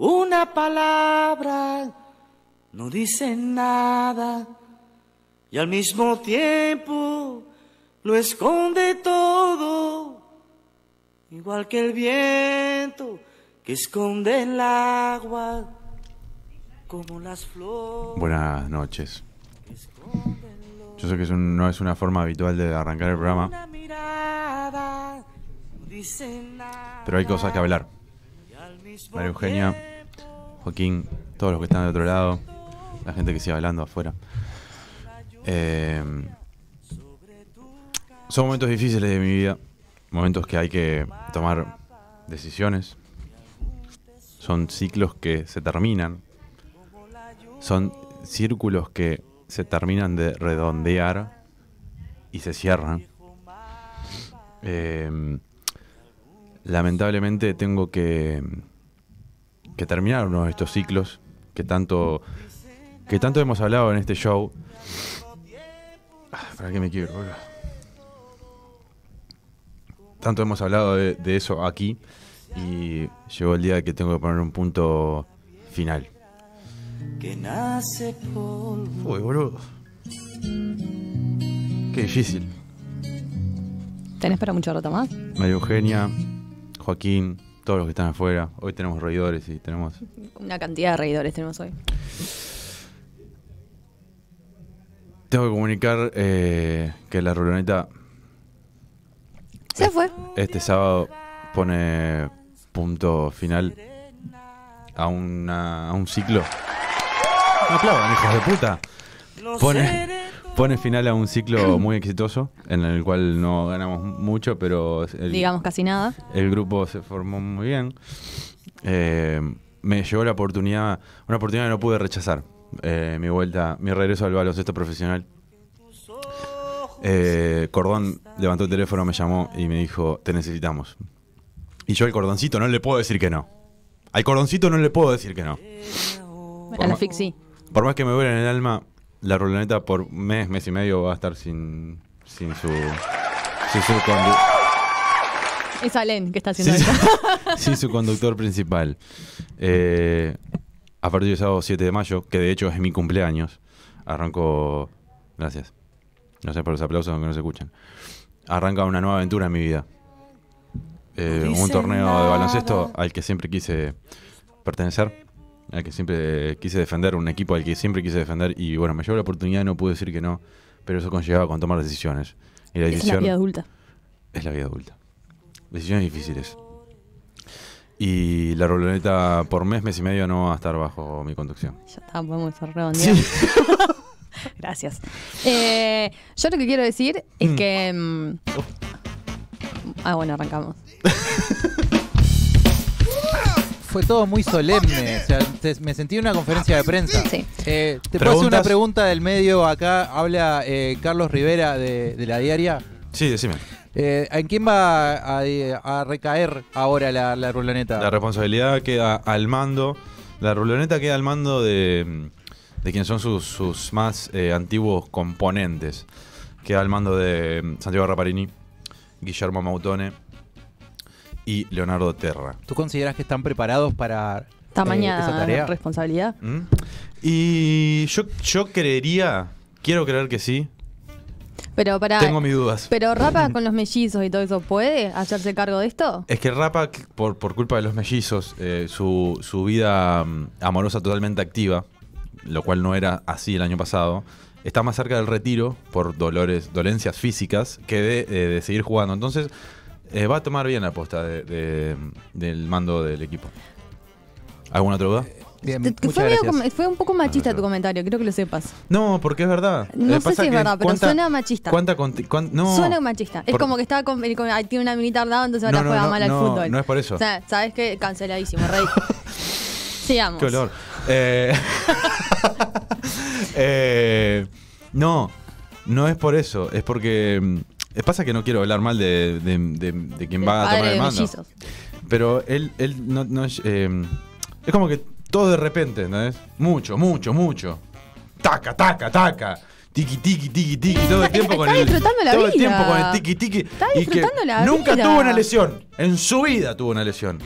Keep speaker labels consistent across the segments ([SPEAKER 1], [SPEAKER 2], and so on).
[SPEAKER 1] una palabra, no dicen nada y al mismo tiempo lo esconde todo, igual que el viento que esconde el agua, como las flores.
[SPEAKER 2] Buenas noches.
[SPEAKER 1] que esconden lo-
[SPEAKER 2] Yo sé que es un- no es una forma habitual de arrancar el programa,
[SPEAKER 1] Una mirada, no dicen nada.
[SPEAKER 2] pero hay cosas que hablar.
[SPEAKER 1] y al mismo
[SPEAKER 2] María Eugenia,
[SPEAKER 1] tiempo
[SPEAKER 2] Joaquín, todos los que están de otro lado, la gente que sigue hablando afuera. Eh, son momentos difíciles de mi vida, momentos que hay que tomar decisiones. Son ciclos que se terminan, son círculos que se terminan de redondear y se cierran. Eh, lamentablemente tengo que que terminaron uno de estos ciclos que tanto que tanto hemos hablado en este show. Ah, ¿Para qué me quiero? Tanto hemos hablado de, de eso aquí y llegó el día que tengo que poner un punto final.
[SPEAKER 1] que nace polvo.
[SPEAKER 2] Uy, boludo. Qué difícil.
[SPEAKER 3] ¿Tenés para mucho rato más?
[SPEAKER 2] María Eugenia, Joaquín, todos los que están afuera. Hoy tenemos reidores y tenemos
[SPEAKER 3] Una cantidad de reidores tenemos hoy.
[SPEAKER 2] Tengo que comunicar eh, que la ruloneta
[SPEAKER 3] Se fue.
[SPEAKER 2] este sábado pone punto final a, una- a un ciclo. No aplaudan, hijos de puta.
[SPEAKER 1] Los
[SPEAKER 2] Pone, pone final a un ciclo muy exitoso, en el cual no ganamos mucho, pero el,
[SPEAKER 3] Digamos casi nada.
[SPEAKER 2] el grupo se formó muy bien. Eh, me llegó la oportunidad, una oportunidad que no pude rechazar. Eh, mi vuelta, mi regreso al baloncesto profesional. Eh, Cordón levantó el teléfono, me llamó y me dijo, te necesitamos. Y yo al cordoncito no le puedo decir que no. Al cordoncito no le puedo decir que no.
[SPEAKER 3] A la
[SPEAKER 2] Forma-
[SPEAKER 3] Fixi.
[SPEAKER 2] Por más que me duele en el alma, la ruloneta por mes, mes y medio va a estar sin, sin su... Sin su condu-
[SPEAKER 3] Es Alen que está haciendo
[SPEAKER 2] Sí,
[SPEAKER 3] esto.
[SPEAKER 2] sí, su conductor principal. Eh, a partir del sábado 7 de mayo, que de hecho es mi cumpleaños, arranco. Gracias. No sé por los aplausos, aunque no se escuchan. Arranca una nueva aventura en mi vida. Eh,
[SPEAKER 1] No
[SPEAKER 2] un
[SPEAKER 1] dice
[SPEAKER 2] torneo de
[SPEAKER 1] nada.
[SPEAKER 2] baloncesto al que siempre quise pertenecer, al que siempre quise defender, un equipo al que siempre quise defender. Y bueno, me llegó la oportunidad y no pude decir que no, pero eso conllevaba con tomar decisiones. Y la
[SPEAKER 3] Es una
[SPEAKER 2] decisión
[SPEAKER 3] vida adulta.
[SPEAKER 2] es la vida adulta. Decisiones difíciles. Y la ruloneta por mes, mes y medio no va a estar bajo mi conducción.
[SPEAKER 3] Ya está, podemos redondear. Gracias. Eh, yo lo que quiero decir es que. mm, ah, bueno, arrancamos.
[SPEAKER 4] Fue todo muy solemne. o sea, te- me sentí en una conferencia de prensa.
[SPEAKER 3] Sí.
[SPEAKER 4] Eh, ¿Te puedo hacer una
[SPEAKER 2] ¿Preguntas?
[SPEAKER 4] pregunta del medio? Acá habla eh, Carlos Rivera de, de la diaria.
[SPEAKER 2] Sí, decime.
[SPEAKER 4] Eh, ¿En quién va a, a- a recaer ahora la, la ruloneta?
[SPEAKER 2] La responsabilidad queda al mando. La ruloneta queda al mando de, de quienes son sus, sus más eh, antiguos componentes. Queda al mando de mm, Santiago Raparini, Guillermo Mautone y Leonardo Terra.
[SPEAKER 4] ¿Tú consideras que están preparados para eh, esa
[SPEAKER 3] Tamaña
[SPEAKER 4] tarea?
[SPEAKER 3] responsabilidad.
[SPEAKER 2] ¿Mm? Y yo, yo creería, quiero creer que sí.
[SPEAKER 3] Pero para.
[SPEAKER 2] Tengo mis dudas.
[SPEAKER 3] Pero Rapa con los mellizos y todo eso, ¿puede hacerse cargo de esto?
[SPEAKER 2] Es que Rapa, por, por culpa de los mellizos, eh, su, su vida mm, amorosa totalmente activa, lo cual no era así el año pasado, está más cerca del retiro por dolores, dolencias físicas que de, eh, de seguir jugando. Entonces, eh, va a tomar bien la aposta de- de- del mando del equipo. ¿Alguna otra duda?
[SPEAKER 3] Eh,
[SPEAKER 4] Eh, Bien,
[SPEAKER 3] Te- que
[SPEAKER 4] muchas
[SPEAKER 3] fue, medio
[SPEAKER 4] gracias.
[SPEAKER 3] com- fue un poco machista
[SPEAKER 2] Gracias.
[SPEAKER 3] tu comentario, quiero que lo sepas.
[SPEAKER 2] No, porque es verdad.
[SPEAKER 3] No sé si
[SPEAKER 2] pasa
[SPEAKER 3] es
[SPEAKER 2] que
[SPEAKER 3] verdad, pero suena machista.
[SPEAKER 2] cuánta conti- cuán- no.
[SPEAKER 3] Suena machista. Es
[SPEAKER 2] Por-
[SPEAKER 3] como que estaba con, el- con- ay, tiene una militar dado, entonces ahora
[SPEAKER 2] No, no,
[SPEAKER 3] juega
[SPEAKER 2] no,
[SPEAKER 3] mal al
[SPEAKER 2] no,
[SPEAKER 3] fútbol.
[SPEAKER 2] no es por eso.
[SPEAKER 3] O sea, ¿sabes qué? Canceladísimo, rey. Sigamos.
[SPEAKER 2] Qué olor. Eh, eh, no, no es por eso. Es porque. mm, Pasa que no quiero hablar mal de, de- de- de quien
[SPEAKER 3] El
[SPEAKER 2] va a
[SPEAKER 3] padre
[SPEAKER 2] tomar el
[SPEAKER 3] de
[SPEAKER 2] mando.
[SPEAKER 3] mellizos.
[SPEAKER 2] Pero él, él no, no es. eh, es como que todo de repente, ¿entendés? Mucho, mucho, mucho. Taca, taca, taca. Tiki, tiki, tiki, tiki. Todo el
[SPEAKER 3] Está-
[SPEAKER 2] tiempo con
[SPEAKER 3] está
[SPEAKER 2] el.
[SPEAKER 3] disfrutando la
[SPEAKER 2] todo el
[SPEAKER 3] vida.
[SPEAKER 2] tiempo con el tiki, tiki.
[SPEAKER 3] Está
[SPEAKER 2] y que
[SPEAKER 3] disfrutando la
[SPEAKER 2] Nunca
[SPEAKER 3] vida.
[SPEAKER 2] tuvo una lesión. En su vida tuvo una lesión.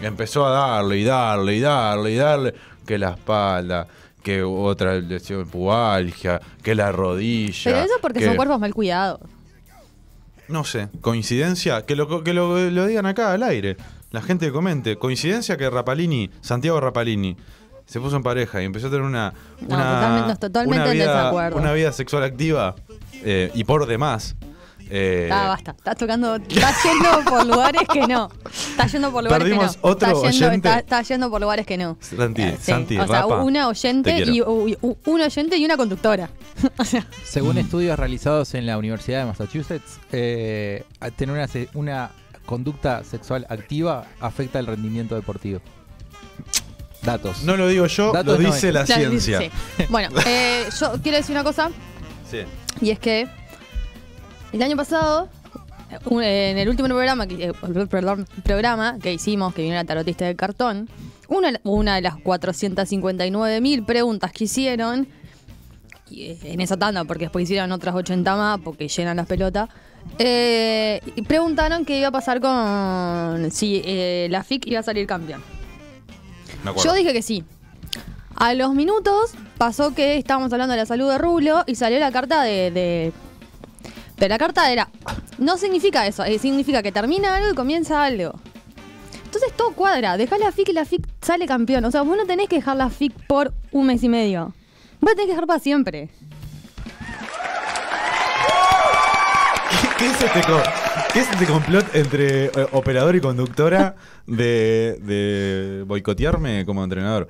[SPEAKER 2] Empezó a darle y darle y darle y darle. Que la espalda, que otra lesión pubalgia, que la rodilla.
[SPEAKER 3] Pero eso porque
[SPEAKER 2] que-
[SPEAKER 3] son cuerpos mal cuidados.
[SPEAKER 2] No sé, coincidencia, que lo, que lo, lo digan acá al aire. La gente comente. Coincidencia que Rapalini, Santiago Rapalini, se puso en pareja y empezó a tener una.
[SPEAKER 3] No,
[SPEAKER 2] una-
[SPEAKER 3] totalmente- no, totalmente
[SPEAKER 2] una
[SPEAKER 3] en
[SPEAKER 2] vida,
[SPEAKER 3] desacuerdo.
[SPEAKER 2] Una vida sexual activa eh, y por demás. eh,
[SPEAKER 3] Ah, basta. Estás tocando. Estás yendo por lugares que no. Estás yendo por lugares
[SPEAKER 2] Perdimos
[SPEAKER 3] que no.
[SPEAKER 2] otro
[SPEAKER 3] Estás yendo,
[SPEAKER 2] oyente.
[SPEAKER 3] está- estás yendo por lugares que no.
[SPEAKER 2] Santi,
[SPEAKER 3] Eh, sí.
[SPEAKER 2] Santi,
[SPEAKER 3] O sea,
[SPEAKER 2] Rapa,
[SPEAKER 3] una oyente
[SPEAKER 2] te
[SPEAKER 3] y
[SPEAKER 2] quiero.
[SPEAKER 3] u- u- un oyente y una conductora. O sea,
[SPEAKER 4] Según estudios realizados en la Universidad de Massachusetts, eh, a tener una, se- una conducta sexual activa afecta el rendimiento deportivo. Datos.
[SPEAKER 2] No lo digo yo,
[SPEAKER 4] Datos
[SPEAKER 2] lo
[SPEAKER 4] no
[SPEAKER 2] dice
[SPEAKER 4] es.
[SPEAKER 2] la
[SPEAKER 3] claro,
[SPEAKER 2] ciencia.
[SPEAKER 3] sí. Bueno, eh, yo quiero decir una cosa
[SPEAKER 2] Sí.
[SPEAKER 3] y es que el año pasado eh, un- eh, en el último programa que, eh, perdón, programa que hicimos, que vino la tarotista de cartón, una, una de las 459 mil preguntas que hicieron, y, eh, en esa tanda, porque después hicieron otras 80 más, porque llenan las pelotas, eh, y preguntaron qué iba a pasar con si eh, la FIC iba a salir campeón.
[SPEAKER 2] Me acuerdo.
[SPEAKER 3] Yo dije que sí. A los minutos pasó que estábamos hablando de la salud de Rulo y salió la carta de. de pero la carta era. No significa eso, eh, significa que termina algo y comienza algo. Entonces todo cuadra. Dejá la FIC y la FIC sale campeón. O sea, vos no tenés que dejar la FIC por un mes y medio. Vos la tenés que dejar para siempre.
[SPEAKER 2] ¿Qué, qué es este co- qué es este complot entre eh, operador y conductora de, de boicotearme como entrenador?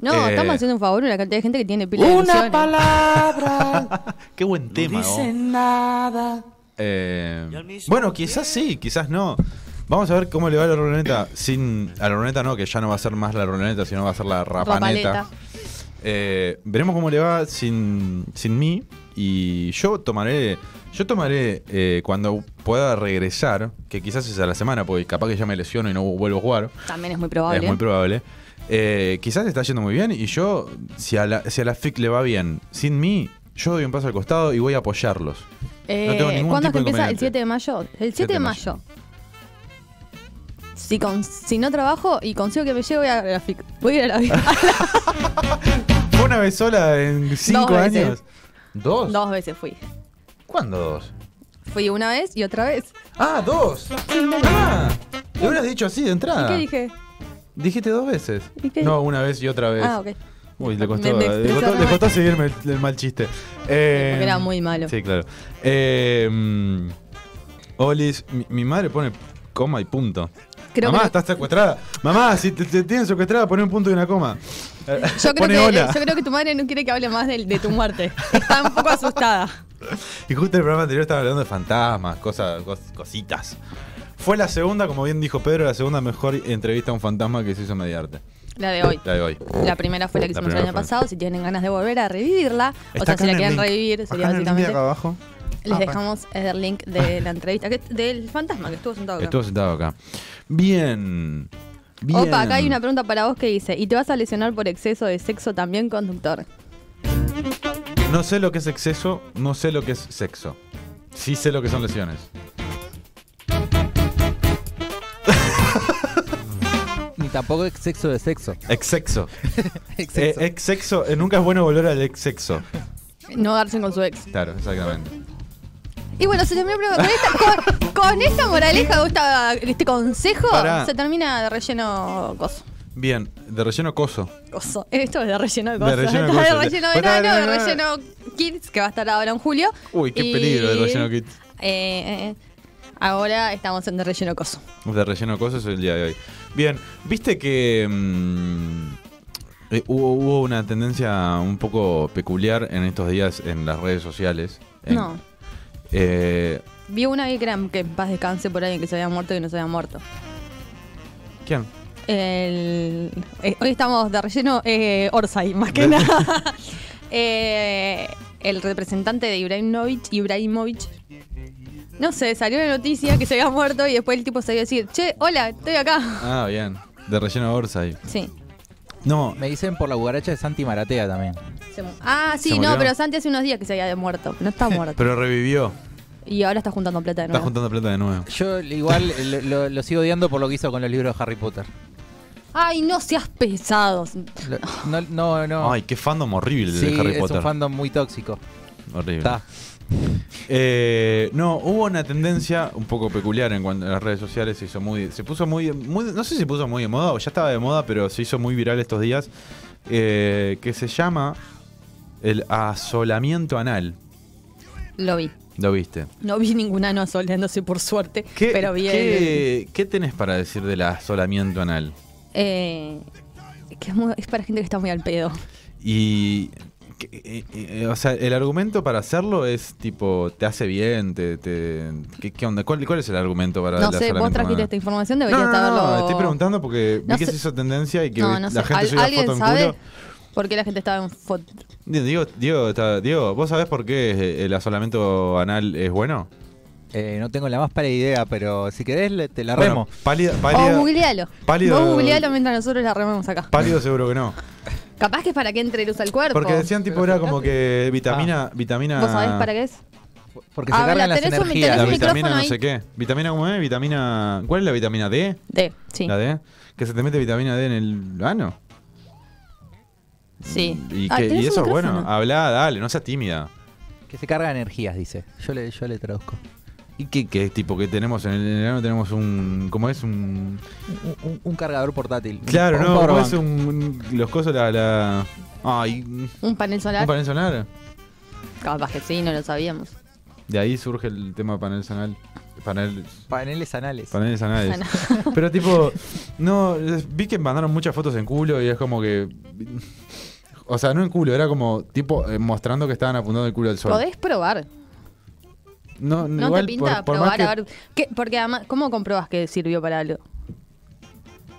[SPEAKER 3] No,
[SPEAKER 2] Eh.
[SPEAKER 3] estamos haciendo un favor a la cantidad de gente que tiene pila de
[SPEAKER 1] Una
[SPEAKER 3] ilusiones.
[SPEAKER 1] palabra
[SPEAKER 2] Qué buen
[SPEAKER 1] no
[SPEAKER 2] tema, ¿no?
[SPEAKER 1] dice nada.
[SPEAKER 2] Eh,
[SPEAKER 1] Y al mismo
[SPEAKER 2] bueno, quizás sí, quizás no. Vamos a ver cómo le va a la ruleta. Sin, a la ruleta no, que ya no va a ser más la ruleta, sino va a ser la rapaneta.
[SPEAKER 3] Rapaleta.
[SPEAKER 2] Eh, veremos cómo le va sin, sin mí. Y yo tomaré, yo tomaré eh, cuando pueda regresar, que quizás es a la semana, porque capaz que ya me lesiono y no vuelvo a jugar.
[SPEAKER 3] También es muy probable.
[SPEAKER 2] Es muy probable. Eh, quizás está yendo muy bien y yo, si a, la, si a la FIC le va bien sin mí, yo doy un paso al costado y voy a apoyarlos.
[SPEAKER 3] Eh,
[SPEAKER 2] No tengo ningún
[SPEAKER 3] ¿Cuándo es que
[SPEAKER 2] tipo de
[SPEAKER 3] empieza? El
[SPEAKER 2] inconveniente.
[SPEAKER 3] 7 de mayo. El 7,
[SPEAKER 2] 7
[SPEAKER 3] de
[SPEAKER 2] de
[SPEAKER 3] mayo.
[SPEAKER 2] mayo.
[SPEAKER 3] Si, con- si no trabajo y consigo que me lleve, voy a la FIC. Voy a ir a la FIC.
[SPEAKER 2] ¿Fue una vez sola en cinco
[SPEAKER 3] Dos veces.
[SPEAKER 2] años? ¿Dos?
[SPEAKER 3] dos veces fui.
[SPEAKER 2] ¿Cuándo dos?
[SPEAKER 3] Fui una vez y otra vez.
[SPEAKER 2] Ah, dos. Ah, le hubieras dicho así de entrada.
[SPEAKER 3] ¿Y qué dije?
[SPEAKER 2] Dijiste dos veces.
[SPEAKER 3] ¿Y qué?
[SPEAKER 2] No, una vez y otra vez.
[SPEAKER 3] Ah, ok.
[SPEAKER 2] Uy, le
[SPEAKER 3] Me-
[SPEAKER 2] costó, eh,
[SPEAKER 3] me
[SPEAKER 2] le
[SPEAKER 3] expreso
[SPEAKER 2] costó,
[SPEAKER 3] mal.
[SPEAKER 2] le costó seguirme el, el mal chiste. Eh,
[SPEAKER 3] porque era muy malo.
[SPEAKER 2] Sí, claro. Eh, mm, Olis, mi, mi madre pone coma y punto.
[SPEAKER 3] Creo
[SPEAKER 2] Mamá,
[SPEAKER 3] que-
[SPEAKER 2] estás secuestrada. Mamá, si te, te tienen secuestrada, pone un punto y una coma. Eh,
[SPEAKER 3] Yo creo,
[SPEAKER 2] pone
[SPEAKER 3] que,
[SPEAKER 2] hola.
[SPEAKER 3] eh, yo creo que tu madre no quiere que hable más del- de, tu muerte. Está un poco asustada.
[SPEAKER 2] Y justo en el programa anterior estaba hablando de fantasmas, cosas, cos- cositas. Fue la segunda, como bien dijo Pedro, la segunda mejor entrevista a un fantasma que se hizo en Mediarte.
[SPEAKER 3] La de hoy.
[SPEAKER 2] La de hoy.
[SPEAKER 3] La primera fue la que
[SPEAKER 2] La
[SPEAKER 3] hicimos el
[SPEAKER 2] primera
[SPEAKER 3] año
[SPEAKER 2] fue.
[SPEAKER 3] pasado. Si tienen ganas de volver a revivirla, o
[SPEAKER 2] Está
[SPEAKER 3] sea, si
[SPEAKER 2] acá en
[SPEAKER 3] la
[SPEAKER 2] el
[SPEAKER 3] quieren
[SPEAKER 2] link.
[SPEAKER 3] revivir, sería
[SPEAKER 2] Acá en el link de
[SPEAKER 3] básicamente.
[SPEAKER 2] acá abajo.
[SPEAKER 3] Les
[SPEAKER 2] Ah, pa.
[SPEAKER 3] dejamos el link de la entrevista que- del fantasma que estuvo sentado acá.
[SPEAKER 2] Estuvo sentado acá. Bien. Bien.
[SPEAKER 3] Opa, acá hay una pregunta para vos que dice, ¿y te vas a lesionar por exceso de sexo también, conductor?
[SPEAKER 2] No sé lo que es exceso, no sé lo que es sexo. Sí sé lo que son lesiones.
[SPEAKER 4] Ni tampoco es sexo de sexo.
[SPEAKER 2] Exsexo.
[SPEAKER 4] Exsexo.
[SPEAKER 2] Eh, exsexo, eh, nunca es bueno volver al exsexo.
[SPEAKER 3] No darse con su ex.
[SPEAKER 2] Claro, exactamente.
[SPEAKER 3] Y bueno, se terminó el programa. Con esta, con, con esta moraleja, con esta- este consejo,
[SPEAKER 2] Pará.
[SPEAKER 3] se termina de relleno coso.
[SPEAKER 2] Bien, de relleno coso.
[SPEAKER 3] coso. Esto es de relleno de
[SPEAKER 2] De
[SPEAKER 3] cosas.
[SPEAKER 2] relleno de
[SPEAKER 3] Está de
[SPEAKER 2] cosas.
[SPEAKER 3] relleno
[SPEAKER 2] Pues está de
[SPEAKER 3] verano, de
[SPEAKER 2] relleno-
[SPEAKER 3] relleno kids, que va a estar ahora en julio.
[SPEAKER 2] Uy, qué peligro de relleno kids.
[SPEAKER 3] eh, eh, ahora estamos en de relleno coso.
[SPEAKER 2] De relleno cosas el día de hoy. Bien, viste que mm, eh, hubo, hubo una tendencia un poco peculiar en estos días en las redes sociales. En-
[SPEAKER 3] No.
[SPEAKER 2] Eh,
[SPEAKER 3] Vi una que era que en paz descanse por alguien que se había muerto y no se había muerto.
[SPEAKER 2] ¿Quién?
[SPEAKER 3] El- eh, hoy estamos de relleno eh, Orsay, más que nada. Eh, el representante de Ibrahimovic, Ibrahimovic. No sé, salió la noticia que se había muerto y después el tipo salió a decir, che, hola, estoy acá.
[SPEAKER 2] Ah, bien. De relleno Orsay.
[SPEAKER 3] Sí.
[SPEAKER 2] No,
[SPEAKER 4] Me dicen por la cucaracha de Santi Maratea también.
[SPEAKER 3] se mu- ah, sí,
[SPEAKER 2] ¿Se
[SPEAKER 3] no,
[SPEAKER 2] murió?
[SPEAKER 3] pero Santi hace unos días que se había muerto. No está muerto.
[SPEAKER 2] pero revivió.
[SPEAKER 3] Y ahora está juntando plata de
[SPEAKER 2] Está
[SPEAKER 3] nuevo.
[SPEAKER 2] juntando plata de nuevo.
[SPEAKER 4] Yo igual eh, lo, lo- lo sigo odiando por lo que hizo con los libros de Harry Potter.
[SPEAKER 3] Ay, no seas pesado.
[SPEAKER 4] Lo- no, no, no.
[SPEAKER 2] Ay, qué fandom horrible el
[SPEAKER 4] sí,
[SPEAKER 2] de Harry
[SPEAKER 4] es
[SPEAKER 2] Potter.
[SPEAKER 4] un fandom muy tóxico.
[SPEAKER 2] Horrible.
[SPEAKER 4] Está.
[SPEAKER 2] Eh, no, hubo una tendencia un poco peculiar en cuanto a las redes sociales. Se hizo muy. Se puso muy, muy- No sé si se puso muy de moda o ya estaba de moda, pero se hizo muy viral estos días. eh, que se llama el asolamiento anal.
[SPEAKER 3] Lo vi.
[SPEAKER 2] ¿Lo viste?
[SPEAKER 3] No vi ninguna no asoleándose por suerte.
[SPEAKER 2] ¿Qué,
[SPEAKER 3] pero vi el-
[SPEAKER 2] ¿qué, qué tenés para decir del asolamiento anal?
[SPEAKER 3] eh, que es, muy- es para gente que está muy al pedo.
[SPEAKER 2] Y. que- eh, eh, o sea, el argumento para hacerlo es tipo, te hace bien, te, te- ¿qué, qué onda? ¿Cuál, cuál es el argumento para
[SPEAKER 3] No
[SPEAKER 2] el
[SPEAKER 3] sé, vos
[SPEAKER 2] asolamiento
[SPEAKER 3] trajiste
[SPEAKER 2] anal?
[SPEAKER 3] esta información,
[SPEAKER 2] No,
[SPEAKER 3] deberías
[SPEAKER 2] no, no, no,
[SPEAKER 3] haberlo.
[SPEAKER 2] estoy preguntando porque
[SPEAKER 3] No
[SPEAKER 2] vi que
[SPEAKER 3] sé.
[SPEAKER 2] se hizo tendencia y que
[SPEAKER 3] No, no sé.
[SPEAKER 2] la gente
[SPEAKER 3] ¿Al-
[SPEAKER 2] subía
[SPEAKER 3] ¿Alguien
[SPEAKER 2] foto en
[SPEAKER 3] sabe
[SPEAKER 2] culo.
[SPEAKER 3] por qué la gente estaba en foto?
[SPEAKER 2] Diego, Diego, está- Diego, ¿vos sabés por qué eh, el asolamiento anal es bueno?
[SPEAKER 4] Eh, no tengo la más pálida idea, pero si querés le- te la remo.
[SPEAKER 2] Bueno, pálida,
[SPEAKER 3] O
[SPEAKER 2] pálida-
[SPEAKER 3] googlealo.
[SPEAKER 2] pálido-
[SPEAKER 3] Vos googlealo mientras nosotros la remamos acá.
[SPEAKER 2] pálido seguro que no.
[SPEAKER 3] Capaz que es para que entre luz al cuerpo.
[SPEAKER 2] Porque decían tipo era como que vitamina, vitamina...
[SPEAKER 3] Ah. ¿Vos sabés para qué es?
[SPEAKER 4] Porque
[SPEAKER 3] A
[SPEAKER 4] se
[SPEAKER 3] ver,
[SPEAKER 4] cargan las
[SPEAKER 3] tenés un-
[SPEAKER 4] energías.
[SPEAKER 2] La
[SPEAKER 3] un
[SPEAKER 2] vitamina
[SPEAKER 3] micrófono
[SPEAKER 2] no
[SPEAKER 3] ahí.
[SPEAKER 2] sé qué. ¿Vitamina cómo es? Vitamina... ¿Cuál es la vitamina D?
[SPEAKER 3] D, sí.
[SPEAKER 2] ¿La D? Que se te mete vitamina D en el ano.
[SPEAKER 3] Sí.
[SPEAKER 2] Y,
[SPEAKER 3] Ah,
[SPEAKER 2] que-
[SPEAKER 3] tenés
[SPEAKER 2] y
[SPEAKER 3] un
[SPEAKER 2] eso es bueno.
[SPEAKER 3] micrófono.
[SPEAKER 2] Habla, dale, no seas tímida.
[SPEAKER 4] Que se cargan energías, dice. Yo le, yo le traduzco.
[SPEAKER 2] ¿Y qué, qué tipo que tenemos en el, en el ano? Tenemos un... ¿Cómo es? Un...
[SPEAKER 4] Un, un- un cargador portátil. un-
[SPEAKER 2] Claro,
[SPEAKER 4] un
[SPEAKER 2] no,
[SPEAKER 4] powerbank.
[SPEAKER 2] ¿cómo es un, los cosas, la, la... Ay, ¿un
[SPEAKER 3] Un panel solar.
[SPEAKER 2] panel solar?
[SPEAKER 3] Capaz que sí, no lo sabíamos.
[SPEAKER 2] De ahí surge el tema panel solar. Panel,
[SPEAKER 4] Paneles anales.
[SPEAKER 2] paneles anales.
[SPEAKER 3] Ana.
[SPEAKER 2] Pero tipo, no, les- vi que mandaron muchas fotos en culo y es como que... O sea, no en culo, era como tipo eh, mostrando que estaban apuntando el culo al sol.
[SPEAKER 3] Podés probar.
[SPEAKER 2] No,
[SPEAKER 3] No
[SPEAKER 2] igual,
[SPEAKER 3] te pinta
[SPEAKER 2] por- por más
[SPEAKER 3] probar a
[SPEAKER 2] que-
[SPEAKER 3] ver. ¿Qué? Porque además, ¿cómo comprobas que sirvió para algo?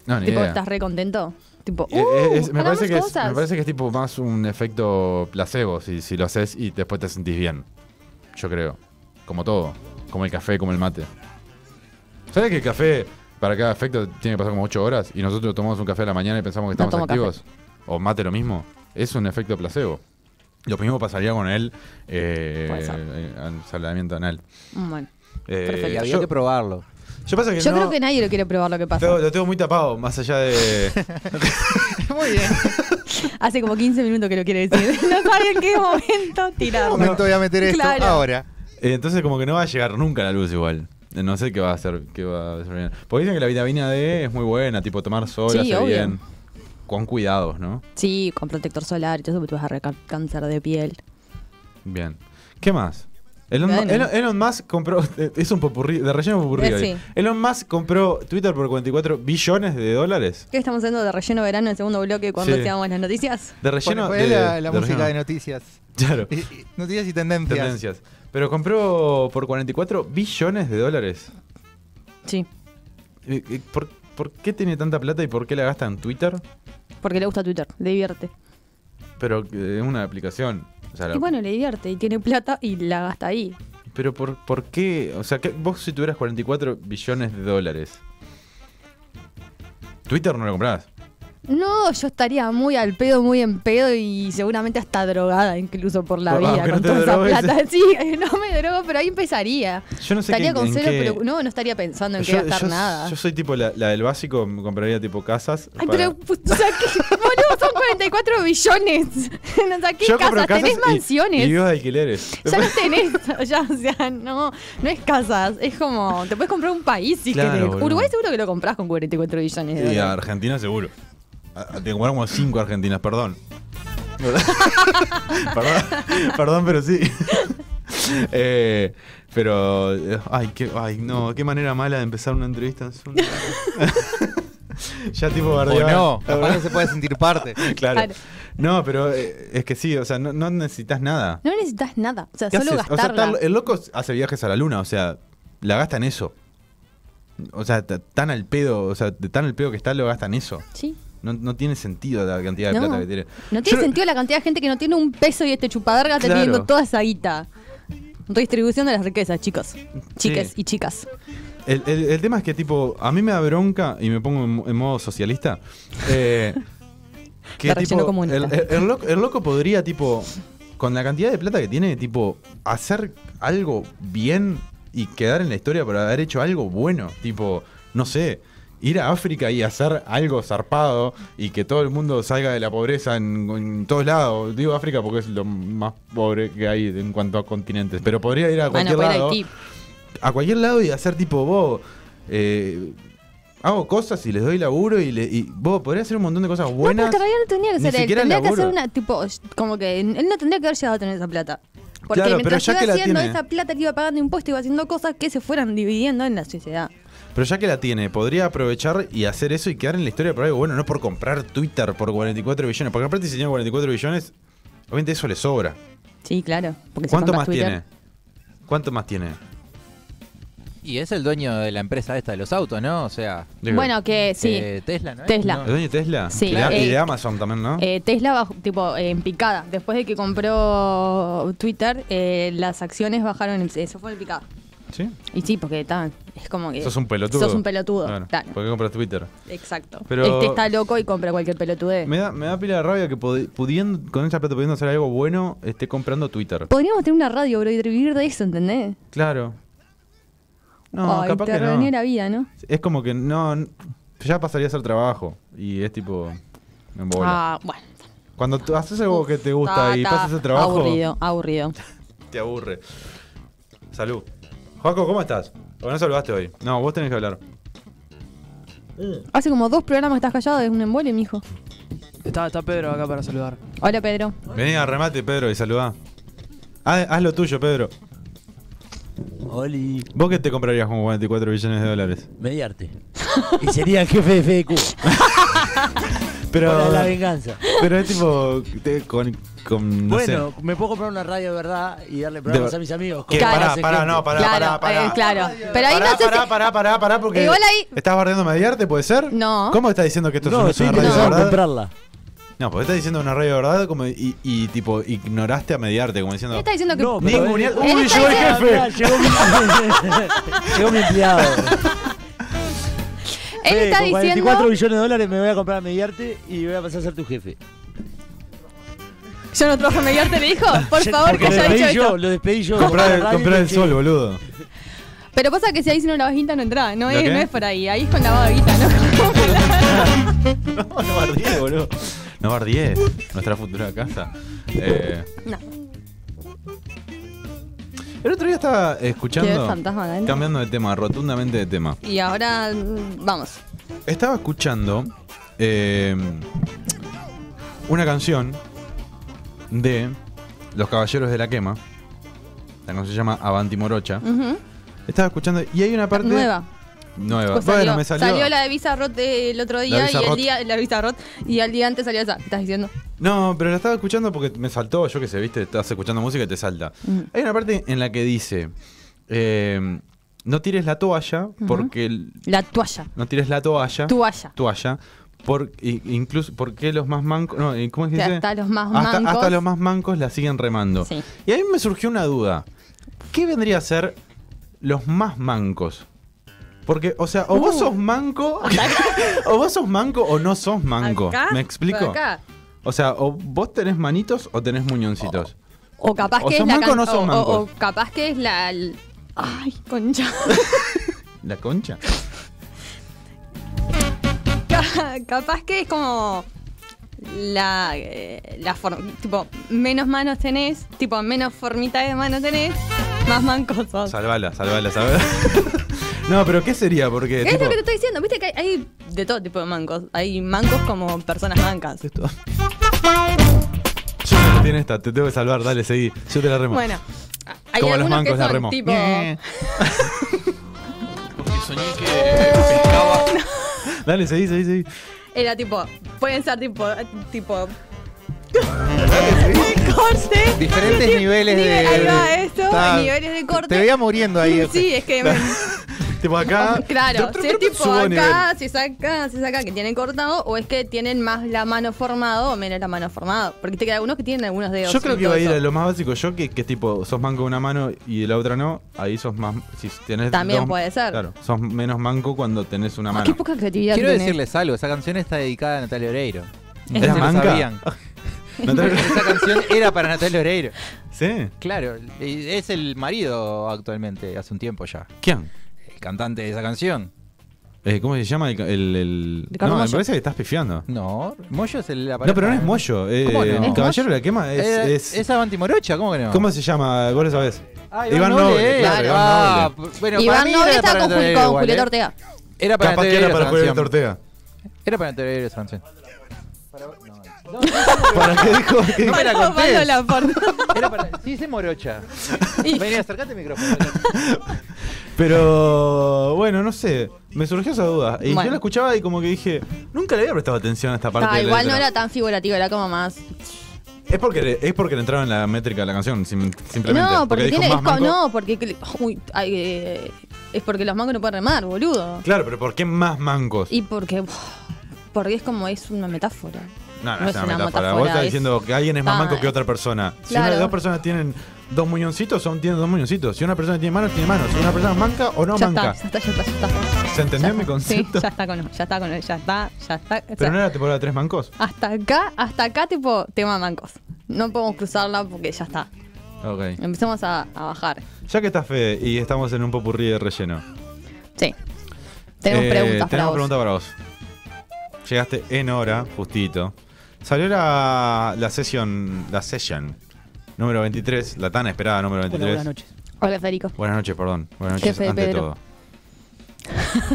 [SPEAKER 2] No, ni
[SPEAKER 3] Tipo,
[SPEAKER 2] idea.
[SPEAKER 3] estás re contento. Tipo,
[SPEAKER 2] Eh,
[SPEAKER 3] ¡uh!
[SPEAKER 2] eh, es- me,
[SPEAKER 3] hagamos
[SPEAKER 2] parece que es,
[SPEAKER 3] cosas.
[SPEAKER 2] me parece que es tipo más un efecto placebo si, si lo haces y después te sentís bien. Yo creo. Como todo. Como el café, como el mate. ¿Sabes que el café para cada efecto tiene que pasar como 8 horas? Y nosotros tomamos un café a la mañana y pensamos que
[SPEAKER 3] No
[SPEAKER 2] estamos
[SPEAKER 3] tomo
[SPEAKER 2] activos. O mate lo mismo. Es un efecto placebo. Lo mismo pasaría con el eh,
[SPEAKER 3] Puede ser.
[SPEAKER 2] eh, ensaladamiento anal.
[SPEAKER 3] Mm, Bueno.
[SPEAKER 2] Eh,
[SPEAKER 3] Perfecto.
[SPEAKER 4] Y había
[SPEAKER 2] yo,
[SPEAKER 4] que probarlo.
[SPEAKER 2] yo pasa que
[SPEAKER 3] Yo
[SPEAKER 2] no-
[SPEAKER 3] creo que nadie lo quiere probar lo que pasa.
[SPEAKER 2] tengo- lo tengo muy tapado, más allá de...
[SPEAKER 4] Muy bien.
[SPEAKER 3] Hace como 15 minutos que lo quiere decir. no sabía en qué momento tirarlo.
[SPEAKER 4] voy a meter
[SPEAKER 3] esto? Claro.
[SPEAKER 4] ahora.
[SPEAKER 2] Eh, Entonces como que no va a llegar nunca la luz igual. Eh, No sé qué va a hacer, qué va a hacer bien. Porque dicen que la vitamina D es muy buena, tipo tomar sol
[SPEAKER 3] Sí,
[SPEAKER 2] hace
[SPEAKER 3] obvio.
[SPEAKER 2] bien. Con cuidados, ¿no?
[SPEAKER 3] Sí, con protector solar. Yo sé que te vas a arreglar cáncer de piel.
[SPEAKER 2] Bien. ¿Qué más? Elon,
[SPEAKER 3] Bueno.
[SPEAKER 2] Elon- Elon Musk compró, eh, es un popurrí, de relleno popurrí.
[SPEAKER 3] Eh,
[SPEAKER 2] hoy.
[SPEAKER 3] sí.
[SPEAKER 2] Elon Musk compró Twitter por 44 billones de dólares.
[SPEAKER 3] ¿Qué estamos haciendo de relleno verano en el segundo bloque cuando
[SPEAKER 2] Sí.
[SPEAKER 3] hacíamos las noticias?
[SPEAKER 2] De relleno
[SPEAKER 4] Poné
[SPEAKER 2] de,
[SPEAKER 4] la, la
[SPEAKER 2] de
[SPEAKER 4] música de
[SPEAKER 2] relleno.
[SPEAKER 4] noticias.
[SPEAKER 2] Claro,
[SPEAKER 4] Y- y- Noticias y tendencias.
[SPEAKER 2] tendencias. Pero compró por 44 billones de dólares.
[SPEAKER 3] Sí,
[SPEAKER 2] Eh, eh, ¿Por, ¿Por qué tiene tanta plata y por qué la gasta en Twitter?
[SPEAKER 3] porque le gusta Twitter, le divierte.
[SPEAKER 2] Pero eh, es una aplicación. O sea, la-
[SPEAKER 3] Y bueno, le divierte y tiene plata y la gasta ahí.
[SPEAKER 2] Pero por, ¿por qué? O sea, que vos si tuvieras 44 billones de dólares. Twitter no lo comprás.
[SPEAKER 3] No, yo estaría muy al pedo, muy en pedo y seguramente hasta drogada incluso por la
[SPEAKER 2] Por-
[SPEAKER 3] vida
[SPEAKER 2] aunque
[SPEAKER 3] con
[SPEAKER 2] no te
[SPEAKER 3] toda esa
[SPEAKER 2] drogues.
[SPEAKER 3] plata. Sí, no me drogo, pero ahí empezaría.
[SPEAKER 2] Yo no sé
[SPEAKER 3] estaría
[SPEAKER 2] qué-
[SPEAKER 3] con
[SPEAKER 2] en
[SPEAKER 3] cero,
[SPEAKER 2] qué-
[SPEAKER 3] pero no, no estaría pensando en qué
[SPEAKER 2] yo,
[SPEAKER 3] gastar
[SPEAKER 2] yo-
[SPEAKER 3] nada.
[SPEAKER 2] yo soy tipo la, la del básico, me compraría tipo casas.
[SPEAKER 3] Ay,
[SPEAKER 2] para-
[SPEAKER 3] pero, pues, o sea, que- boludo, son 44 billones. No, o sea, ¿qué
[SPEAKER 2] Yo compro
[SPEAKER 3] casas? Tenés
[SPEAKER 2] y-
[SPEAKER 3] mansiones.
[SPEAKER 2] Y, vivo de alquileres.
[SPEAKER 3] Ya los tenés, ya, o sea, no, no es casas, es como, te puedes comprar un país si
[SPEAKER 2] Claro,
[SPEAKER 3] querés.
[SPEAKER 2] boludo.
[SPEAKER 3] Uruguay seguro que lo compras con 44 billones de
[SPEAKER 2] Y a
[SPEAKER 3] dólares.
[SPEAKER 2] Argentina seguro. A- a- Te compraron Ah, como 5 argentinas, perdón. perdón. Perdón, pero sí. Eh, pero. eh, Ay, qué, ay, no, qué manera mala de empezar una entrevista. Es una- ya tipo
[SPEAKER 4] O
[SPEAKER 2] bardeaba.
[SPEAKER 4] no, capaz no se puede sentir parte.
[SPEAKER 2] Claro.
[SPEAKER 3] Claro.
[SPEAKER 2] No, pero eh, es que sí, o sea, no, no necesitas nada.
[SPEAKER 3] No necesitas nada, o sea,
[SPEAKER 2] ¿Qué
[SPEAKER 3] solo
[SPEAKER 2] haces? O sea,
[SPEAKER 3] gastarla.
[SPEAKER 2] tal- el loco hace viajes a la luna, o sea, la gasta en eso. O sea, ta- tan al pedo, o sea, de tan al pedo que está, lo gasta en eso.
[SPEAKER 3] Sí.
[SPEAKER 2] No, no tiene sentido la cantidad de
[SPEAKER 3] No.
[SPEAKER 2] plata que tiene.
[SPEAKER 3] No tiene
[SPEAKER 2] Yo-
[SPEAKER 3] sentido la cantidad de gente que no tiene un peso y este chupadarga está
[SPEAKER 2] Claro.
[SPEAKER 3] teniendo toda esa guita. Redistribución de las riquezas, chicos. Chiques
[SPEAKER 2] Sí.
[SPEAKER 3] y chicas.
[SPEAKER 2] El, el- el tema es que, tipo, a mí me da bronca y me pongo en, en modo socialista. eh,
[SPEAKER 3] De relleno comunista.
[SPEAKER 2] el, el- el loco, el loco podría, tipo, con la cantidad de plata que tiene, tipo, hacer algo bien y quedar en la historia por haber hecho algo bueno. Tipo, no sé, ir a África y hacer algo zarpado y que todo el mundo salga de la pobreza en, en todos lados. Digo África porque es lo más pobre que hay en cuanto a continentes. Pero podría ir a cualquier
[SPEAKER 3] pero
[SPEAKER 2] lado
[SPEAKER 3] Haití.
[SPEAKER 2] a cualquier lado y hacer tipo, vos, eh, hago cosas y les doy laburo y, le, y vos podrías hacer un montón de cosas buenas.
[SPEAKER 3] No, pero todavía no tendría que
[SPEAKER 2] ni
[SPEAKER 3] ser él.
[SPEAKER 2] siquiera el
[SPEAKER 3] Tendría que
[SPEAKER 2] laburo.
[SPEAKER 3] hacer una, tipo, como que él no tendría que haber llegado a tener esa plata. Porque
[SPEAKER 2] Claro, pero
[SPEAKER 3] mientras
[SPEAKER 2] ya
[SPEAKER 3] iba
[SPEAKER 2] que la
[SPEAKER 3] haciendo
[SPEAKER 2] tiene.
[SPEAKER 3] esa plata que iba pagando impuestos, iba haciendo cosas que se fueran dividiendo en la sociedad.
[SPEAKER 2] Pero ya que la tiene, podría aprovechar y hacer eso y quedar en la historia por algo bueno, no por comprar Twitter por 44 billones. Porque aparte, si tiene 44 billones, obviamente eso le sobra.
[SPEAKER 3] Sí, claro. Porque si
[SPEAKER 2] ¿Cuánto
[SPEAKER 3] compras
[SPEAKER 2] más
[SPEAKER 3] Twitter-
[SPEAKER 2] tiene? ¿Cuánto más tiene?
[SPEAKER 4] Y es el dueño de la empresa esta de los autos, ¿no? O sea,
[SPEAKER 2] Digo,
[SPEAKER 3] Bueno, que sí.
[SPEAKER 4] eh, Tesla, ¿no? es?
[SPEAKER 3] Tesla.
[SPEAKER 2] ¿El
[SPEAKER 4] No.
[SPEAKER 2] dueño de Tesla?
[SPEAKER 3] Sí,
[SPEAKER 2] y, de, y
[SPEAKER 3] eh,
[SPEAKER 2] de Amazon también, ¿no?
[SPEAKER 3] Eh, Tesla bajó, tipo, eh, en picada. Después de que compró Twitter, eh, las acciones bajaron. en- Eso fue en picada.
[SPEAKER 2] sí.
[SPEAKER 3] Y sí, porque estaban. Es como que.
[SPEAKER 2] Sos un pelotudo.
[SPEAKER 3] eh, Sos un pelotudo.
[SPEAKER 2] Claro.
[SPEAKER 3] Claro.
[SPEAKER 2] ¿Por qué compras Twitter?
[SPEAKER 3] Exacto.
[SPEAKER 2] Pero-
[SPEAKER 3] Este está loco y compra cualquier pelotudez.
[SPEAKER 2] Me da, me da pila de rabia que pudi- pudiendo, con esa plata pudiendo hacer algo bueno, esté comprando Twitter.
[SPEAKER 3] Podríamos tener una radio, bro, y vivir de eso, ¿entendés?
[SPEAKER 2] Claro. No,
[SPEAKER 3] Ay,
[SPEAKER 2] capaz
[SPEAKER 3] te
[SPEAKER 2] que no.
[SPEAKER 3] arruiné la vida, ¿no?
[SPEAKER 2] Es como que no, n- ya pasaría a ser trabajo. Y es tipo. me embola.
[SPEAKER 3] Ah, bueno.
[SPEAKER 2] Cuando tú haces algo que te gusta
[SPEAKER 3] Ta,
[SPEAKER 2] y
[SPEAKER 3] ta.
[SPEAKER 2] pasas ese trabajo,
[SPEAKER 3] Aburrido, aburrido.
[SPEAKER 2] te aburre. Salud. Joaco, ¿cómo estás? Porque no saludaste hoy. No, vos tenés que hablar.
[SPEAKER 3] Hace como dos programas que estás callado, es un embole, mijo.
[SPEAKER 5] Está, está Pedro acá para saludar.
[SPEAKER 3] Hola, Pedro.
[SPEAKER 2] Vení a remate, Pedro, y saludá. Ah, Haz, haz lo tuyo, Pedro.
[SPEAKER 6] Oli,
[SPEAKER 2] ¿Vos qué te comprarías con 44 billones de dólares?
[SPEAKER 6] mediarte. y sería el jefe de FDQ.
[SPEAKER 2] Pero,
[SPEAKER 6] Para la venganza.
[SPEAKER 2] pero es tipo. te- con, con, no sé.
[SPEAKER 6] bueno, me puedo comprar una radio de verdad y darle programas
[SPEAKER 2] De-
[SPEAKER 6] a mis amigos.
[SPEAKER 2] Que
[SPEAKER 6] como
[SPEAKER 3] Claro.
[SPEAKER 2] pará,
[SPEAKER 6] hace
[SPEAKER 2] pará,
[SPEAKER 6] gente.
[SPEAKER 2] no, pará,
[SPEAKER 3] claro,
[SPEAKER 2] pará, pará.
[SPEAKER 3] eh, claro. Pero ahí
[SPEAKER 2] pará,
[SPEAKER 3] no sé
[SPEAKER 2] pará,
[SPEAKER 3] si-
[SPEAKER 2] pará, pará, pará, porque.
[SPEAKER 3] Igual ahí-
[SPEAKER 2] ¿Estás bardeando Mediarte, puede ser?
[SPEAKER 3] No.
[SPEAKER 2] ¿Cómo estás diciendo que esto
[SPEAKER 6] No,
[SPEAKER 2] no es
[SPEAKER 6] estoy
[SPEAKER 2] una radio de
[SPEAKER 6] interesado en
[SPEAKER 2] verdad?
[SPEAKER 6] comprarla.
[SPEAKER 2] No, porque estás diciendo una radio de verdad como y, y, tipo, ignoraste a Mediarte, como diciendo.
[SPEAKER 3] ¿Qué está diciendo que.?
[SPEAKER 6] No, pero-
[SPEAKER 2] Ningunear-
[SPEAKER 6] Él
[SPEAKER 2] ¡Uy,
[SPEAKER 3] está
[SPEAKER 2] llegó el
[SPEAKER 3] diciendo-
[SPEAKER 2] jefe!
[SPEAKER 6] Mirá, llegó mi, llegó mi empleado.
[SPEAKER 3] él
[SPEAKER 6] Ve,
[SPEAKER 3] está
[SPEAKER 6] con 44
[SPEAKER 3] diciendo.
[SPEAKER 6] billones de dólares me voy a comprar a mediarte y voy a pasar a ser tu jefe.
[SPEAKER 3] Yo no trabajo en Mediarte, le dijo. Por favor, que
[SPEAKER 6] Porque
[SPEAKER 3] haya
[SPEAKER 6] lo
[SPEAKER 3] dicho
[SPEAKER 6] despedí yo,
[SPEAKER 3] esto.
[SPEAKER 6] lo despedí yo.
[SPEAKER 2] Comprar
[SPEAKER 6] Compré
[SPEAKER 2] el, comprar el sol, boludo.
[SPEAKER 3] Pero pasa que si ahí sin una bajita no entra. No
[SPEAKER 2] ¿Lo qué?
[SPEAKER 3] es, no es por ahí. Ahí es con la babita, ¿no?
[SPEAKER 2] No, no bardié, boludo. No bardié. Nuestra futura casa. Eh,
[SPEAKER 3] no.
[SPEAKER 2] el otro día estaba
[SPEAKER 3] Qué
[SPEAKER 2] escuchando.
[SPEAKER 3] fantasma, Dani.
[SPEAKER 2] Cambiando de tema, rotundamente de tema.
[SPEAKER 3] Y ahora. mm, Vamos.
[SPEAKER 2] Estaba escuchando eh, una canción de Los Caballeros de la Quema. La canción se llama Avanti Morocha.
[SPEAKER 3] Ujú.
[SPEAKER 2] Estaba escuchando y hay una parte
[SPEAKER 3] Mm. Nueva.
[SPEAKER 2] nueva.
[SPEAKER 3] Pues
[SPEAKER 2] bueno,
[SPEAKER 3] salió,
[SPEAKER 2] me salió.
[SPEAKER 3] salió la de Bizarrot el otro día y
[SPEAKER 2] Bizarrot.
[SPEAKER 3] el día. La Bizarrot. Y al día antes salió esa. ¿Qué estás diciendo?
[SPEAKER 2] No, pero la estaba escuchando porque me saltó, yo que sé, viste, estás escuchando música y te salta.
[SPEAKER 3] Mm.
[SPEAKER 2] Hay una parte en la que dice, eh, no tires la toalla porque el-
[SPEAKER 3] La toalla.
[SPEAKER 2] no tires la toalla.
[SPEAKER 3] Toalla.
[SPEAKER 2] toalla. Por, i- incluso, ¿por qué los más mancos? No, eh, ¿cómo es que
[SPEAKER 3] Que
[SPEAKER 2] dice?
[SPEAKER 3] hasta los más
[SPEAKER 2] Hasta-
[SPEAKER 3] mancos.
[SPEAKER 2] hasta los más mancos la siguen remando.
[SPEAKER 3] Sí.
[SPEAKER 2] Y a mí me surgió una duda. ¿Qué vendría a ser los más mancos? Porque, o sea, o vos
[SPEAKER 3] Uh.
[SPEAKER 2] sos manco, o vos sos manco o no sos manco.
[SPEAKER 3] Acá,
[SPEAKER 2] ¿Me explico?
[SPEAKER 3] acá.
[SPEAKER 2] O sea, o vos tenés manitos o tenés muñoncitos.
[SPEAKER 3] O capaz
[SPEAKER 2] O
[SPEAKER 3] que
[SPEAKER 2] son
[SPEAKER 3] es la
[SPEAKER 2] manco o no
[SPEAKER 3] can-
[SPEAKER 2] son manco.
[SPEAKER 3] o capaz que es la. l- Ay, concha.
[SPEAKER 2] ¿La concha?
[SPEAKER 3] Ca- capaz que es como. La. eh, la forma. Tipo, menos manos tenés. Tipo, menos formita de mano tenés. Más mancosos.
[SPEAKER 2] Salvala, salvala, salvala. no, pero ¿qué sería? Porque,
[SPEAKER 3] Es
[SPEAKER 2] tipo,
[SPEAKER 3] lo que te estoy diciendo, viste que hay, hay de todo tipo de mancos. Hay mancos como personas mancas.
[SPEAKER 2] esto- Yo no tiene esta, te tengo que salvar, dale, seguí. Yo te la remo.
[SPEAKER 3] Bueno, hay
[SPEAKER 2] Como los
[SPEAKER 3] algunos
[SPEAKER 2] mancos
[SPEAKER 3] que
[SPEAKER 2] la
[SPEAKER 3] son
[SPEAKER 2] remo.
[SPEAKER 3] tipo.
[SPEAKER 2] Eh. Dale, seguí, seguí, seguí.
[SPEAKER 3] Era tipo. Pueden ser tipo. tipo corte.
[SPEAKER 4] Diferentes niveles de.
[SPEAKER 3] Nivel- ahí va esto,
[SPEAKER 4] Ta-
[SPEAKER 3] niveles de corte.
[SPEAKER 4] Te veía muriendo ahí. Efe.
[SPEAKER 3] Sí, es que. me-
[SPEAKER 2] Tipo acá.
[SPEAKER 3] claro,
[SPEAKER 2] Yo-
[SPEAKER 3] si es tipo
[SPEAKER 2] subo nivel.
[SPEAKER 3] acá, si es acá, si es acá, que tienen cortado, o es que tienen más la mano formado o menos la mano formado. Porque te quedan algunos que tienen algunos dedos.
[SPEAKER 2] Yo creo
[SPEAKER 3] y
[SPEAKER 2] que iba a
[SPEAKER 3] todo
[SPEAKER 2] ir a
[SPEAKER 3] eso.
[SPEAKER 2] lo más básico yo, que, que es tipo, sos manco de una mano y de la otra no, ahí sos más... Si tenés
[SPEAKER 3] También
[SPEAKER 2] dos-
[SPEAKER 3] puede ser.
[SPEAKER 2] Claro, sos menos manco cuando tenés una
[SPEAKER 3] Ah,
[SPEAKER 2] mano.
[SPEAKER 3] Qué poca creatividad
[SPEAKER 4] Quiero
[SPEAKER 3] tenés.
[SPEAKER 4] decirles algo, esa canción está dedicada a Natalia Oreiro.
[SPEAKER 2] ¿Era
[SPEAKER 4] No
[SPEAKER 2] manca?
[SPEAKER 4] sabían.
[SPEAKER 2] Natalia-
[SPEAKER 4] Esa canción era para Natalia Oreiro.
[SPEAKER 2] ¿Sí?
[SPEAKER 4] Claro, y es el marido actualmente, hace un tiempo ya.
[SPEAKER 2] ¿Quién?
[SPEAKER 4] El cantante de esa canción.
[SPEAKER 2] Eh, ¿Cómo se llama el... ca- el- el-
[SPEAKER 3] Ricardo
[SPEAKER 2] No, me
[SPEAKER 3] Mollo.
[SPEAKER 2] parece que estás pifiando.
[SPEAKER 4] No, Moyo es el la
[SPEAKER 2] No, pero no
[SPEAKER 4] pareja-
[SPEAKER 2] es Moyo. eh,
[SPEAKER 4] ¿Cómo no?
[SPEAKER 2] El
[SPEAKER 4] ¿Es
[SPEAKER 2] caballero
[SPEAKER 3] Moyo?
[SPEAKER 2] de la quema es...
[SPEAKER 4] Era-
[SPEAKER 2] es-
[SPEAKER 4] es Avanti Morocha, ¿cómo que no?
[SPEAKER 2] ¿Cómo se llama? Vos lo sabés.
[SPEAKER 4] Ah,
[SPEAKER 2] Iván Noble, claro, Iván
[SPEAKER 4] Ah,
[SPEAKER 2] Noble.
[SPEAKER 4] p- bueno, para
[SPEAKER 3] Iván
[SPEAKER 4] mí
[SPEAKER 3] Noble
[SPEAKER 4] era
[SPEAKER 3] está
[SPEAKER 4] para
[SPEAKER 3] con, Juli-
[SPEAKER 4] Natalia
[SPEAKER 3] con
[SPEAKER 4] igual,
[SPEAKER 3] Julieta
[SPEAKER 4] ¿eh?
[SPEAKER 3] Ortega.
[SPEAKER 4] Era para Natalia Oreiro esa
[SPEAKER 2] Julieta
[SPEAKER 4] canción.
[SPEAKER 2] Ortega.
[SPEAKER 4] Era para Natalia Oreiro esa canción.
[SPEAKER 2] ¿Para qué dijo?
[SPEAKER 4] No me la
[SPEAKER 3] Pablo
[SPEAKER 4] contés.
[SPEAKER 3] Laforte.
[SPEAKER 4] Era para... Sí, dice Morocha.
[SPEAKER 3] Y-
[SPEAKER 4] Vení, acercate el micrófono.
[SPEAKER 2] Pero bueno, no sé, me surgió esa duda. Y yo
[SPEAKER 3] Bueno.
[SPEAKER 2] la escuchaba y como que dije, nunca le había prestado atención a esta parte.
[SPEAKER 3] Ah,
[SPEAKER 2] de la
[SPEAKER 3] igual no
[SPEAKER 2] letra.
[SPEAKER 3] era tan figurativo, era como más.
[SPEAKER 2] Es porque, le- es porque le entraron en la métrica de la canción, sim- simplemente.
[SPEAKER 3] No, porque
[SPEAKER 2] dijo
[SPEAKER 3] tiene. es
[SPEAKER 2] más
[SPEAKER 3] co-
[SPEAKER 2] manco.
[SPEAKER 3] no, porque. uy, ay, eh, es porque los mangos no pueden remar, boludo.
[SPEAKER 2] Claro, pero ¿por qué más mancos?
[SPEAKER 3] Y porque. uf, Porque es como. Es una metáfora.
[SPEAKER 2] no, no,
[SPEAKER 3] no es
[SPEAKER 2] es una
[SPEAKER 3] una
[SPEAKER 2] metáfora.
[SPEAKER 3] metáfora,
[SPEAKER 2] Vos estás
[SPEAKER 3] es-
[SPEAKER 2] diciendo que alguien es más
[SPEAKER 3] Ah,
[SPEAKER 2] manco que otra persona. Si una
[SPEAKER 3] claro.
[SPEAKER 2] de dos personas tienen dos muñoncitos, son tienen dos muñoncitos. Si una persona tiene manos, tiene manos. Si una persona es manca o no
[SPEAKER 3] ya,
[SPEAKER 2] manca.
[SPEAKER 3] está, ya está, ya está, ya está.
[SPEAKER 2] ¿Se entendió
[SPEAKER 3] Ya
[SPEAKER 2] mi
[SPEAKER 3] está.
[SPEAKER 2] concepto?
[SPEAKER 3] Sí, ya está con. Ya está con. Ya está, ya está. o sea,
[SPEAKER 2] Pero no era temporada de tres mancos.
[SPEAKER 3] Hasta acá, hasta acá, tipo, tema mancos. No podemos cruzarla porque ya está.
[SPEAKER 2] Ok.
[SPEAKER 3] Empecemos a, a bajar.
[SPEAKER 2] Ya que estás fe y estamos en un popurrí de relleno.
[SPEAKER 3] Sí. Tenemos
[SPEAKER 2] Eh,
[SPEAKER 3] preguntas para
[SPEAKER 2] Tenemos
[SPEAKER 3] vos.
[SPEAKER 2] preguntas para vos. Llegaste en hora, justito. Salió la, la sesión, la session número 23, la tan esperada número 23.
[SPEAKER 5] buenas noches.
[SPEAKER 3] Hola, Federico.
[SPEAKER 2] Buenas noches, perdón. Buenas noches
[SPEAKER 3] Jefe de
[SPEAKER 2] ante
[SPEAKER 3] Pedro.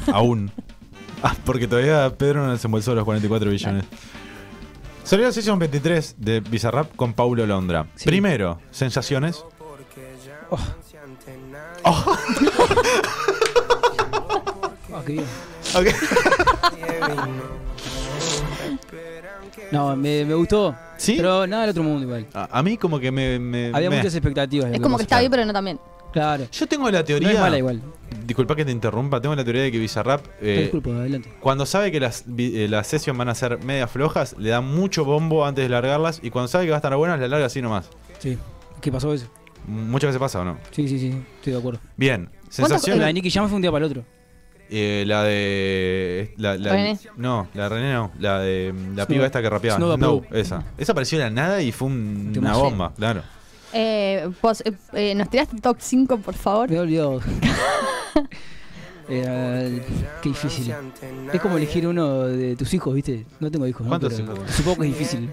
[SPEAKER 2] todo. Aún. Ah, porque todavía Pedro no desembolsó los 44 billones. Salió la sesión 23 de Bizarrap con Paulo Londra.
[SPEAKER 5] Sí.
[SPEAKER 2] Primero, sensaciones.
[SPEAKER 5] Ah, qué bien.
[SPEAKER 2] Ok.
[SPEAKER 5] No, me, me gustó.
[SPEAKER 2] ¿Sí?
[SPEAKER 5] Pero nada del otro mundo igual.
[SPEAKER 2] A, a mí como que me... me-
[SPEAKER 5] Había
[SPEAKER 2] me-
[SPEAKER 5] muchas expectativas. de
[SPEAKER 2] Eh,
[SPEAKER 3] Es
[SPEAKER 5] lo
[SPEAKER 3] como que está
[SPEAKER 5] pasó.
[SPEAKER 3] bien, pero no también.
[SPEAKER 5] Claro.
[SPEAKER 2] Yo tengo la
[SPEAKER 5] No
[SPEAKER 2] teoría...
[SPEAKER 5] es mala igual.
[SPEAKER 2] Disculpa que te interrumpa, tengo la teoría de que Bizarrap eh,
[SPEAKER 5] Te disculpo, adelante.
[SPEAKER 2] cuando sabe que las, vi- eh, las sesiones van a ser media flojas, le da mucho bombo antes de largarlas y cuando sabe que van a estar buenas, las larga así nomás.
[SPEAKER 5] Sí. ¿Qué pasó eso?
[SPEAKER 2] M- Muchas veces pasa o no.
[SPEAKER 5] Sí, sí, sí. Estoy de acuerdo.
[SPEAKER 2] Bien,
[SPEAKER 5] La de
[SPEAKER 2] sensaciones.
[SPEAKER 5] Nicky Jam fue un día para el otro.
[SPEAKER 2] Eh, la de. La, la-
[SPEAKER 3] René.
[SPEAKER 2] No, la de René no. La de mm, la
[SPEAKER 5] Snoop.
[SPEAKER 2] piba esta que rapeaba.
[SPEAKER 5] Snoop
[SPEAKER 2] no,
[SPEAKER 5] Dogg.
[SPEAKER 2] esa. Esa apareció de la nada y fue un- una
[SPEAKER 5] Temazo.
[SPEAKER 2] bomba, claro.
[SPEAKER 3] Eh, pos- eh, eh, ¿Nos tiraste top 5, por favor?
[SPEAKER 5] Me he olvidado. Eh, qué difícil. Es como elegir uno de tus hijos, ¿viste? No tengo hijos. ¿no?
[SPEAKER 2] ¿Cuántos
[SPEAKER 5] Pero
[SPEAKER 2] hijos?
[SPEAKER 5] Supongo que es difícil.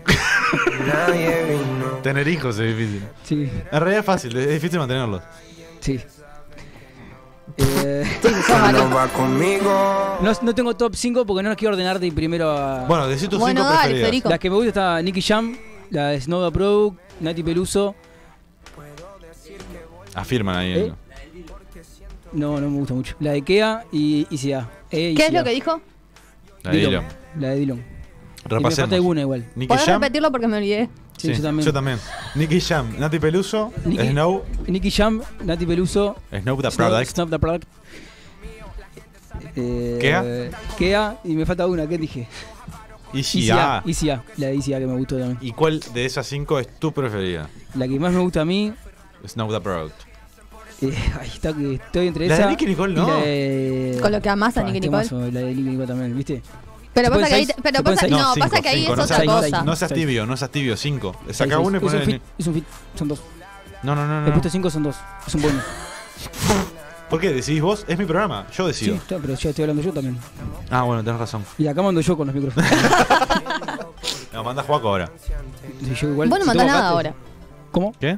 [SPEAKER 2] Tener hijos es difícil.
[SPEAKER 5] Sí,
[SPEAKER 2] En realidad es fácil, es difícil mantenerlos.
[SPEAKER 5] sí. Eh, no, no tengo top 5 porque no los quiero ordenar de primero a.
[SPEAKER 2] Bueno, decir tus
[SPEAKER 3] Bueno,
[SPEAKER 2] cinco
[SPEAKER 3] dale,
[SPEAKER 2] preferidas.
[SPEAKER 3] Federico.
[SPEAKER 5] Las que me gustan está Nicky Jam, la de Snowda Product, Nati Peluso.
[SPEAKER 2] Afirman ahí.
[SPEAKER 5] ¿Eh?
[SPEAKER 2] ¿no?
[SPEAKER 5] No, no me gusta mucho. La de Kea y ICA. Eh,
[SPEAKER 3] ¿Qué es
[SPEAKER 5] ICA.
[SPEAKER 3] lo que dijo?
[SPEAKER 2] La de Dillon.
[SPEAKER 5] La de Dillon. Y me falta
[SPEAKER 2] Repasemos.
[SPEAKER 5] alguna igual.
[SPEAKER 2] Nicky
[SPEAKER 3] ¿Podés
[SPEAKER 2] Jam.
[SPEAKER 3] repetirlo porque me olvidé?
[SPEAKER 5] Sí,
[SPEAKER 2] Sí,
[SPEAKER 5] yo también.
[SPEAKER 2] Nicky Jam, Nati Peluso,
[SPEAKER 5] Nicky-
[SPEAKER 2] Snow,
[SPEAKER 5] Nicky Jam, Nati Peluso,
[SPEAKER 2] Snow the
[SPEAKER 5] Snow-
[SPEAKER 2] Product.
[SPEAKER 5] Snow the Product. Eh,
[SPEAKER 2] Kea.
[SPEAKER 5] Kea, y me falta una, ¿qué dije?
[SPEAKER 2] Y
[SPEAKER 5] ICA.
[SPEAKER 2] Gia.
[SPEAKER 5] ICA, la de ICA que me gustó también.
[SPEAKER 2] ¿Y cuál de esas cinco es tu preferida?
[SPEAKER 5] La que más me gusta a mí,
[SPEAKER 2] Snow the Product.
[SPEAKER 5] eh, ahí está que estoy entre
[SPEAKER 2] La de
[SPEAKER 5] esa.
[SPEAKER 2] Nicki Nicole,
[SPEAKER 5] y
[SPEAKER 2] no.
[SPEAKER 5] La de,
[SPEAKER 3] Con lo que amás a
[SPEAKER 5] Ah,
[SPEAKER 3] Nicki
[SPEAKER 5] este
[SPEAKER 3] Nicole.
[SPEAKER 5] mazo, la de Nicki Nicole también, ¿viste?
[SPEAKER 3] Pero pasa
[SPEAKER 5] ¿Se pueden
[SPEAKER 3] que ahí,
[SPEAKER 5] seis?
[SPEAKER 3] pero
[SPEAKER 5] ¿Se pueden
[SPEAKER 3] pasa,
[SPEAKER 5] seis?
[SPEAKER 3] no,
[SPEAKER 2] No,
[SPEAKER 3] pasa
[SPEAKER 2] cinco,
[SPEAKER 3] que ahí
[SPEAKER 2] cinco, no
[SPEAKER 3] es otra
[SPEAKER 5] seis, no seis.
[SPEAKER 3] cosa.
[SPEAKER 2] No seas
[SPEAKER 5] Seis.
[SPEAKER 2] tibio, no seas tibio, cinco.
[SPEAKER 5] Seis,
[SPEAKER 2] Saca
[SPEAKER 5] seis.
[SPEAKER 2] uno y
[SPEAKER 5] es un,
[SPEAKER 2] ponele. Ah.
[SPEAKER 5] fit, es un fit, son dos.
[SPEAKER 2] No, no, no,
[SPEAKER 5] He
[SPEAKER 2] no.
[SPEAKER 5] puesto cinco, son dos. Es un bonus.
[SPEAKER 2] ¿Por qué? ¿Decidís vos? Es mi programa, yo
[SPEAKER 5] Sí,
[SPEAKER 2] decido.
[SPEAKER 5] está, pero ya estoy hablando yo también.
[SPEAKER 2] Ah, bueno, tenés razón.
[SPEAKER 5] Y acá mando yo con los micrófonos.
[SPEAKER 2] No, manda Juaco ahora.
[SPEAKER 5] Sí, yo igual,
[SPEAKER 3] Vos no
[SPEAKER 5] si
[SPEAKER 3] mandás
[SPEAKER 5] tomo
[SPEAKER 3] nada
[SPEAKER 5] mate-
[SPEAKER 3] ahora.
[SPEAKER 5] ¿Cómo?
[SPEAKER 2] ¿Qué?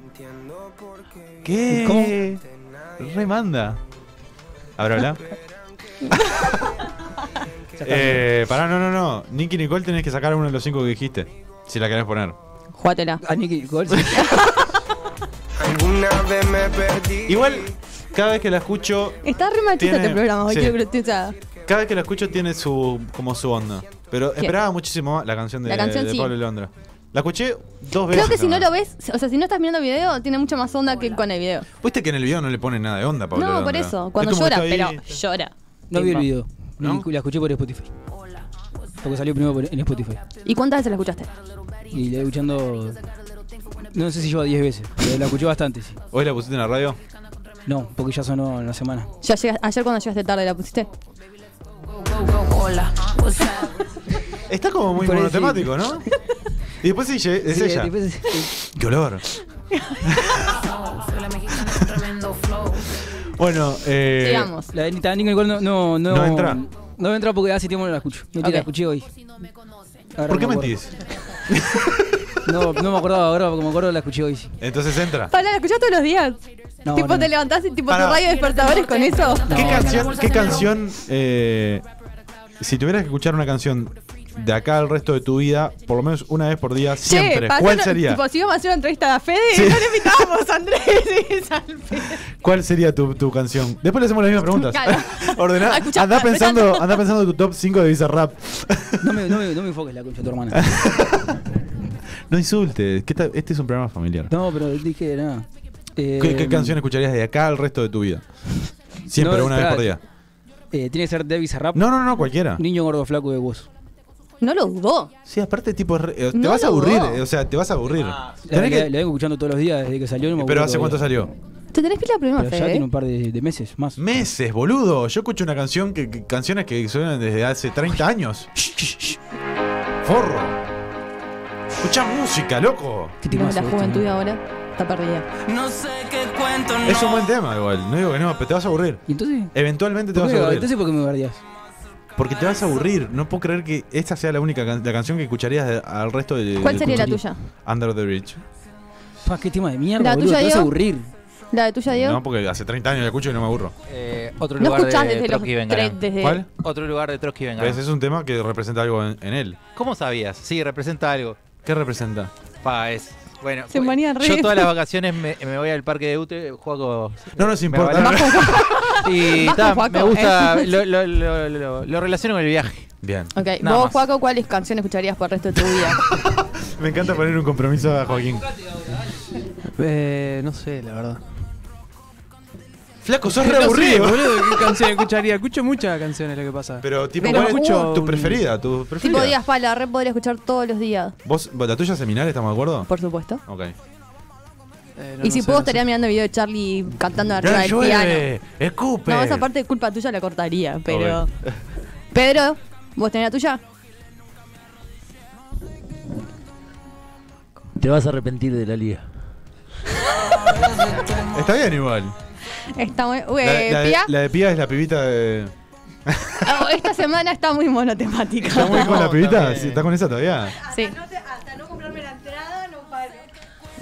[SPEAKER 2] ¿Qué? Remanda. Ahora habla. eh, pará, no, no, no. Nicky Nicole tenés que sacar uno de los cinco que dijiste. Si la querés poner.
[SPEAKER 3] Jugátela.
[SPEAKER 5] A Ah, Nicky Nicole. sí.
[SPEAKER 2] Igual, cada vez que la escucho,
[SPEAKER 3] Está re machista
[SPEAKER 2] Tiene-
[SPEAKER 3] este programa, hoy
[SPEAKER 2] sí.
[SPEAKER 3] quiero que lo esté usada.
[SPEAKER 2] cada vez que la escucho tiene su como su onda. Pero
[SPEAKER 3] ¿Qué?
[SPEAKER 2] esperaba muchísimo más la canción de,
[SPEAKER 3] La canción,
[SPEAKER 2] de
[SPEAKER 3] sí.
[SPEAKER 2] Pablo Londra. La escuché dos veces.
[SPEAKER 3] Creo que si no
[SPEAKER 2] nomás.
[SPEAKER 3] lo ves, o sea, si no estás mirando el video, tiene mucha más onda que con el video.
[SPEAKER 2] Viste que en el video no le ponen nada de onda, Pablo
[SPEAKER 3] no, por
[SPEAKER 2] Londra.
[SPEAKER 3] eso.
[SPEAKER 2] Es
[SPEAKER 3] Cuando
[SPEAKER 2] como que
[SPEAKER 3] llora,
[SPEAKER 2] está
[SPEAKER 3] pero
[SPEAKER 2] ahí-
[SPEAKER 3] llora.
[SPEAKER 5] No vi el video.
[SPEAKER 2] ¿No?
[SPEAKER 5] Ni- La escuché por Spotify. Porque salió primero por- en Spotify.
[SPEAKER 3] ¿Y cuántas veces la escuchaste?
[SPEAKER 5] Y la he escuchando. No sé si lleva 10 veces. Pero la escuché bastante, sí.
[SPEAKER 2] Hoy la pusiste en la radio.
[SPEAKER 5] No, porque ya sonó en la semana.
[SPEAKER 3] Ya llegas- ayer cuando llegaste tarde la pusiste.
[SPEAKER 2] Está como muy
[SPEAKER 5] Por ahí sí.
[SPEAKER 2] monotemático, ¿no? Y después sí, lle- es
[SPEAKER 5] Sí,
[SPEAKER 2] ella.
[SPEAKER 5] después-
[SPEAKER 2] ¡Qué olor! bueno, eh,
[SPEAKER 3] Sigamos.
[SPEAKER 5] La de Anita Nico igual no, no, no,
[SPEAKER 2] No entra.
[SPEAKER 5] No entra porque hace tiempo no la escucho. No
[SPEAKER 3] Ok.
[SPEAKER 5] la escuché hoy. Ahora
[SPEAKER 2] ¿Por qué
[SPEAKER 5] no me
[SPEAKER 2] mentís?
[SPEAKER 5] acuerdo. No, no me acordaba ahora, porque me acuerdo la escuché hoy.
[SPEAKER 2] Entonces entra.
[SPEAKER 3] Para, la escuchás todos los días.
[SPEAKER 5] No,
[SPEAKER 3] tipo,
[SPEAKER 5] no.
[SPEAKER 3] te levantás y tipo
[SPEAKER 2] Pará.
[SPEAKER 3] tu radio despertadores con eso.
[SPEAKER 2] ¿Qué
[SPEAKER 5] no.
[SPEAKER 2] canción? ¿Qué canción? eh, si tuvieras que escuchar una canción de acá al resto de tu vida, por lo menos una vez por día, siempre,
[SPEAKER 3] pasó
[SPEAKER 2] ¿cuál
[SPEAKER 3] una-
[SPEAKER 2] sería?
[SPEAKER 3] Tipo, si íbamos a hacer una entrevista a Fede,
[SPEAKER 2] Sí.
[SPEAKER 3] no le invitamos a Andrés. es al pedo.
[SPEAKER 2] ¿Cuál sería tu, tu canción? Después le hacemos las mismas preguntas.
[SPEAKER 3] Claro.
[SPEAKER 2] Ordená,
[SPEAKER 3] Ah, escuchá,
[SPEAKER 2] andá,
[SPEAKER 3] escuchá.
[SPEAKER 2] pensando, andá pensando tu top 5 de Bizarrap.
[SPEAKER 5] No me, no, me, no me enfoques la concha de tu hermana.
[SPEAKER 2] No insultes, que esta- este es un programa familiar.
[SPEAKER 5] No, pero dije nada. Eh,
[SPEAKER 2] ¿Qué, qué canción escucharías de acá al resto de tu vida? Siempre,
[SPEAKER 5] No,
[SPEAKER 2] una vez
[SPEAKER 5] espera.
[SPEAKER 2] por día.
[SPEAKER 5] eh, tiene que ser Debbie Rap.
[SPEAKER 2] No, no, no, cualquiera.
[SPEAKER 5] Niño gordo flaco de vos.
[SPEAKER 3] No lo dudó.
[SPEAKER 2] Sí, aparte, tipo, es re- eh, te
[SPEAKER 3] No
[SPEAKER 2] vas a
[SPEAKER 3] lo Ah,
[SPEAKER 2] aburrir,
[SPEAKER 3] dudo.
[SPEAKER 2] eh, o sea, te vas a aburrir.
[SPEAKER 5] La,
[SPEAKER 2] Tenés
[SPEAKER 5] la-
[SPEAKER 2] que-
[SPEAKER 5] la vengo escuchando todos los días desde que salió. No me
[SPEAKER 2] pero
[SPEAKER 5] acuerdo
[SPEAKER 2] ¿hace cuánto
[SPEAKER 5] todavía.
[SPEAKER 2] salió?
[SPEAKER 3] Te tenés pila primero,
[SPEAKER 5] Pero ya
[SPEAKER 3] Fede. ¿eh?
[SPEAKER 5] tiene un par de, de meses más.
[SPEAKER 2] Meses, boludo. Yo escucho una canción que, que- canciones que suenan desde hace 30 años. Forro. Escucha música, loco.
[SPEAKER 5] ¿Qué
[SPEAKER 3] No,
[SPEAKER 5] temazo
[SPEAKER 3] la
[SPEAKER 5] este,
[SPEAKER 3] juventud
[SPEAKER 5] ¿no?
[SPEAKER 3] ahora está perdida.
[SPEAKER 2] Es un buen tema igual, no digo que no, pero te vas a aburrir.
[SPEAKER 5] ¿Y entonces?
[SPEAKER 2] Eventualmente te
[SPEAKER 5] ¿Por
[SPEAKER 2] vas
[SPEAKER 5] qué,
[SPEAKER 2] a aburrir.
[SPEAKER 5] entonces, ¿por qué me guardias?
[SPEAKER 2] Porque te vas a aburrir. No puedo creer que esta sea la única can- la canción que escucharías de- al resto de.
[SPEAKER 3] ¿Cuál
[SPEAKER 2] de-
[SPEAKER 3] sería la
[SPEAKER 2] escucharía.
[SPEAKER 3] tuya?
[SPEAKER 2] Under the Bridge.
[SPEAKER 5] Pa, qué tema de mierda,
[SPEAKER 3] ¿La
[SPEAKER 5] boludo.
[SPEAKER 3] tuya,
[SPEAKER 5] Te vas a
[SPEAKER 3] Diego?
[SPEAKER 5] aburrir.
[SPEAKER 3] ¿La de tuya, Diego?
[SPEAKER 2] No, porque hace 30 años la escucho y no me aburro.
[SPEAKER 4] Eh, otro
[SPEAKER 3] No
[SPEAKER 4] lugar
[SPEAKER 3] escuchás
[SPEAKER 4] de
[SPEAKER 3] desde los
[SPEAKER 4] Trotsky Vengarán.
[SPEAKER 3] tres, desde...
[SPEAKER 2] ¿Cuál?
[SPEAKER 4] Otro lugar de Trotsky Vengarán.
[SPEAKER 2] ¿Ves? Es un tema que representa algo en, en él.
[SPEAKER 4] ¿Cómo sabías? Sí, representa algo.
[SPEAKER 2] ¿Qué representa?
[SPEAKER 4] Pa, es. Bueno,
[SPEAKER 3] Se
[SPEAKER 4] pues,
[SPEAKER 3] manía re.
[SPEAKER 4] yo todas las vacaciones me, me voy al parque de Ute, juego.
[SPEAKER 2] No nos
[SPEAKER 4] me
[SPEAKER 2] importa.
[SPEAKER 4] avaló. Y
[SPEAKER 3] Vas con
[SPEAKER 4] ta,
[SPEAKER 3] Juaco,
[SPEAKER 4] me
[SPEAKER 3] ¿eh?
[SPEAKER 4] gusta, lo, lo- lo- lo- lo relaciono con el viaje.
[SPEAKER 2] Bien.
[SPEAKER 3] Ok,
[SPEAKER 4] Nada
[SPEAKER 3] vos,
[SPEAKER 4] más.
[SPEAKER 3] Juaco, ¿cuáles canciones escucharías por el resto de tu vida?
[SPEAKER 2] Me encanta poner un compromiso a Joaquín.
[SPEAKER 7] Eh, no sé, la verdad.
[SPEAKER 2] Flaco, sos
[SPEAKER 7] No
[SPEAKER 2] re
[SPEAKER 7] sé,
[SPEAKER 2] aburrido.
[SPEAKER 7] boludo, ¿qué canción escucharía? Escucho muchas canciones, lo que pasa.
[SPEAKER 2] Pero tipo,
[SPEAKER 3] Pero
[SPEAKER 2] ¿cuál es
[SPEAKER 7] escucho
[SPEAKER 2] tu
[SPEAKER 7] un-
[SPEAKER 2] preferida? Tu
[SPEAKER 3] tipo
[SPEAKER 2] preferida.
[SPEAKER 3] Díaz Pala, re podría escuchar todos los días.
[SPEAKER 2] ¿Vos, vos- la tuya seminal, estamos de acuerdo?
[SPEAKER 3] Por supuesto.
[SPEAKER 2] Ok.
[SPEAKER 7] Eh, no,
[SPEAKER 3] y
[SPEAKER 7] no
[SPEAKER 3] si
[SPEAKER 7] sé,
[SPEAKER 3] puedo
[SPEAKER 7] no sé.
[SPEAKER 3] estaría mirando el video de Charlie cantando arriba del piano.
[SPEAKER 2] ¡Escupe!
[SPEAKER 3] No, esa parte de culpa tuya la cortaría, pero.
[SPEAKER 2] Ok.
[SPEAKER 3] Pedro, ¿vos tenés la tuya?
[SPEAKER 6] Te vas a arrepentir de la liga.
[SPEAKER 2] Está bien igual.
[SPEAKER 3] Está muy.
[SPEAKER 2] La,
[SPEAKER 3] Eh,
[SPEAKER 2] la de,
[SPEAKER 3] Pia,
[SPEAKER 2] la de Pía es la pibita de.
[SPEAKER 3] ah, esta semana está muy monotemática.
[SPEAKER 2] ¿Está muy con la
[SPEAKER 4] No,
[SPEAKER 2] pibita?
[SPEAKER 4] también.
[SPEAKER 2] Sí, ¿Está con esa todavía?
[SPEAKER 3] Sí.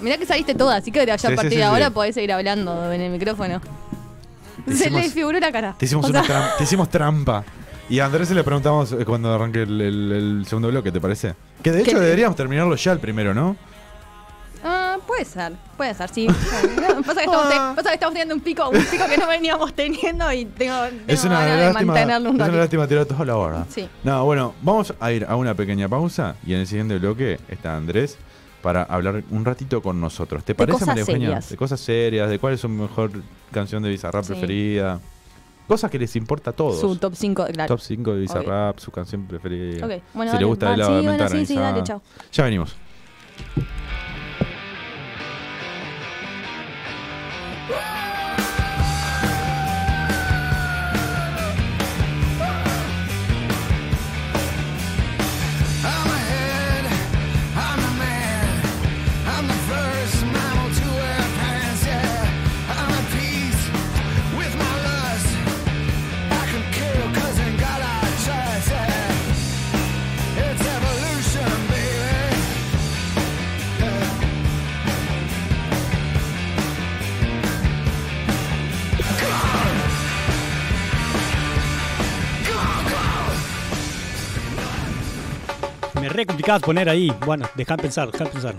[SPEAKER 3] Mirá que saliste toda, así que de allá
[SPEAKER 2] Sí,
[SPEAKER 3] a partir
[SPEAKER 2] sí, sí,
[SPEAKER 3] de ahora
[SPEAKER 2] sí.
[SPEAKER 3] podés seguir hablando en el micrófono.
[SPEAKER 2] Te
[SPEAKER 3] Se
[SPEAKER 2] hicimos-
[SPEAKER 3] le desfiguró la cara.
[SPEAKER 2] Te hicimos,
[SPEAKER 3] O
[SPEAKER 2] una
[SPEAKER 3] sea,
[SPEAKER 2] tram- te hicimos trampa. Y a Andrés le preguntamos eh, cuando arranque el, el- el segundo bloque, ¿te parece? Que de
[SPEAKER 3] Que-
[SPEAKER 2] hecho deberíamos terminarlo ya el primero, ¿no?
[SPEAKER 3] Ah, puede ser, puede ser, sí. No, pasa, que estamos, te- pasa que
[SPEAKER 2] Ah.
[SPEAKER 3] estamos teniendo un pico, un pico que no veníamos teniendo y tengo, tengo
[SPEAKER 2] Es una
[SPEAKER 3] ganas de
[SPEAKER 2] lástima.
[SPEAKER 3] mantenerlo un
[SPEAKER 2] es una
[SPEAKER 3] ratito.
[SPEAKER 2] lástima tirar todo a la borda.
[SPEAKER 3] Sí.
[SPEAKER 2] No, bueno, vamos a ir a una pequeña pausa y en el siguiente bloque está Andrés para hablar un ratito con nosotros. ¿Te parece,
[SPEAKER 3] cosas
[SPEAKER 2] María Eugenia?
[SPEAKER 3] serias.
[SPEAKER 2] De cosas serias, de cuál es su mejor canción de Bizarrap
[SPEAKER 3] Sí.
[SPEAKER 2] preferida. Cosas que les importa a todos.
[SPEAKER 3] Su top 5, claro.
[SPEAKER 2] Top 5 de Bizarrap, su canción preferida.
[SPEAKER 3] Ok, bueno,
[SPEAKER 2] si
[SPEAKER 3] dale.
[SPEAKER 2] le gusta
[SPEAKER 3] Va,
[SPEAKER 2] el
[SPEAKER 3] sí,
[SPEAKER 2] lado de
[SPEAKER 3] bueno,
[SPEAKER 2] Mentana,
[SPEAKER 3] sí, sí,
[SPEAKER 2] quizá.
[SPEAKER 3] dale, chao.
[SPEAKER 2] Ya venimos.
[SPEAKER 8] Me re complicado poner ahí. Bueno, dejá pensar, dejá pensar.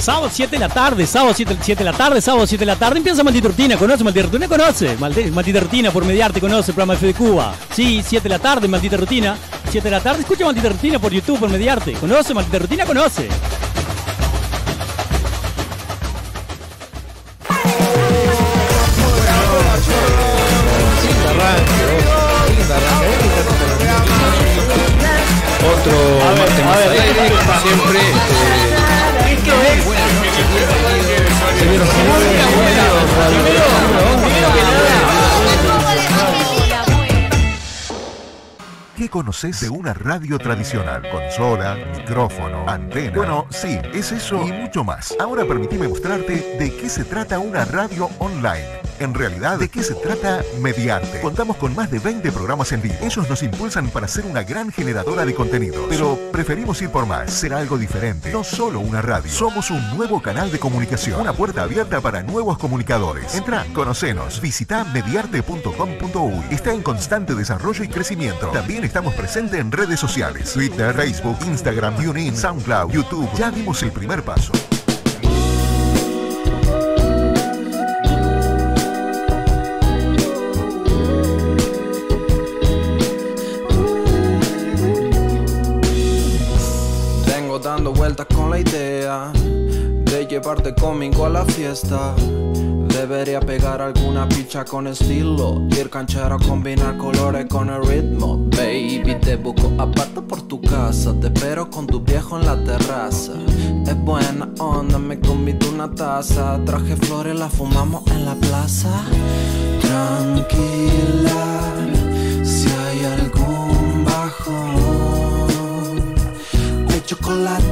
[SPEAKER 8] Sábado 7 de la tarde, sábado 7, de la tarde, sábado 7 de la tarde. Empieza Malditortina, conoce Malditortina, conoce. Maldi- Malditortina por mediarte, conoce el programa de Fede Cuba. Sí, 7 de la tarde, Maldita Rutina. 7 de la tarde, escucha Maldita Rutina por YouTube, por mediarte. Conoce Maldita Rutina, conoce.
[SPEAKER 9] conoces de una radio tradicional? Consola, micrófono, antena. Bueno, sí, es eso y mucho más. Ahora permíteme mostrarte de qué se trata una radio online. En realidad, ¿de qué se trata mediante? Contamos con más de 20 programas en vivo. Ellos nos impulsan para ser una gran generadora de contenido. Pero preferimos ir por más, ser algo diferente. No solo una radio. Somos un nuevo canal de comunicación. Una puerta abierta para nuevos comunicadores. Entra, conocenos. Visita mediarte.com.uy. Está en constante desarrollo y crecimiento. También estamos presentes en redes sociales. Twitter, Facebook, Instagram, TuneIn, SoundCloud, YouTube. Ya dimos el primer paso.
[SPEAKER 1] Tengo dando vueltas con la idea de llevarte conmigo a la fiesta. Debería pegar alguna picha con estilo y el canchero combinar colores con el ritmo. Baby, te busco aparte por tu casa, te espero con tu viejo en la terraza. Es buena onda, me convido una taza, traje flores, la fumamos en la plaza. Tranquila, si hay algún bajón hay chocolate.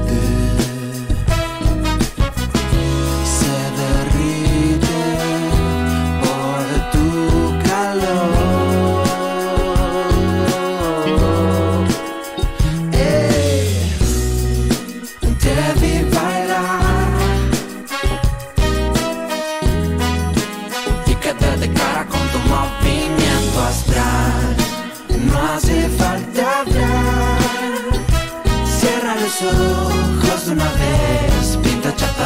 [SPEAKER 1] Se derrite por tu calor. Ey, te vi bailar y quedé de cara con tu movimiento astral. No hace falta hablar. Cierra los ojos de una vez, pinta chata.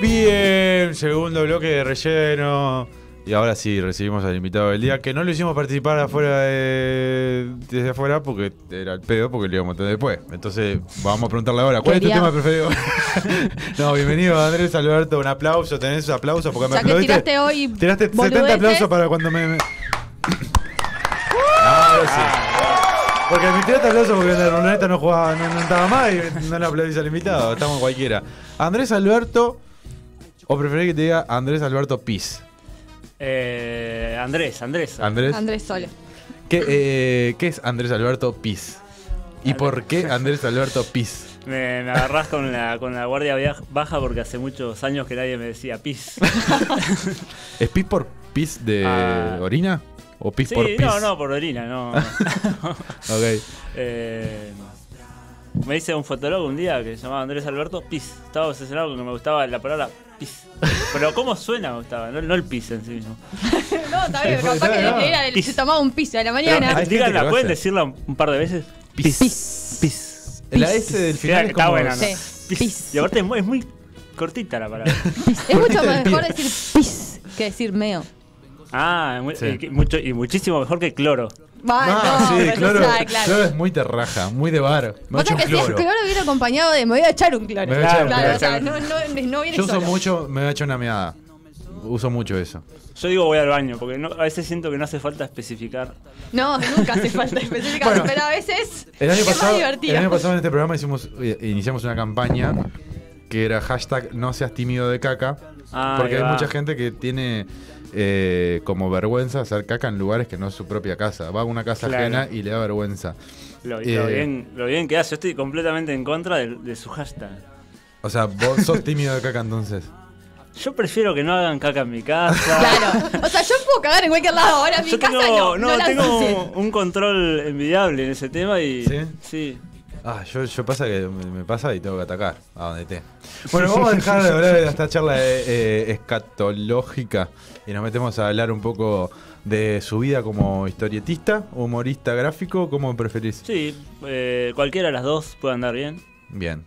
[SPEAKER 2] Bien, segundo bloque de relleno. Y ahora sí, recibimos al invitado del día, que no lo hicimos participar afuera de- desde afuera porque era el pedo, porque lo íbamos a tener después. Entonces, vamos a preguntarle ahora, ¿cuál es tu
[SPEAKER 3] Quería-
[SPEAKER 2] tema preferido? no, bienvenido Andrés Alberto, un aplauso, tenés aplauso porque me
[SPEAKER 3] Ya que
[SPEAKER 2] aplaudiste.
[SPEAKER 3] tiraste hoy
[SPEAKER 2] Tiraste 70
[SPEAKER 3] boludeces.
[SPEAKER 2] aplausos para cuando me. me-
[SPEAKER 10] Ah,
[SPEAKER 2] Ahora sí. Porque me tiraste aplausos porque la ruleta no jugaba, no, no estaba más y no le aplaudís al invitado. Estamos cualquiera. Andrés Alberto. O preferís que te diga Andrés Alberto Piz.
[SPEAKER 6] Eh, Andrés, Andrés.
[SPEAKER 2] Andrés.
[SPEAKER 3] Andrés Solo.
[SPEAKER 2] ¿Qué, eh, qué es Andrés Alberto Piz? ¿Y por qué Andrés Alberto Piz?
[SPEAKER 10] Me, me agarrás con la, con la guardia via- baja porque hace muchos años que nadie me decía pis.
[SPEAKER 2] ¿Es Piz por Piz de
[SPEAKER 10] Ah.
[SPEAKER 2] orina? ¿O Piz
[SPEAKER 10] Sí,
[SPEAKER 2] por Piz?
[SPEAKER 10] no, no, por orina, no.
[SPEAKER 2] Ok.
[SPEAKER 10] Eh, me dice un fotólogo un día que se llamaba Andrés Alberto pis. Estaba obsesionado con que me gustaba la palabra pis. Pero cómo suena me gustaba, no, no el pis en sí mismo.
[SPEAKER 3] No, está bien, pero capaz que era el- se tomaba un piso a la
[SPEAKER 10] Pero, eh,
[SPEAKER 3] mañana.
[SPEAKER 2] Hay gente que
[SPEAKER 10] díganla,
[SPEAKER 2] lo
[SPEAKER 10] ¿pueden
[SPEAKER 2] hace.
[SPEAKER 10] decirla un un par de veces?
[SPEAKER 2] Piz.
[SPEAKER 10] Pis.
[SPEAKER 2] La S del final
[SPEAKER 10] Queda-
[SPEAKER 2] es
[SPEAKER 10] está
[SPEAKER 2] como-
[SPEAKER 10] buena, ¿no?
[SPEAKER 3] Sí.
[SPEAKER 10] Pis.
[SPEAKER 3] Pis.
[SPEAKER 10] Y aparte es muy, es muy cortita la palabra.
[SPEAKER 3] Es mucho mejor decir pis que decir meo.
[SPEAKER 10] Ah, es muy-
[SPEAKER 2] Sí.
[SPEAKER 10] y que- mucho, y muchísimo mejor que cloro.
[SPEAKER 3] Va,
[SPEAKER 2] Ah,
[SPEAKER 3] no,
[SPEAKER 2] sí,
[SPEAKER 3] pero
[SPEAKER 2] claro,
[SPEAKER 3] ya,
[SPEAKER 2] Cloro es muy terraja, muy de bar.
[SPEAKER 3] Vos
[SPEAKER 2] Mucho
[SPEAKER 3] sabés que si es
[SPEAKER 2] cloro.
[SPEAKER 3] cloro viene acompañado de me voy a echar un cloro.
[SPEAKER 2] Me voy a echar un
[SPEAKER 3] claro,
[SPEAKER 2] cloro.
[SPEAKER 3] o sea, no, no, no viene
[SPEAKER 2] Yo uso
[SPEAKER 3] solo.
[SPEAKER 2] mucho, me he hecho una meada. Uso mucho eso.
[SPEAKER 10] Yo digo voy al baño, porque no- a veces siento que no hace falta especificar.
[SPEAKER 3] No, nunca hace falta específicamente,
[SPEAKER 2] Bueno.
[SPEAKER 3] pero a veces
[SPEAKER 2] El año,
[SPEAKER 3] es más
[SPEAKER 2] pasado,
[SPEAKER 3] divertido.
[SPEAKER 2] el año pasado en este programa hicimos, eh, iniciamos una campaña que era hashtag no seas tímido de caca.
[SPEAKER 10] Ah,
[SPEAKER 2] porque
[SPEAKER 10] ahí
[SPEAKER 2] hay
[SPEAKER 10] va.
[SPEAKER 2] mucha gente que tiene eh, como vergüenza hacer caca en lugares que no es su propia casa. Va a una casa
[SPEAKER 10] Claro.
[SPEAKER 2] ajena y le da vergüenza.
[SPEAKER 10] Lo, lo
[SPEAKER 2] Eh.
[SPEAKER 10] bien, lo bien que hace. Yo estoy completamente en contra de, de su hashtag.
[SPEAKER 2] O sea, vos sos tímido de caca entonces.
[SPEAKER 10] Yo prefiero que no hagan caca en mi casa.
[SPEAKER 3] Claro. O sea, yo puedo cagar en cualquier lado. Ahora en mi
[SPEAKER 10] Yo
[SPEAKER 3] casa
[SPEAKER 10] tengo,
[SPEAKER 3] no.
[SPEAKER 10] no,
[SPEAKER 3] No, la
[SPEAKER 10] tengo
[SPEAKER 3] ensucien.
[SPEAKER 10] un, un control envidiable en ese tema y.
[SPEAKER 2] ¿Sí?
[SPEAKER 10] Sí.
[SPEAKER 2] Ah, yo, yo pasa que me me pasa y tengo que atacar a donde esté. Bueno, vamos a dejar de hablar de esta charla eh, eh, escatológica y nos metemos a hablar un poco de su vida como historietista, humorista gráfico, como preferís.
[SPEAKER 10] Sí, eh, cualquiera de las dos puede andar bien.
[SPEAKER 2] Bien.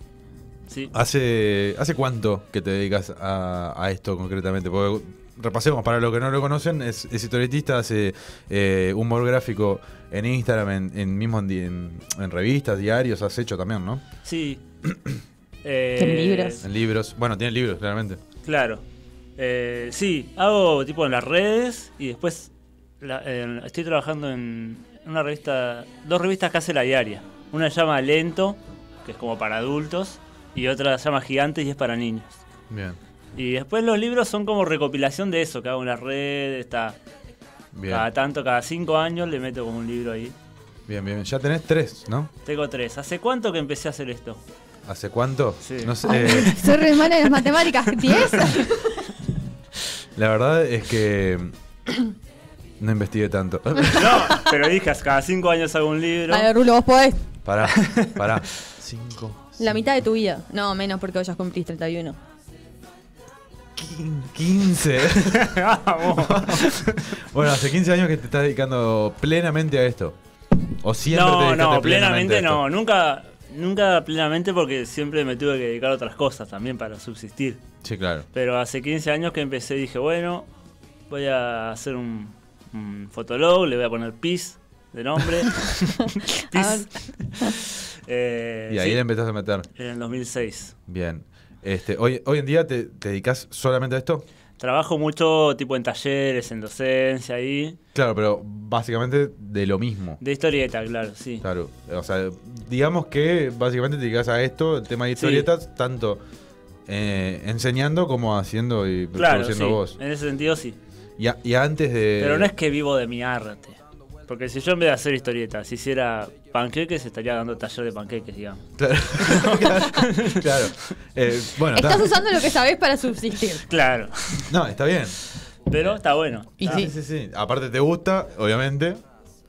[SPEAKER 10] Sí.
[SPEAKER 2] ¿Hace, ¿Hace cuánto que te dedicas a, a esto concretamente? Porque repasemos, para los que no lo conocen, es, es historietista, hace eh, humor gráfico en Instagram, en, en mismo en, di- en- en revistas, diarios, has hecho también, ¿no?
[SPEAKER 10] Sí. Eh,
[SPEAKER 3] Qué libros.
[SPEAKER 2] En libros. Bueno, tiene libros, claramente.
[SPEAKER 10] Claro. Eh, sí, hago tipo en las redes y después la- en- estoy trabajando en, una revista, dos revistas que hace la diaria. Una se llama Lento, que es como para adultos, y otra se llama Gigantes y es para niños.
[SPEAKER 2] Bien.
[SPEAKER 10] Y después los libros son como recopilación de eso, que hago en la red, está
[SPEAKER 2] Bien.
[SPEAKER 10] cada tanto, cada cinco años le meto como un libro ahí.
[SPEAKER 2] Bien, bien. Ya tenés tres, ¿no?
[SPEAKER 10] Tengo tres. ¿Hace cuánto que empecé a hacer esto?
[SPEAKER 2] ¿Hace cuánto? No sé. eh,
[SPEAKER 3] Soy re mala en las matemáticas. ¿10?
[SPEAKER 2] la verdad es que no investigué tanto.
[SPEAKER 10] No, pero dije, cada cinco años hago un libro.
[SPEAKER 3] A ver, Rulo, vos podés.
[SPEAKER 2] Pará, pará. Cinco.
[SPEAKER 3] La mitad de tu vida. No, menos porque hoy ya cumplís 31.
[SPEAKER 2] 15. bueno, hace 15 años que te estás dedicando plenamente a esto. O siempre te
[SPEAKER 10] no,
[SPEAKER 2] dedicaste
[SPEAKER 10] no,
[SPEAKER 2] plenamente, a
[SPEAKER 10] plenamente
[SPEAKER 2] esto.
[SPEAKER 10] no. Nunca, nunca plenamente porque siempre me tuve que dedicar a otras cosas también para subsistir.
[SPEAKER 2] Sí, claro.
[SPEAKER 10] Pero hace 15 años que empecé dije, bueno, voy a hacer un, un fotolog, le voy a poner PIS de nombre. PIS. Eh,
[SPEAKER 2] Y ahí
[SPEAKER 10] sí,
[SPEAKER 2] le empezaste a meter.
[SPEAKER 10] en el 2006.
[SPEAKER 2] Bien. Este, hoy, hoy en día te, te dedicas solamente a esto.
[SPEAKER 10] Trabajo mucho tipo en talleres, en docencia, ahí.
[SPEAKER 2] Claro, pero básicamente de lo mismo.
[SPEAKER 10] De historieta, claro, sí.
[SPEAKER 2] Claro. O sea, digamos que básicamente te dedicas a esto, el tema de
[SPEAKER 10] Sí.
[SPEAKER 2] historietas, tanto eh, enseñando como haciendo y
[SPEAKER 10] Claro, sí.
[SPEAKER 2] produciendo vos. Eh,
[SPEAKER 10] En ese sentido sí.
[SPEAKER 2] Y, a- y antes de.
[SPEAKER 10] Pero no es que vivo de mi arte. Porque si yo en vez de hacer historietas hiciera panqueques, estaría dando taller de panqueques, digamos.
[SPEAKER 2] Claro. claro. claro. Eh, bueno,
[SPEAKER 3] Estás
[SPEAKER 2] está-
[SPEAKER 3] usando lo que sabés para subsistir.
[SPEAKER 10] Claro.
[SPEAKER 2] No, está bien. Ah,
[SPEAKER 10] Pero está bueno.
[SPEAKER 3] Y
[SPEAKER 10] Está-
[SPEAKER 3] sí.
[SPEAKER 2] Sí, sí. Aparte te gusta, obviamente.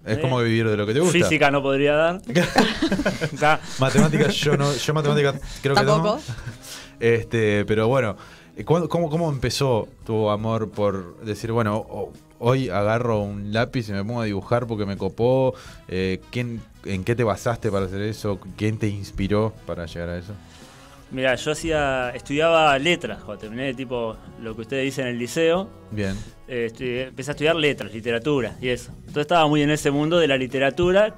[SPEAKER 2] Es
[SPEAKER 10] Sí.
[SPEAKER 2] como vivir de lo que te gusta.
[SPEAKER 10] Física no podría dar. Está-
[SPEAKER 2] Matemáticas, yo no, yo matemáticas creo
[SPEAKER 3] Tampoco.
[SPEAKER 2] que no. Este, pero bueno, eh, ¿cuándo- ¿cómo, ¿cómo empezó tu amor por decir, bueno, o- hoy agarro un lápiz y me pongo a dibujar porque me copó? Eh, ¿quién, ¿En qué te basaste para hacer eso? ¿Quién te inspiró para llegar a eso?
[SPEAKER 10] Mira, yo hacía, estudiaba letras, cuando terminé tipo lo que ustedes dicen en el liceo,
[SPEAKER 2] Bien.
[SPEAKER 10] eh, estudié- empecé a estudiar letras, literatura y eso. Entonces estaba muy en ese mundo de la literatura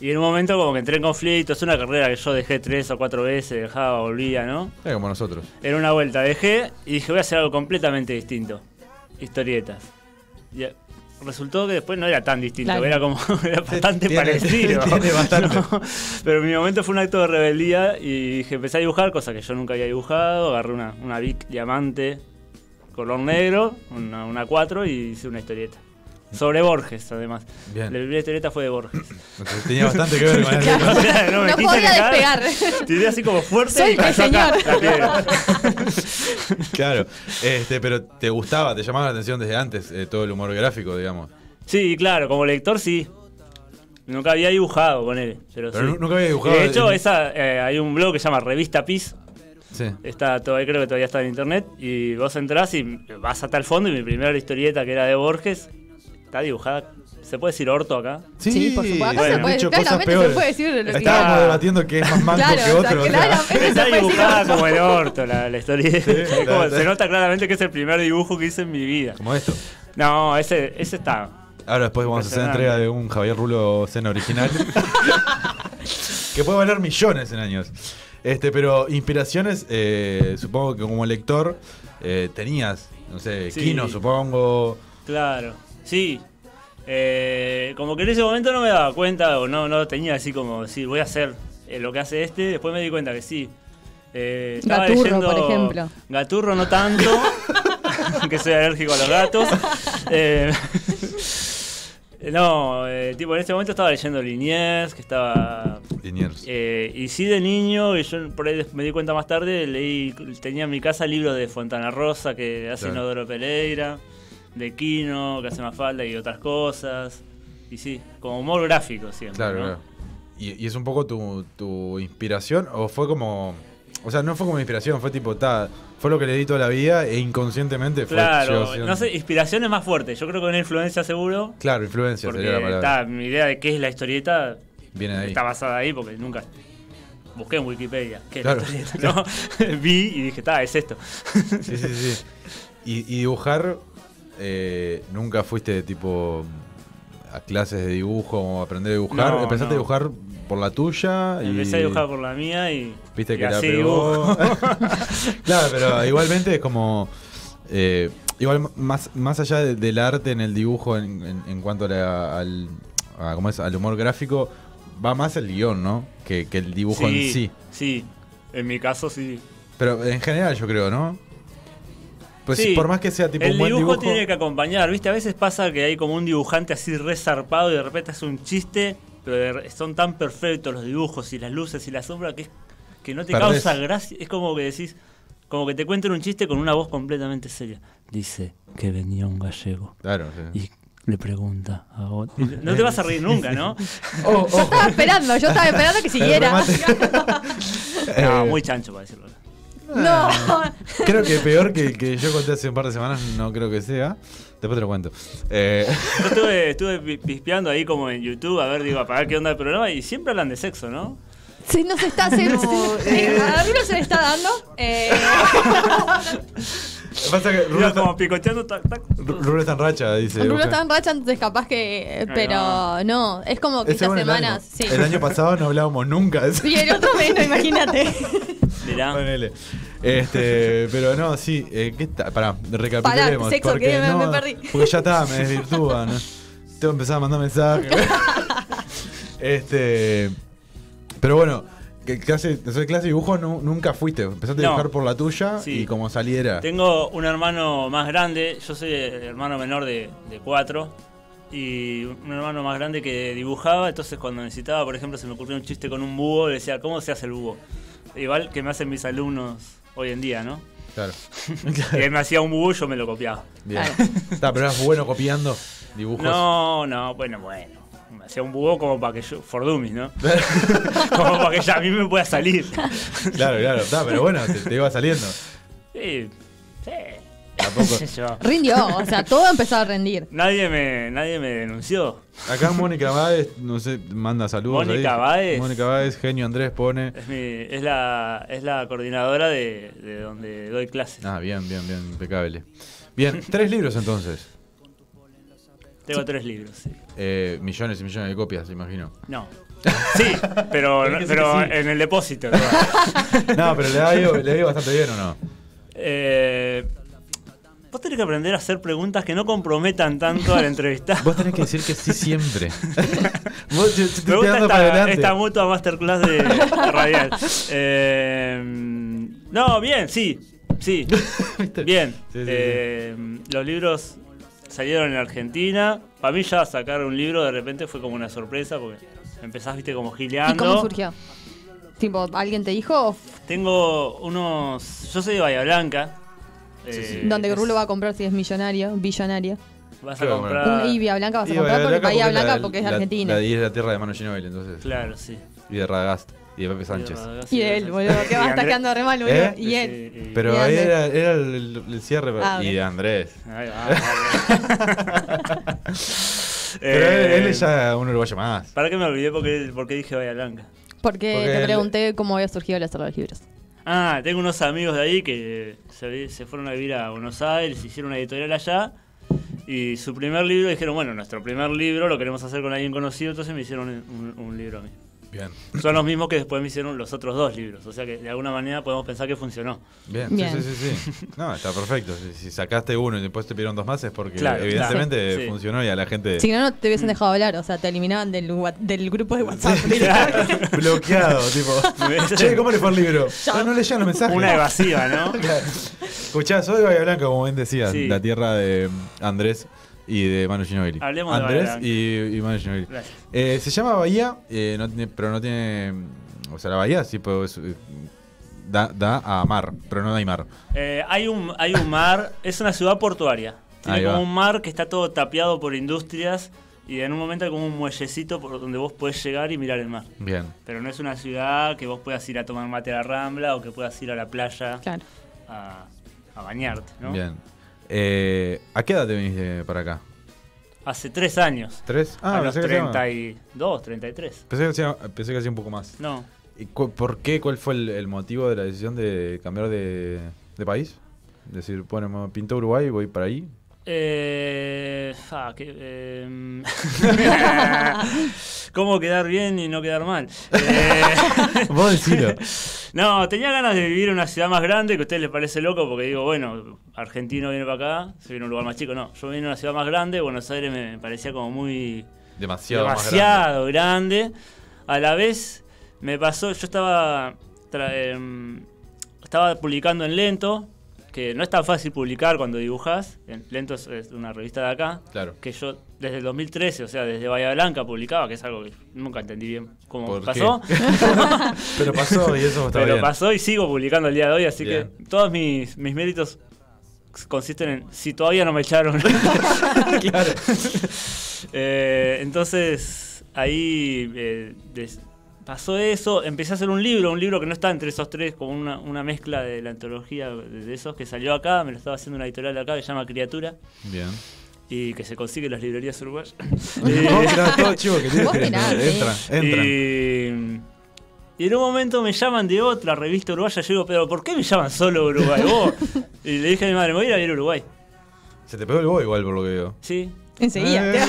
[SPEAKER 10] y en un momento como que entré en conflicto, es una carrera que yo dejé tres o cuatro veces, dejaba, volvía, ¿no?
[SPEAKER 2] Eh, como nosotros.
[SPEAKER 10] En una vuelta dejé y dije voy a hacer algo completamente distinto, historietas. Y eh, resultó que después no era tan distinto,
[SPEAKER 3] Claro.
[SPEAKER 10] era como era bastante
[SPEAKER 2] Tiene-
[SPEAKER 10] parecido.
[SPEAKER 2] tiene bastante.
[SPEAKER 10] No, Pero en mi momento fue un acto de rebeldía y dije, empecé a dibujar cosas que yo nunca había dibujado, agarré una, una Bic diamante color negro, una, una 4 y hice una historieta. Sobre Borges, además.
[SPEAKER 2] Bien.
[SPEAKER 10] La primera historieta fue de Borges.
[SPEAKER 2] Entonces, tenía bastante que ver con eso.
[SPEAKER 10] O sea,
[SPEAKER 3] No podía
[SPEAKER 10] dejar.
[SPEAKER 3] despegar.
[SPEAKER 10] Tiré así como fuerte
[SPEAKER 3] Soy
[SPEAKER 10] y cayó
[SPEAKER 3] el
[SPEAKER 10] acá
[SPEAKER 3] señor.
[SPEAKER 10] la piedra.
[SPEAKER 2] Claro. Este, pero te gustaba, te llamaba la atención desde antes eh, todo el humor gráfico, digamos.
[SPEAKER 10] Sí, claro, como lector sí. Nunca había dibujado con él. Pero,
[SPEAKER 2] Pero
[SPEAKER 10] sí.
[SPEAKER 2] nu- nunca había dibujado.
[SPEAKER 10] De hecho,
[SPEAKER 2] En-
[SPEAKER 10] esa, eh, hay un blog que se llama Revista Piz.
[SPEAKER 2] Sí.
[SPEAKER 10] Está todavía, creo que todavía está en internet. Y vos entrás y vas hasta el fondo. Y mi primera historieta, que era de Borges, está dibujada. ¿Se puede decir orto acá?
[SPEAKER 2] Sí,
[SPEAKER 3] por supuesto. Acá
[SPEAKER 10] Bueno,
[SPEAKER 3] se puede,
[SPEAKER 2] mucho cosas
[SPEAKER 3] claramente se
[SPEAKER 2] peores.
[SPEAKER 3] puede decir lo que
[SPEAKER 2] Estábamos
[SPEAKER 10] Ah.
[SPEAKER 2] debatiendo que es más manco
[SPEAKER 3] Claro,
[SPEAKER 2] que
[SPEAKER 3] o sea,
[SPEAKER 2] otro. o sea.
[SPEAKER 3] claramente se
[SPEAKER 10] Está
[SPEAKER 3] puede decir
[SPEAKER 10] dibujada
[SPEAKER 3] orto.
[SPEAKER 10] como el orto la, la historieta. Es como-
[SPEAKER 2] claro,
[SPEAKER 10] Se
[SPEAKER 2] claro.
[SPEAKER 10] nota claramente que es el primer dibujo que hice en mi vida.
[SPEAKER 2] Como esto.
[SPEAKER 10] No, ese, ese está.
[SPEAKER 2] Ahora después vamos a hacer
[SPEAKER 10] Impresionante.
[SPEAKER 2] entrega de un Javier Rulo cena original. que puede valer millones en años. Este, pero inspiraciones, eh, supongo que como lector eh, tenías, no sé,
[SPEAKER 10] Sí.
[SPEAKER 2] Kino, supongo.
[SPEAKER 10] Claro. Sí. Eh, como que en ese momento no me daba cuenta o no, no tenía así como decir, voy a hacer eh, lo que hace este. Después me di cuenta que sí. Eh, estaba
[SPEAKER 3] Gaturro,
[SPEAKER 10] leyendo-
[SPEAKER 3] por ejemplo.
[SPEAKER 10] Gaturro no tanto, que soy alérgico a los gatos. Eh, no, eh, tipo en ese momento estaba leyendo Liniers, que estaba
[SPEAKER 2] Liniers.
[SPEAKER 10] eh, y sí, de niño, y yo por ahí des- me di cuenta más tarde, leí, tenía en mi casa libros de Fontana Rosa, que hace
[SPEAKER 2] Claro.
[SPEAKER 10] Inodoro Pereira, de Quino, que hace Mafalda y otras cosas. Y sí, como humor gráfico siempre.
[SPEAKER 2] Claro,
[SPEAKER 10] ¿no?
[SPEAKER 2] claro. ¿Y, y es un poco tu, tu inspiración? ¿O fue como.? O sea, no fue como inspiración, fue tipo, ta, fue lo que le di toda la vida e inconscientemente fue. llegó a
[SPEAKER 10] Claro,
[SPEAKER 2] ser-
[SPEAKER 10] no sé, inspiración es más fuerte. Yo creo que una influencia seguro.
[SPEAKER 2] Claro, influencia sería la
[SPEAKER 10] Porque
[SPEAKER 2] palabra.
[SPEAKER 10] está, mi idea de qué es la historieta
[SPEAKER 2] Viene de ahí.
[SPEAKER 10] está basada ahí, porque nunca busqué en Wikipedia qué
[SPEAKER 2] Claro.
[SPEAKER 10] es la historieta. ¿no? Vi y dije, está, es esto.
[SPEAKER 2] Sí, sí, sí. Y, y dibujar, eh, nunca fuiste tipo a clases de dibujo o aprender a dibujar.
[SPEAKER 10] No,
[SPEAKER 2] Empezaste a
[SPEAKER 10] no.
[SPEAKER 2] dibujar por la tuya.
[SPEAKER 10] Empecé
[SPEAKER 2] y
[SPEAKER 10] a dibujar por la mía y.
[SPEAKER 2] Viste
[SPEAKER 10] y
[SPEAKER 2] que la
[SPEAKER 10] así
[SPEAKER 2] pegó.
[SPEAKER 10] dibujo.
[SPEAKER 2] claro, pero igualmente es como. eh, igual más, más allá de- del arte en el dibujo en, en- en cuanto a la- al, a- ¿cómo es? al humor gráfico, va más el guión, ¿no? Que, que el dibujo en sí.
[SPEAKER 10] Sí, en mi caso sí.
[SPEAKER 2] Pero en general yo creo, ¿no? Pues
[SPEAKER 10] Sí,
[SPEAKER 2] por más que sea tipo
[SPEAKER 10] el
[SPEAKER 2] un buen
[SPEAKER 10] dibujo,
[SPEAKER 2] dibujo...
[SPEAKER 10] tiene que acompañar, ¿viste? A veces pasa que hay como un dibujante así resarpado y de repente hace un chiste, pero de re- son tan perfectos los dibujos y las luces y la sombra que, es- que no te
[SPEAKER 2] Perdés.
[SPEAKER 10] causa gracia. Es como que decís, como que te cuentan un chiste con una voz completamente seria. Dice que venía un gallego.
[SPEAKER 2] Claro,
[SPEAKER 10] Y le pregunta a otro. No te vas a reír nunca, ¿no?
[SPEAKER 3] Oh, Yo estaba esperando, yo estaba esperando que siguiera.
[SPEAKER 10] no, muy chancho para decirlo.
[SPEAKER 3] no.
[SPEAKER 2] Creo que peor que el que yo conté hace un par de semanas, no creo que sea. Después te lo cuento. Eh,
[SPEAKER 10] Yo estuve, estuve pi- pispeando ahí como en YouTube, a ver, digo, a pagar qué onda el programa y siempre hablan de sexo, ¿no?
[SPEAKER 3] Sí, no se está haciendo.
[SPEAKER 2] eh.
[SPEAKER 3] A mí no se le está dando. Eh,
[SPEAKER 2] pasa que Rulo
[SPEAKER 10] Mira,
[SPEAKER 2] está,
[SPEAKER 10] como picoteando, tac, tac.
[SPEAKER 2] Ru- Rulo está en racha, dice.
[SPEAKER 3] Rulo
[SPEAKER 2] Boca.
[SPEAKER 3] está en racha, entonces capaz que. Pero no, es como que
[SPEAKER 2] Ese
[SPEAKER 3] estas
[SPEAKER 2] bueno, el año-
[SPEAKER 3] semanas. Sí.
[SPEAKER 2] El año pasado no hablábamos nunca de eso.
[SPEAKER 3] Y el otro menos, imagínate.
[SPEAKER 10] Mirá.
[SPEAKER 2] Ponele. Este, pero no, sí, eh, ¿qué está? Pará, recapitulemos.
[SPEAKER 3] Pará, sexo,
[SPEAKER 2] porque
[SPEAKER 3] que me-
[SPEAKER 2] no,
[SPEAKER 3] me perdí.
[SPEAKER 2] Porque ya está, me desvirtúa, ¿no? Tengo que empezar a mandar mensajes. este. Pero bueno, que clase, soy clase de dibujo nu- nunca fuiste. Empezaste a
[SPEAKER 10] No.
[SPEAKER 2] dibujar por la tuya
[SPEAKER 10] Sí.
[SPEAKER 2] y como saliera.
[SPEAKER 10] Tengo un hermano más grande, yo soy el hermano menor de, de cuatro, y un hermano más grande que dibujaba, entonces cuando necesitaba, por ejemplo, se me ocurrió un chiste con un búho, le decía, ¿cómo se hace el búho? Igual que me hacen mis alumnos hoy en día, ¿no?
[SPEAKER 2] Claro.
[SPEAKER 10] Y él me hacía un búho, yo me lo copiaba.
[SPEAKER 2] Bien. Está, pero eras bueno copiando dibujos.
[SPEAKER 10] No, no, bueno, bueno. Me hacía un búho como para que yo, for dummies, ¿no? como para que ya a mí me pueda salir.
[SPEAKER 2] Claro, claro, está, pero bueno, te, te iba saliendo.
[SPEAKER 10] Sí, sí.
[SPEAKER 2] Tampoco.
[SPEAKER 10] qué sé yo.
[SPEAKER 3] Rindió, o sea, todo empezó a rendir.
[SPEAKER 10] Nadie me, nadie me denunció.
[SPEAKER 2] Acá Mónica Báez, no sé, manda saludos.
[SPEAKER 10] Mónica
[SPEAKER 2] ahí.
[SPEAKER 10] Báez.
[SPEAKER 2] Mónica Báez, genio Andrés pone.
[SPEAKER 10] Es, mi- es la, es la coordinadora de, de donde doy clases.
[SPEAKER 2] Ah, bien, bien, bien, impecable. Bien, tres libros entonces.
[SPEAKER 10] Tengo tres libros, sí.
[SPEAKER 2] Eh, millones y millones de copias, imagino.
[SPEAKER 10] No. Sí, pero,
[SPEAKER 2] Tenés que decir
[SPEAKER 10] pero
[SPEAKER 2] que sí.
[SPEAKER 10] en el depósito. ¿no?
[SPEAKER 2] No, pero le ha ido, le ha ido bastante bien o no.
[SPEAKER 10] Eh, vos tenés que aprender a hacer preguntas que no comprometan tanto al entrevistado.
[SPEAKER 2] Vos tenés que decir que sí siempre. Vos te, te- te
[SPEAKER 10] Me gusta
[SPEAKER 2] dando para
[SPEAKER 10] esta,
[SPEAKER 2] adelante.
[SPEAKER 10] esta mutua masterclass de radial. Eh, no, bien, sí. Sí. Bien.
[SPEAKER 2] Sí, sí,
[SPEAKER 10] Eh, Los libros salieron en Argentina. Para mí ya sacar un libro de repente fue como una sorpresa porque empezás, viste, como
[SPEAKER 3] ¿Y cómo
[SPEAKER 10] gileando.
[SPEAKER 3] surgió? Tipo, ¿alguien te dijo? o f-
[SPEAKER 10] Tengo unos... Yo soy de Bahía Blanca. eh,
[SPEAKER 3] Donde
[SPEAKER 10] es-
[SPEAKER 3] Rulo va a comprar si es millonario, billonario.
[SPEAKER 10] Vas a
[SPEAKER 2] Claro,
[SPEAKER 10] comprar...
[SPEAKER 3] Un Ibia Blanca vas a
[SPEAKER 2] Y
[SPEAKER 3] comprar porque Bahía
[SPEAKER 2] la-
[SPEAKER 3] Blanca porque es
[SPEAKER 2] la-
[SPEAKER 3] Argentina.
[SPEAKER 2] La, y es la tierra de Mano Ginóbili, entonces.
[SPEAKER 10] Claro, sí.
[SPEAKER 2] Y de Radagast. Y de Pepe Sánchez.
[SPEAKER 3] Y él, boludo, que va a estar
[SPEAKER 10] Andrés-
[SPEAKER 3] quedando re mal, boludo.
[SPEAKER 2] ¿Eh?
[SPEAKER 3] Y él.
[SPEAKER 2] Pero
[SPEAKER 3] Y
[SPEAKER 2] ahí
[SPEAKER 3] Andrés.
[SPEAKER 2] era, era el, el cierre. pero-
[SPEAKER 3] Ah, ok.
[SPEAKER 2] y de Andrés.
[SPEAKER 10] Ahí va, vale.
[SPEAKER 2] Pero él, él
[SPEAKER 10] Eh,
[SPEAKER 2] es ya un uruguayo más.
[SPEAKER 10] ¿Para qué me olvidé porque, porque dije Bahía Blanca?
[SPEAKER 3] Porque,
[SPEAKER 2] porque
[SPEAKER 3] te
[SPEAKER 2] él-
[SPEAKER 3] pregunté cómo había surgido el hacer los libros.
[SPEAKER 10] Ah, tengo unos amigos de ahí que se, vi- se fueron a vivir a Buenos Aires, hicieron una editorial allá y su primer libro dijeron, bueno, nuestro primer libro lo queremos hacer con alguien conocido, entonces me hicieron un, un libro a mí.
[SPEAKER 2] Bien.
[SPEAKER 10] Son los mismos que después me hicieron los otros dos libros, o sea que de alguna manera podemos pensar que funcionó.
[SPEAKER 2] Bien,
[SPEAKER 3] Bien.
[SPEAKER 2] Sí, sí, sí, sí. No, está perfecto. Si, si sacaste uno y después te pidieron dos más es porque
[SPEAKER 10] Claro,
[SPEAKER 2] evidentemente
[SPEAKER 10] claro, sí.
[SPEAKER 2] funcionó y a la gente
[SPEAKER 3] Si no, no te hubiesen dejado hablar, o sea, te eliminaban del, wa- del grupo de WhatsApp.
[SPEAKER 2] bloqueado, tipo. che, ¿cómo le fue al libro? No, no leían los mensajes.
[SPEAKER 10] Una evasiva, ¿no?
[SPEAKER 2] Escuchá, soy de Bahía Blanca, como bien decías,
[SPEAKER 10] Sí.
[SPEAKER 2] la tierra de mm, Andrés y de Manu Ginobili.
[SPEAKER 10] Hablemos de
[SPEAKER 2] Andrés
[SPEAKER 10] Bahía Blanca.
[SPEAKER 2] y, y Manu Ginobili.
[SPEAKER 10] Gracias.
[SPEAKER 2] Eh, se llama Bahía, eh, no tiene- pero no tiene. O sea, la bahía sí pues, eh, da, da a mar, pero no da y mar.
[SPEAKER 10] Eh, hay, un, hay un mar, es una ciudad portuaria. Tiene
[SPEAKER 2] Ahí
[SPEAKER 10] como
[SPEAKER 2] va.
[SPEAKER 10] un mar que está todo tapiado por industrias y en un momento hay como un muellecito por donde vos podés llegar y mirar el mar.
[SPEAKER 2] Bien.
[SPEAKER 10] Pero no es una ciudad que vos puedas ir a tomar mate a la rambla o que puedas ir a la playa
[SPEAKER 3] Claro.
[SPEAKER 10] a, a bañarte, ¿no?
[SPEAKER 2] Bien. Eh, ¿A qué edad te viniste para acá?
[SPEAKER 10] Hace tres años.
[SPEAKER 2] ¿Tres? Ah,
[SPEAKER 10] a los
[SPEAKER 2] pensé que se llama-
[SPEAKER 10] 32, 33.
[SPEAKER 2] Pensé que, hacía- pensé que hacía un poco más.
[SPEAKER 10] No.
[SPEAKER 2] ¿Y cu- ¿Por qué? ¿Cuál fue el, el motivo de la decisión de cambiar de, de país? Decir, bueno, me pinto Uruguay, voy para ahí.
[SPEAKER 10] Eh, ah, que, em, ¿Cómo quedar bien y no quedar mal? Eh,
[SPEAKER 2] Vos decilo.
[SPEAKER 10] No, tenía ganas de vivir en una ciudad más grande, que a ustedes les parece loco, porque digo, bueno, argentino viene para acá, se viene a un lugar más chico. No, yo vine a una ciudad más grande, Buenos Aires me parecía como muy
[SPEAKER 2] Demasiado más
[SPEAKER 10] demasiado grande. A la vez me pasó, yo estaba tra- em, estaba publicando en Lento, que no es tan fácil publicar cuando dibujas. En- Lento es, es una revista de acá,
[SPEAKER 2] Claro.
[SPEAKER 10] que yo desde el 2013, o sea, desde Bahía Blanca publicaba, que es algo que nunca entendí bien cómo
[SPEAKER 2] ¿Por
[SPEAKER 10] pasó.
[SPEAKER 2] qué? Pero pasó y eso está
[SPEAKER 10] Pero
[SPEAKER 2] bien.
[SPEAKER 10] pasó y sigo publicando el día de hoy, así
[SPEAKER 2] Bien.
[SPEAKER 10] que todos mis, mis méritos consisten en si todavía no me echaron.
[SPEAKER 2] claro.
[SPEAKER 10] Eh, entonces, ahí eh, des- pasó eso. Empecé a hacer un libro, un libro que no está entre esos tres, como una, una mezcla de la antología de esos que salió acá. Me lo estaba haciendo una editorial de acá que se llama Criatura.
[SPEAKER 2] Bien.
[SPEAKER 10] Y que se consigue en las librerías uruguayas.
[SPEAKER 2] mirá, todo chivo que tiene. Vos mirá, sí. Entra, entra.
[SPEAKER 10] Y, y en un momento me llaman de otra revista uruguaya. Yo digo, pero ¿por qué me llaman solo Uruguay? vos?" Y le dije a mi madre, me voy a ir a ver Uruguay.
[SPEAKER 2] Se te pegó el bobo igual por lo que veo.
[SPEAKER 10] Sí.
[SPEAKER 2] Eh.
[SPEAKER 3] Enseguida.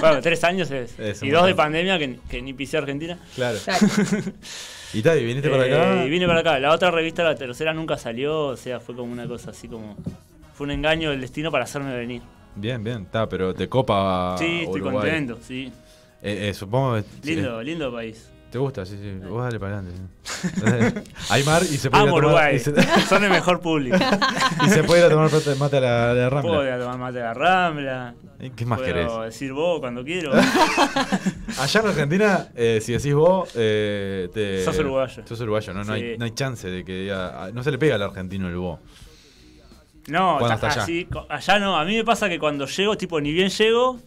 [SPEAKER 10] bueno, tres años es-
[SPEAKER 2] Es un
[SPEAKER 10] y dos de
[SPEAKER 2] montón.
[SPEAKER 10] pandemia que, que ni pisé Argentina.
[SPEAKER 2] Claro. Y tal, y viniste para acá.
[SPEAKER 10] Eh, y vine para acá. La otra revista, la tercera, nunca salió. O sea, fue como una cosa así como. Fue un engaño del destino para hacerme venir.
[SPEAKER 2] Bien, bien, está, pero te copa.
[SPEAKER 10] sí, estoy
[SPEAKER 2] Ah, Uruguay.
[SPEAKER 10] contento, sí.
[SPEAKER 2] Eh, eh, supongo que.
[SPEAKER 10] Lindo,
[SPEAKER 2] eh,
[SPEAKER 10] lindo país.
[SPEAKER 2] ¿Te gusta? Sí, sí. Vos dale para adelante. sí. Dale. Hay mar y se puede ir a
[SPEAKER 10] Amo
[SPEAKER 2] tomar.
[SPEAKER 10] Uruguay.
[SPEAKER 2] Y se,
[SPEAKER 10] Son el mejor público.
[SPEAKER 2] y se puede ir a tomar plata de mate a la, a la rambla.
[SPEAKER 10] Puedo ir a tomar mate a la Rambla.
[SPEAKER 2] Eh, ¿qué más
[SPEAKER 10] Puedo
[SPEAKER 2] querés?
[SPEAKER 10] decir vos cuando quiero.
[SPEAKER 2] Allá en Argentina, eh, si decís vos, eh, te-
[SPEAKER 10] Sos uruguayo.
[SPEAKER 2] Sos uruguayo, no, no,
[SPEAKER 10] Sí.
[SPEAKER 2] hay, no hay chance de que diga. ah, No se le pega al argentino el vos.
[SPEAKER 10] No,
[SPEAKER 2] ¿Cuándo
[SPEAKER 10] ta-
[SPEAKER 2] hasta allá?
[SPEAKER 10] así, co- allá no. A mí me pasa que cuando llego, tipo, ni bien llego.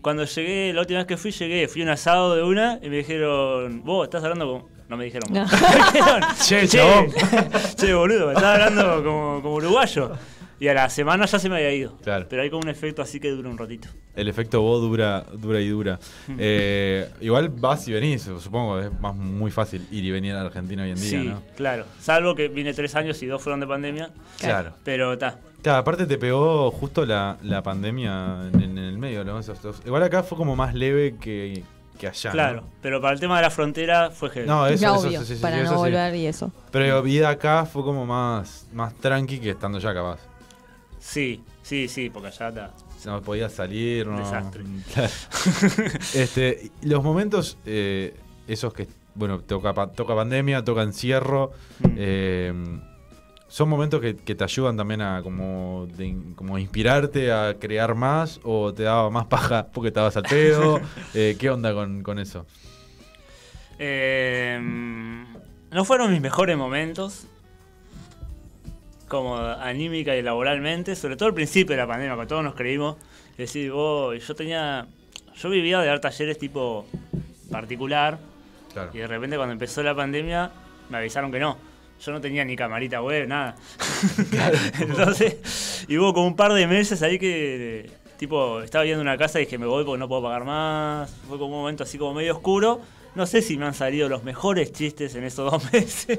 [SPEAKER 10] Cuando llegué, la última vez que fui, llegué, fui a un asado de una y me dijeron, vos estás hablando con. No me dijeron, vos. Me dijeron,
[SPEAKER 2] Che, chabón.
[SPEAKER 10] che, boludo, me estás hablando como, como uruguayo. Y a la semana ya se me había ido.
[SPEAKER 2] Claro.
[SPEAKER 10] Pero hay como un efecto así que dura un ratito.
[SPEAKER 2] El efecto vos dura, dura y dura. Eh, igual vas y venís, supongo, es más muy fácil ir y venir a la Argentina hoy en día,
[SPEAKER 10] sí,
[SPEAKER 2] ¿no?
[SPEAKER 10] claro. Salvo que vine tres años y dos fueron de pandemia.
[SPEAKER 2] Claro.
[SPEAKER 10] Pero está.
[SPEAKER 2] Claro, aparte te pegó justo la, la pandemia en, en el medio, ¿no? Esos dos- Igual acá fue como más leve que, que allá. ¿no?
[SPEAKER 10] Claro. Pero para el tema de la frontera fue heavy.
[SPEAKER 2] No, Ah, eso,
[SPEAKER 3] Ya
[SPEAKER 2] eso,
[SPEAKER 3] obvio,
[SPEAKER 2] sí, sí,
[SPEAKER 3] para
[SPEAKER 2] sí,
[SPEAKER 3] no
[SPEAKER 2] eso sí.
[SPEAKER 3] volver y eso.
[SPEAKER 2] Pero vida acá fue como más, más tranqui que estando ya capaz.
[SPEAKER 10] Sí, sí, sí, porque allá está.
[SPEAKER 2] No podía salir, no.
[SPEAKER 10] Desastre.
[SPEAKER 2] Claro. este, y los momentos, eh, esos que, bueno, toca, pa- toca pandemia, toca encierro, eh, son momentos que, que te ayudan también a como, de- como inspirarte a crear más o te daba más paja porque estabas al pedo. Eh, ¿Qué onda con, con eso?
[SPEAKER 10] Eh, no fueron mis mejores momentos. Como anímica y laboralmente. Sobre todo al principio de la pandemia, cuando todos nos creímos. Es decir, vos, yo tenía. Yo vivía de dar talleres tipo particular.
[SPEAKER 2] Claro.
[SPEAKER 10] Y de repente cuando empezó la pandemia, me avisaron que no. Yo no tenía ni camarita web, nada. Entonces, y hubo como un par de meses ahí que, tipo, estaba viendo una casa y dije, me voy porque no puedo pagar más. Fue como un momento así como medio oscuro. No sé si me han salido los mejores chistes en esos dos meses.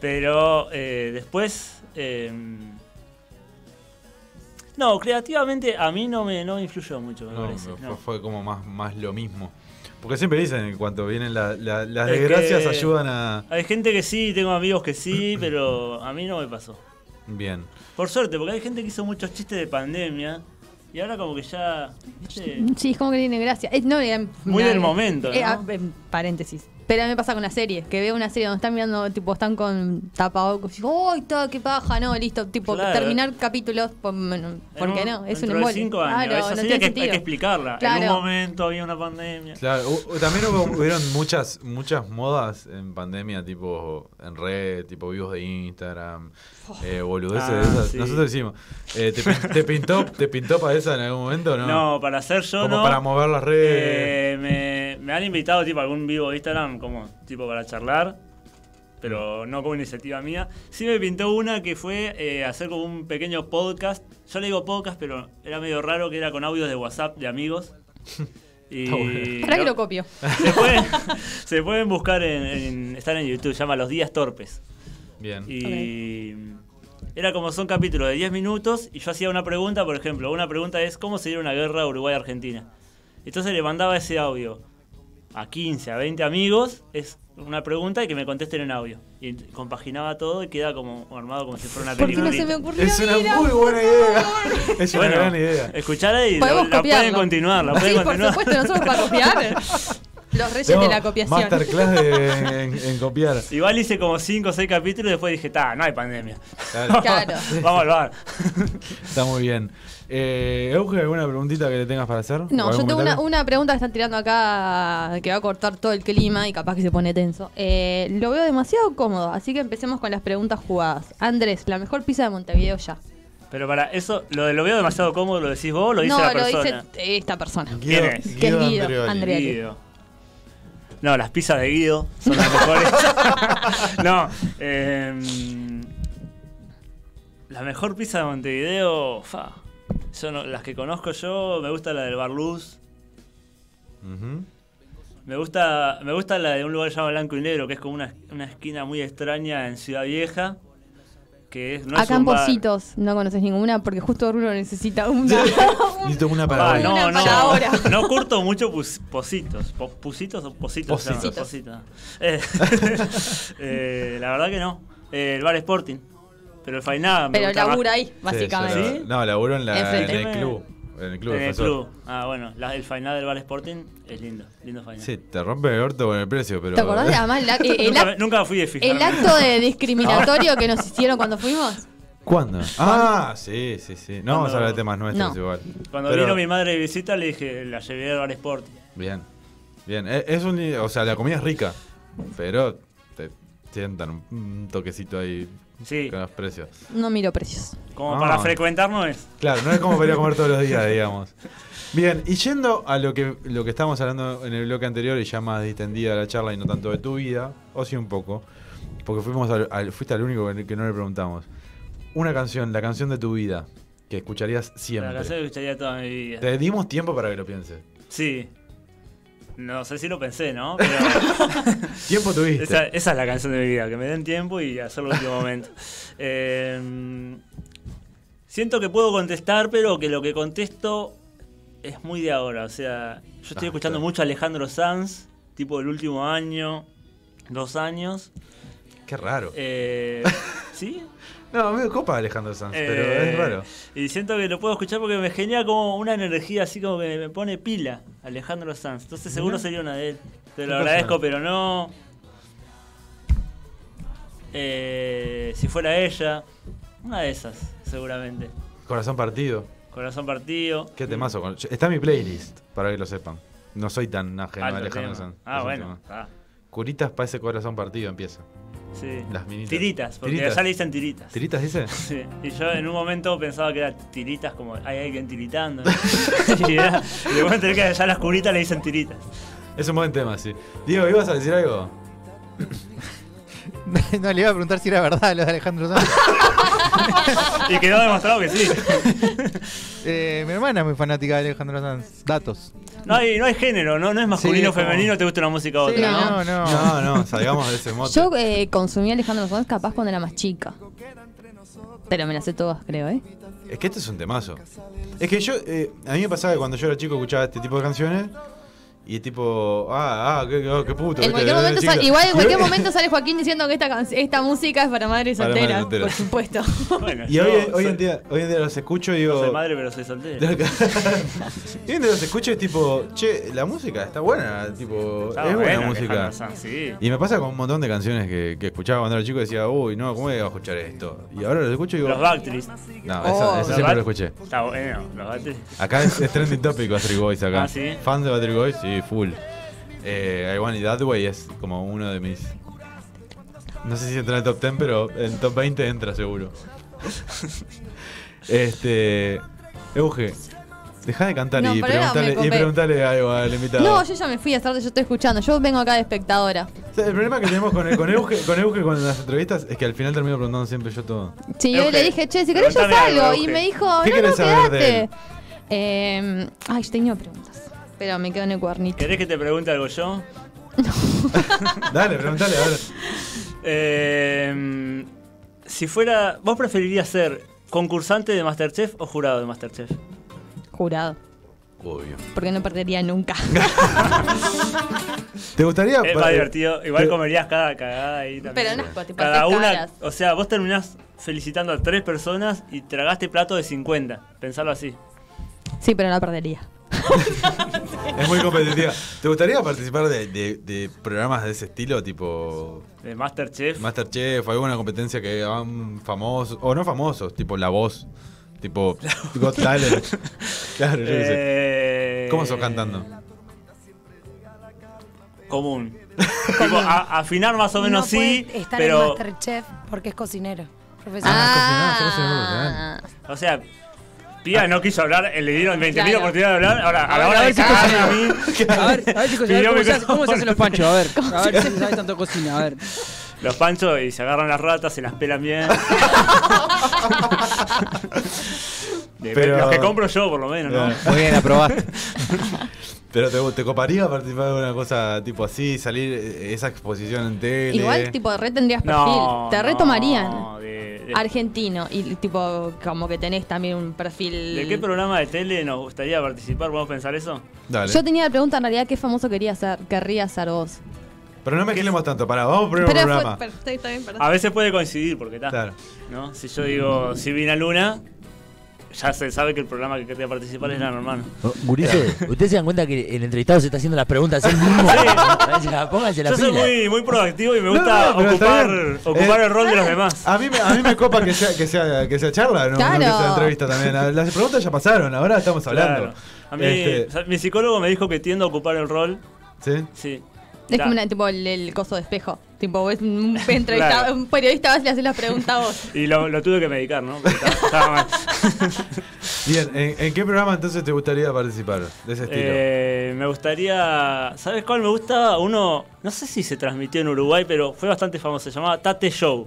[SPEAKER 10] Pero eh, después... eh, no, creativamente a mí no me, no me influyó mucho, me
[SPEAKER 2] No,
[SPEAKER 10] parece.
[SPEAKER 2] fue,
[SPEAKER 10] no.
[SPEAKER 2] fue como más, más lo mismo. Porque siempre dicen que cuando vienen la- la- las
[SPEAKER 10] Es
[SPEAKER 2] desgracias
[SPEAKER 10] que
[SPEAKER 2] ayudan a...
[SPEAKER 10] Hay gente que sí, tengo amigos que sí, pero a mí no me pasó.
[SPEAKER 2] Bien.
[SPEAKER 10] Por suerte, porque hay gente que hizo muchos chistes de pandemia y ahora como que ya... ¿viste?
[SPEAKER 3] Sí, es como que tiene gracia. Eh, no, era-
[SPEAKER 10] Eh, Muy
[SPEAKER 3] era-
[SPEAKER 10] del momento,
[SPEAKER 3] eh,
[SPEAKER 10] ¿no?
[SPEAKER 3] ah, em, paréntesis. Pero a mí me pasa con las series, que veo una serie donde están mirando, tipo, están con tapabocos y digo, ¡ay, todo, qué paja! No, listo, tipo,
[SPEAKER 10] Claro.
[SPEAKER 3] terminar capítulos, por, bueno, ¿por qué no? Es un
[SPEAKER 10] Dentro de
[SPEAKER 3] embole.
[SPEAKER 10] cinco años.
[SPEAKER 3] Claro,
[SPEAKER 10] Eso
[SPEAKER 3] no
[SPEAKER 10] sí
[SPEAKER 3] tiene
[SPEAKER 10] hay, que, hay
[SPEAKER 3] sentido.
[SPEAKER 10] que explicarla. En
[SPEAKER 3] Claro.
[SPEAKER 10] un momento había una pandemia.
[SPEAKER 2] Claro, hu- hu- también hubo- hubieron muchas, muchas modas en pandemia, tipo en red, tipo vivos de Instagram, eh, boludeces de
[SPEAKER 10] Ah,
[SPEAKER 2] esas.
[SPEAKER 10] sí.
[SPEAKER 2] Nosotros hicimos. Eh, te, pin- te pintó, ¿Te pintó para esa en algún momento no?
[SPEAKER 10] No, para hacer yo
[SPEAKER 2] Como
[SPEAKER 10] no.
[SPEAKER 2] para mover las redes.
[SPEAKER 10] Eh, me, me han invitado tipo a algún vivo de Instagram como tipo para charlar, pero
[SPEAKER 3] Mm.
[SPEAKER 10] no como iniciativa mía. Sí me pintó una que fue eh, hacer como un pequeño podcast. Yo le digo podcast, pero era medio raro que era con audios de WhatsApp de amigos.
[SPEAKER 3] Está
[SPEAKER 10] Y
[SPEAKER 3] bueno. Ahora que lo copio.
[SPEAKER 10] Se pueden, se pueden buscar en, en- están en YouTube, se llama Los Días Torpes.
[SPEAKER 2] Bien.
[SPEAKER 10] Y era como son capítulos de 10 minutos y yo hacía una pregunta, por ejemplo, una pregunta es ¿cómo sería una guerra Uruguay-Argentina? Entonces le mandaba ese audio. a 15, a 20 amigos, es una pregunta y que me contesten en audio. Y compaginaba todo y queda como armado como si fuera una
[SPEAKER 3] ¿Por qué
[SPEAKER 10] película.
[SPEAKER 3] no se me ocurrió
[SPEAKER 10] Es
[SPEAKER 3] a mí,
[SPEAKER 10] una
[SPEAKER 3] era-
[SPEAKER 10] muy buena idea.
[SPEAKER 2] Es una gran idea.
[SPEAKER 10] Escuchala y la,
[SPEAKER 3] Podemos
[SPEAKER 10] la pueden
[SPEAKER 3] copiarlo.
[SPEAKER 10] continuar, la
[SPEAKER 3] Sí,
[SPEAKER 10] pueden
[SPEAKER 3] por
[SPEAKER 10] continuar.
[SPEAKER 3] supuesto, nosotros para copiar. Los reyes de la copiación.
[SPEAKER 2] Masterclass de- en, en copiar.
[SPEAKER 10] Igual hice como 5 o 6 capítulos y después dije, ta, no hay pandemia.
[SPEAKER 2] Claro.
[SPEAKER 10] Vamos al bar.
[SPEAKER 2] Está muy bien. Eh, Euge, ¿alguna preguntita que le tengas para hacer? ¿O
[SPEAKER 3] No, yo
[SPEAKER 2] algún
[SPEAKER 3] tengo una,
[SPEAKER 2] comentario?
[SPEAKER 3] una pregunta que están tirando acá que va a cortar todo el clima y capaz que se pone tenso. Eh, lo veo demasiado cómodo, así que empecemos con las preguntas jugadas. Andrés, la mejor pizza de Montevideo ya.
[SPEAKER 10] Pero para eso, lo, de lo veo demasiado cómodo, lo decís vos, lo dice
[SPEAKER 3] no,
[SPEAKER 10] la
[SPEAKER 3] lo
[SPEAKER 10] persona.
[SPEAKER 3] dice esta persona.
[SPEAKER 10] ¿Quién es?
[SPEAKER 3] Que es Guido Andreoli.
[SPEAKER 10] Guido. No, las pizzas de Guido son las mejores. no, em, la mejor pizza de Montevideo, fa. Yo no- las que conozco yo, me gusta la del Bar Luz.
[SPEAKER 2] Ujú.
[SPEAKER 10] Me gusta, me gusta la de un lugar llamado Blanco y Negro, que es como una, una esquina muy extraña en Ciudad Vieja. Que es, no es
[SPEAKER 3] Acá
[SPEAKER 10] un
[SPEAKER 3] en
[SPEAKER 10] bar.
[SPEAKER 3] Positos no conoces ninguna porque justo Bruno necesita una.
[SPEAKER 2] Necesito una
[SPEAKER 10] Ah,
[SPEAKER 2] para hoy.
[SPEAKER 10] no, no,
[SPEAKER 3] para ahora.
[SPEAKER 10] no curto mucho pus- positos. Po- ¿Pusitos o positos? se llama?
[SPEAKER 2] Positos.
[SPEAKER 10] Positos. Eh, eh, la verdad que no. Eh, el bar Sporting. Pero el Fainá me
[SPEAKER 3] Pero
[SPEAKER 10] gusta más.
[SPEAKER 3] labura ahí,
[SPEAKER 2] Sí,
[SPEAKER 3] básicamente.
[SPEAKER 2] yo la- no, laburo en, la-
[SPEAKER 3] Enfrente.
[SPEAKER 2] en el club. En el club.
[SPEAKER 10] En el
[SPEAKER 2] profesor.
[SPEAKER 10] club. Ah, bueno. la- el Fainá del bar Sporting es lindo. Lindo Fainá.
[SPEAKER 2] Sí, te rompe el orto con el precio, pero.
[SPEAKER 3] ¿Te acordás de además la- eh, el,
[SPEAKER 10] nunca,
[SPEAKER 3] ac-
[SPEAKER 10] nunca fui de fijarme.
[SPEAKER 3] el acto de discriminatorio que nos hicieron cuando fuimos?
[SPEAKER 2] ¿Cuándo? Ah, sí, sí, sí. No
[SPEAKER 10] Cuando-
[SPEAKER 2] vamos a hablar de temas nuestros
[SPEAKER 3] No.
[SPEAKER 2] igual.
[SPEAKER 10] Cuando
[SPEAKER 2] Pero-
[SPEAKER 10] vino mi madre de visita le dije, la llevé al bar Sporting.
[SPEAKER 2] Bien. Bien. E- Es un. O sea, la comida es rica. Pero te sientan un- un toquecito ahí
[SPEAKER 10] Sí.
[SPEAKER 2] con los precios.
[SPEAKER 3] No miro precios.
[SPEAKER 10] Como
[SPEAKER 2] Ah.
[SPEAKER 10] para frecuentarnos es.
[SPEAKER 2] Claro, no es como para ir a comer todos los días, digamos. Bien, y yendo a lo que, lo que estábamos hablando en el bloque anterior y ya más distendida la charla y no tanto de tu vida, o sí un poco, porque fuimos al, al- fuiste al único que no le preguntamos. Una canción, la canción de tu vida, que escucharías
[SPEAKER 10] La canción
[SPEAKER 2] siempre.
[SPEAKER 10] que escucharía toda mi vida.
[SPEAKER 2] Te dimos tiempo para que lo pienses.
[SPEAKER 10] Sí. No sé si lo pensé, ¿no? Pero
[SPEAKER 2] Tiempo tuviste.
[SPEAKER 10] esa, esa es la canción de mi vida, que me den tiempo y hacerlo en último momento. Eh, siento que puedo contestar, pero que lo que contesto es muy de ahora. O sea, yo estoy
[SPEAKER 2] Ah,
[SPEAKER 10] escuchando
[SPEAKER 2] claro.
[SPEAKER 10] mucho a Alejandro Sanz, tipo del último año, dos años.
[SPEAKER 2] Qué raro.
[SPEAKER 10] Eh, ¿Sí?
[SPEAKER 2] No, me copa Alejandro Sanz, pero
[SPEAKER 10] Eh,
[SPEAKER 2] es raro.
[SPEAKER 10] Y siento que lo puedo escuchar porque me genera como una energía así como que me pone pila, Alejandro Sanz. Entonces seguro
[SPEAKER 2] Mirá.
[SPEAKER 10] sería una de él. Te lo
[SPEAKER 2] cosa?
[SPEAKER 10] agradezco, pero no. Eh, si fuera ella, una de esas, seguramente.
[SPEAKER 2] Corazón partido.
[SPEAKER 10] Corazón partido.
[SPEAKER 2] Qué temazo. con- Está en mi playlist, para que lo sepan. No soy tan ajeno a
[SPEAKER 10] Alto
[SPEAKER 2] Alejandro
[SPEAKER 10] tema.
[SPEAKER 2] Sanz.
[SPEAKER 10] Ah,
[SPEAKER 2] Es un
[SPEAKER 10] bueno.
[SPEAKER 2] tema.
[SPEAKER 10] está,
[SPEAKER 2] Curitas para ese corazón partido empieza.
[SPEAKER 10] sí.
[SPEAKER 2] Las minitas.
[SPEAKER 10] Tiritas, porque
[SPEAKER 2] Tiritas.
[SPEAKER 10] allá le dicen tiritas.
[SPEAKER 2] ¿Tiritas dice?
[SPEAKER 10] Sí, Y yo en un momento pensaba que era tiritas, como hay alguien tiritando. ¿no? y era, y de momento que allá las curitas le dicen tiritas.
[SPEAKER 2] Es un buen tema, sí. Diego, ¿ibas a decir algo?
[SPEAKER 4] no le iba a preguntar si era verdad lo de Alejandro Sanz.
[SPEAKER 10] Y quedó demostrado que sí.
[SPEAKER 4] Eh, mi hermana es muy fanática de Alejandro Sanz. Datos.
[SPEAKER 10] No hay, no hay género, no, no es masculino o
[SPEAKER 4] es como-
[SPEAKER 10] femenino, te gusta una música u otra,
[SPEAKER 4] Sí,
[SPEAKER 10] ¿no?
[SPEAKER 4] no, no.
[SPEAKER 2] No, no, salgamos de ese mote.
[SPEAKER 3] Yo eh, consumí a Alejandro Sanz capaz cuando era más chica. Pero me las sé todas, creo, ¿eh?
[SPEAKER 2] Es que este es un temazo. Es que yo, eh, a mí me pasaba que cuando yo era chico escuchaba este tipo de canciones y tipo, ah, ah, qué, qué- qué puto.
[SPEAKER 3] En
[SPEAKER 2] ¿viste?
[SPEAKER 3] cualquier
[SPEAKER 2] Desde
[SPEAKER 3] momento
[SPEAKER 2] chico.
[SPEAKER 3] sale, igual en cualquier
[SPEAKER 2] Y-
[SPEAKER 3] momento sale Joaquín diciendo que esta, can- esta música es para madres
[SPEAKER 2] Para
[SPEAKER 3] solteras,
[SPEAKER 2] madres solteras.
[SPEAKER 3] por supuesto.
[SPEAKER 10] Bueno,
[SPEAKER 2] Y hoy, hoy,
[SPEAKER 10] soy,
[SPEAKER 2] en día, hoy en día los escucho y digo...
[SPEAKER 10] no soy madre, pero soy soltero.
[SPEAKER 2] hoy en día los escucho y es tipo, che, la música está buena, tipo,
[SPEAKER 10] Está
[SPEAKER 2] es buena
[SPEAKER 10] bueno,
[SPEAKER 2] música.
[SPEAKER 10] Alejandro Sanz, sí.
[SPEAKER 2] Y me pasa con un montón de canciones que, que escuchaba cuando era chico y decía, uy, no, ¿cómo iba a escuchar esto? Y ahora los escucho y digo,
[SPEAKER 10] Los Backstreet.
[SPEAKER 2] no,
[SPEAKER 3] Oh.
[SPEAKER 2] eso, eso siempre lo escuché.
[SPEAKER 10] Está bueno, los Backstreet.
[SPEAKER 2] Acá es, es trending topic Patrick Boys acá.
[SPEAKER 10] Ah, ¿sí?
[SPEAKER 2] Fans de Patrick Boys, sí, full. Eh, I Want It That Way es como uno de mis. No sé si entra en el top 10, pero en el top 20 entra seguro. este. Euge, deja de cantar
[SPEAKER 3] No,
[SPEAKER 2] y,
[SPEAKER 3] pero ahora me
[SPEAKER 2] preguntarle, y
[SPEAKER 3] copé.
[SPEAKER 2] preguntarle algo al invitado.
[SPEAKER 3] No, yo ya me fui a tarde, yo estoy escuchando, yo vengo acá de espectadora.
[SPEAKER 2] O sea, El problema que tenemos con, con Euge, con Euge con las entrevistas es que al final termino preguntando siempre yo todo.
[SPEAKER 3] Sí, yo
[SPEAKER 10] Euge,
[SPEAKER 3] le dije, che, si querés yo
[SPEAKER 10] preguntame
[SPEAKER 3] salgo.
[SPEAKER 10] algo,
[SPEAKER 3] y
[SPEAKER 10] Euge.
[SPEAKER 3] me dijo,
[SPEAKER 2] ¿Qué
[SPEAKER 3] no, no,
[SPEAKER 2] querés saber de
[SPEAKER 3] quedate.
[SPEAKER 2] él?
[SPEAKER 3] Eh, ay, yo tenía preguntas, pero me quedo en el cuadernito.
[SPEAKER 10] ¿Querés que te pregunte algo yo?
[SPEAKER 2] Dale, preguntale, a ver.
[SPEAKER 10] Eh, si fuera. ¿Vos preferirías ser concursante de Masterchef o jurado de Masterchef?
[SPEAKER 3] Jurado.
[SPEAKER 2] Obvio.
[SPEAKER 3] Porque no perdería nunca.
[SPEAKER 2] ¿Te gustaría?
[SPEAKER 10] Es más
[SPEAKER 2] para-
[SPEAKER 10] divertido. Igual
[SPEAKER 2] te-
[SPEAKER 10] comerías cada cagada ahí también.
[SPEAKER 3] Pero en asco, tipo,
[SPEAKER 10] Cada
[SPEAKER 3] haces
[SPEAKER 10] una.
[SPEAKER 3] caras.
[SPEAKER 10] O sea, vos terminás felicitando a tres personas y tragaste plato de 50. Pensalo así.
[SPEAKER 3] Sí, pero no perdería.
[SPEAKER 2] Es muy competitiva. ¿Te gustaría participar de, de- de programas de ese estilo, tipo
[SPEAKER 10] De Masterchef.
[SPEAKER 2] Masterchef, alguna competencia que hagan famosos, o no famosos, tipo La Voz, tipo Got Talent? Claro, yo qué sé.
[SPEAKER 10] Eh,
[SPEAKER 2] ¿Cómo sos cantando?
[SPEAKER 10] Común. Tipo, a- afinar más o menos
[SPEAKER 11] no
[SPEAKER 10] sí,
[SPEAKER 11] puede estar en
[SPEAKER 10] pero.
[SPEAKER 11] Masterchef porque es cocinero.
[SPEAKER 10] Ah, O sea, Pía no quiso hablar, eh, le dieron 20.000
[SPEAKER 11] Claro.
[SPEAKER 10] oportunidades de hablar. Ahora, a la
[SPEAKER 5] A ver,
[SPEAKER 10] hora
[SPEAKER 5] a
[SPEAKER 10] de
[SPEAKER 5] ver si
[SPEAKER 10] cagarme
[SPEAKER 5] cocina.
[SPEAKER 10] a mí.
[SPEAKER 5] A ver, a ver si cocina.
[SPEAKER 10] pidió
[SPEAKER 5] ¿Cómo se hace- cómo se hacen los panchos? A ver, a ver
[SPEAKER 10] micrófono.
[SPEAKER 5] si sabes tanto cocina. A ver.
[SPEAKER 10] Los panchos y se agarran las ratas, se las pelan bien. De-
[SPEAKER 2] Pero-
[SPEAKER 10] Los que compro yo, por lo menos, ¿no?
[SPEAKER 2] Muy bien, aprobaste. Pero te, te coparía participar de una cosa tipo así, salir eh, esa exposición en tele.
[SPEAKER 3] Igual, tipo, re tendrías perfil.
[SPEAKER 2] No,
[SPEAKER 3] Te
[SPEAKER 2] no,
[SPEAKER 3] retomarían.
[SPEAKER 10] de-
[SPEAKER 3] Argentino. Y, tipo, como que tenés también un perfil.
[SPEAKER 10] ¿De qué programa de tele nos gustaría participar? ¿Podemos pensar eso?
[SPEAKER 2] Dale.
[SPEAKER 3] Yo tenía la pregunta en realidad qué famoso quería ser, querría ser vos.
[SPEAKER 2] Pero no mezclemos tanto, pará, vamos por el
[SPEAKER 3] Pero
[SPEAKER 2] programa.
[SPEAKER 3] fue- pero estoy también, perdón.
[SPEAKER 10] A veces puede coincidir, porque está.
[SPEAKER 2] Claro.
[SPEAKER 10] ¿no? Si yo digo Silvina Luna, ya se sabe que el programa que quería participar es la hermana.
[SPEAKER 12] Oh,
[SPEAKER 10] Eh.
[SPEAKER 12] Gurises, ¿ustedes se dan cuenta que el entrevistado se está haciendo las preguntas él mismo? Pónganse la
[SPEAKER 10] Yo soy
[SPEAKER 12] pila.
[SPEAKER 10] muy, muy proactivo y me
[SPEAKER 12] No,
[SPEAKER 10] gusta
[SPEAKER 12] no, pero está
[SPEAKER 10] ocupar,
[SPEAKER 12] bien.
[SPEAKER 10] ocupar
[SPEAKER 12] Eh,
[SPEAKER 10] el rol de los demás.
[SPEAKER 2] A mí, me- a mí me copa que sea, que sea, que sea charla, no, no
[SPEAKER 10] Claro.
[SPEAKER 2] que sea entrevista también. A- Las preguntas ya pasaron, ahora estamos hablando.
[SPEAKER 10] Claro. A mí,
[SPEAKER 2] Este,
[SPEAKER 10] o sea, mi psicólogo me dijo que tiendo a ocupar el rol.
[SPEAKER 2] ¿Sí?
[SPEAKER 10] Sí.
[SPEAKER 3] Es
[SPEAKER 10] Ya.
[SPEAKER 3] como una- tipo el, el coso de espejo. Tipo, ves un, entrevistado-
[SPEAKER 10] Claro.
[SPEAKER 3] un periodista vas y le haces la pregunta a vos.
[SPEAKER 10] Y lo, lo tuve que medicar, ¿no? Porque estaba- estaba mal.
[SPEAKER 2] Bien, ¿en, en qué programa entonces te gustaría participar de ese estilo?
[SPEAKER 10] Eh, me gustaría. ¿Sabes cuál me gusta? Uno. No sé si se transmitió en Uruguay, pero fue bastante famoso. Se llamaba Tate Show.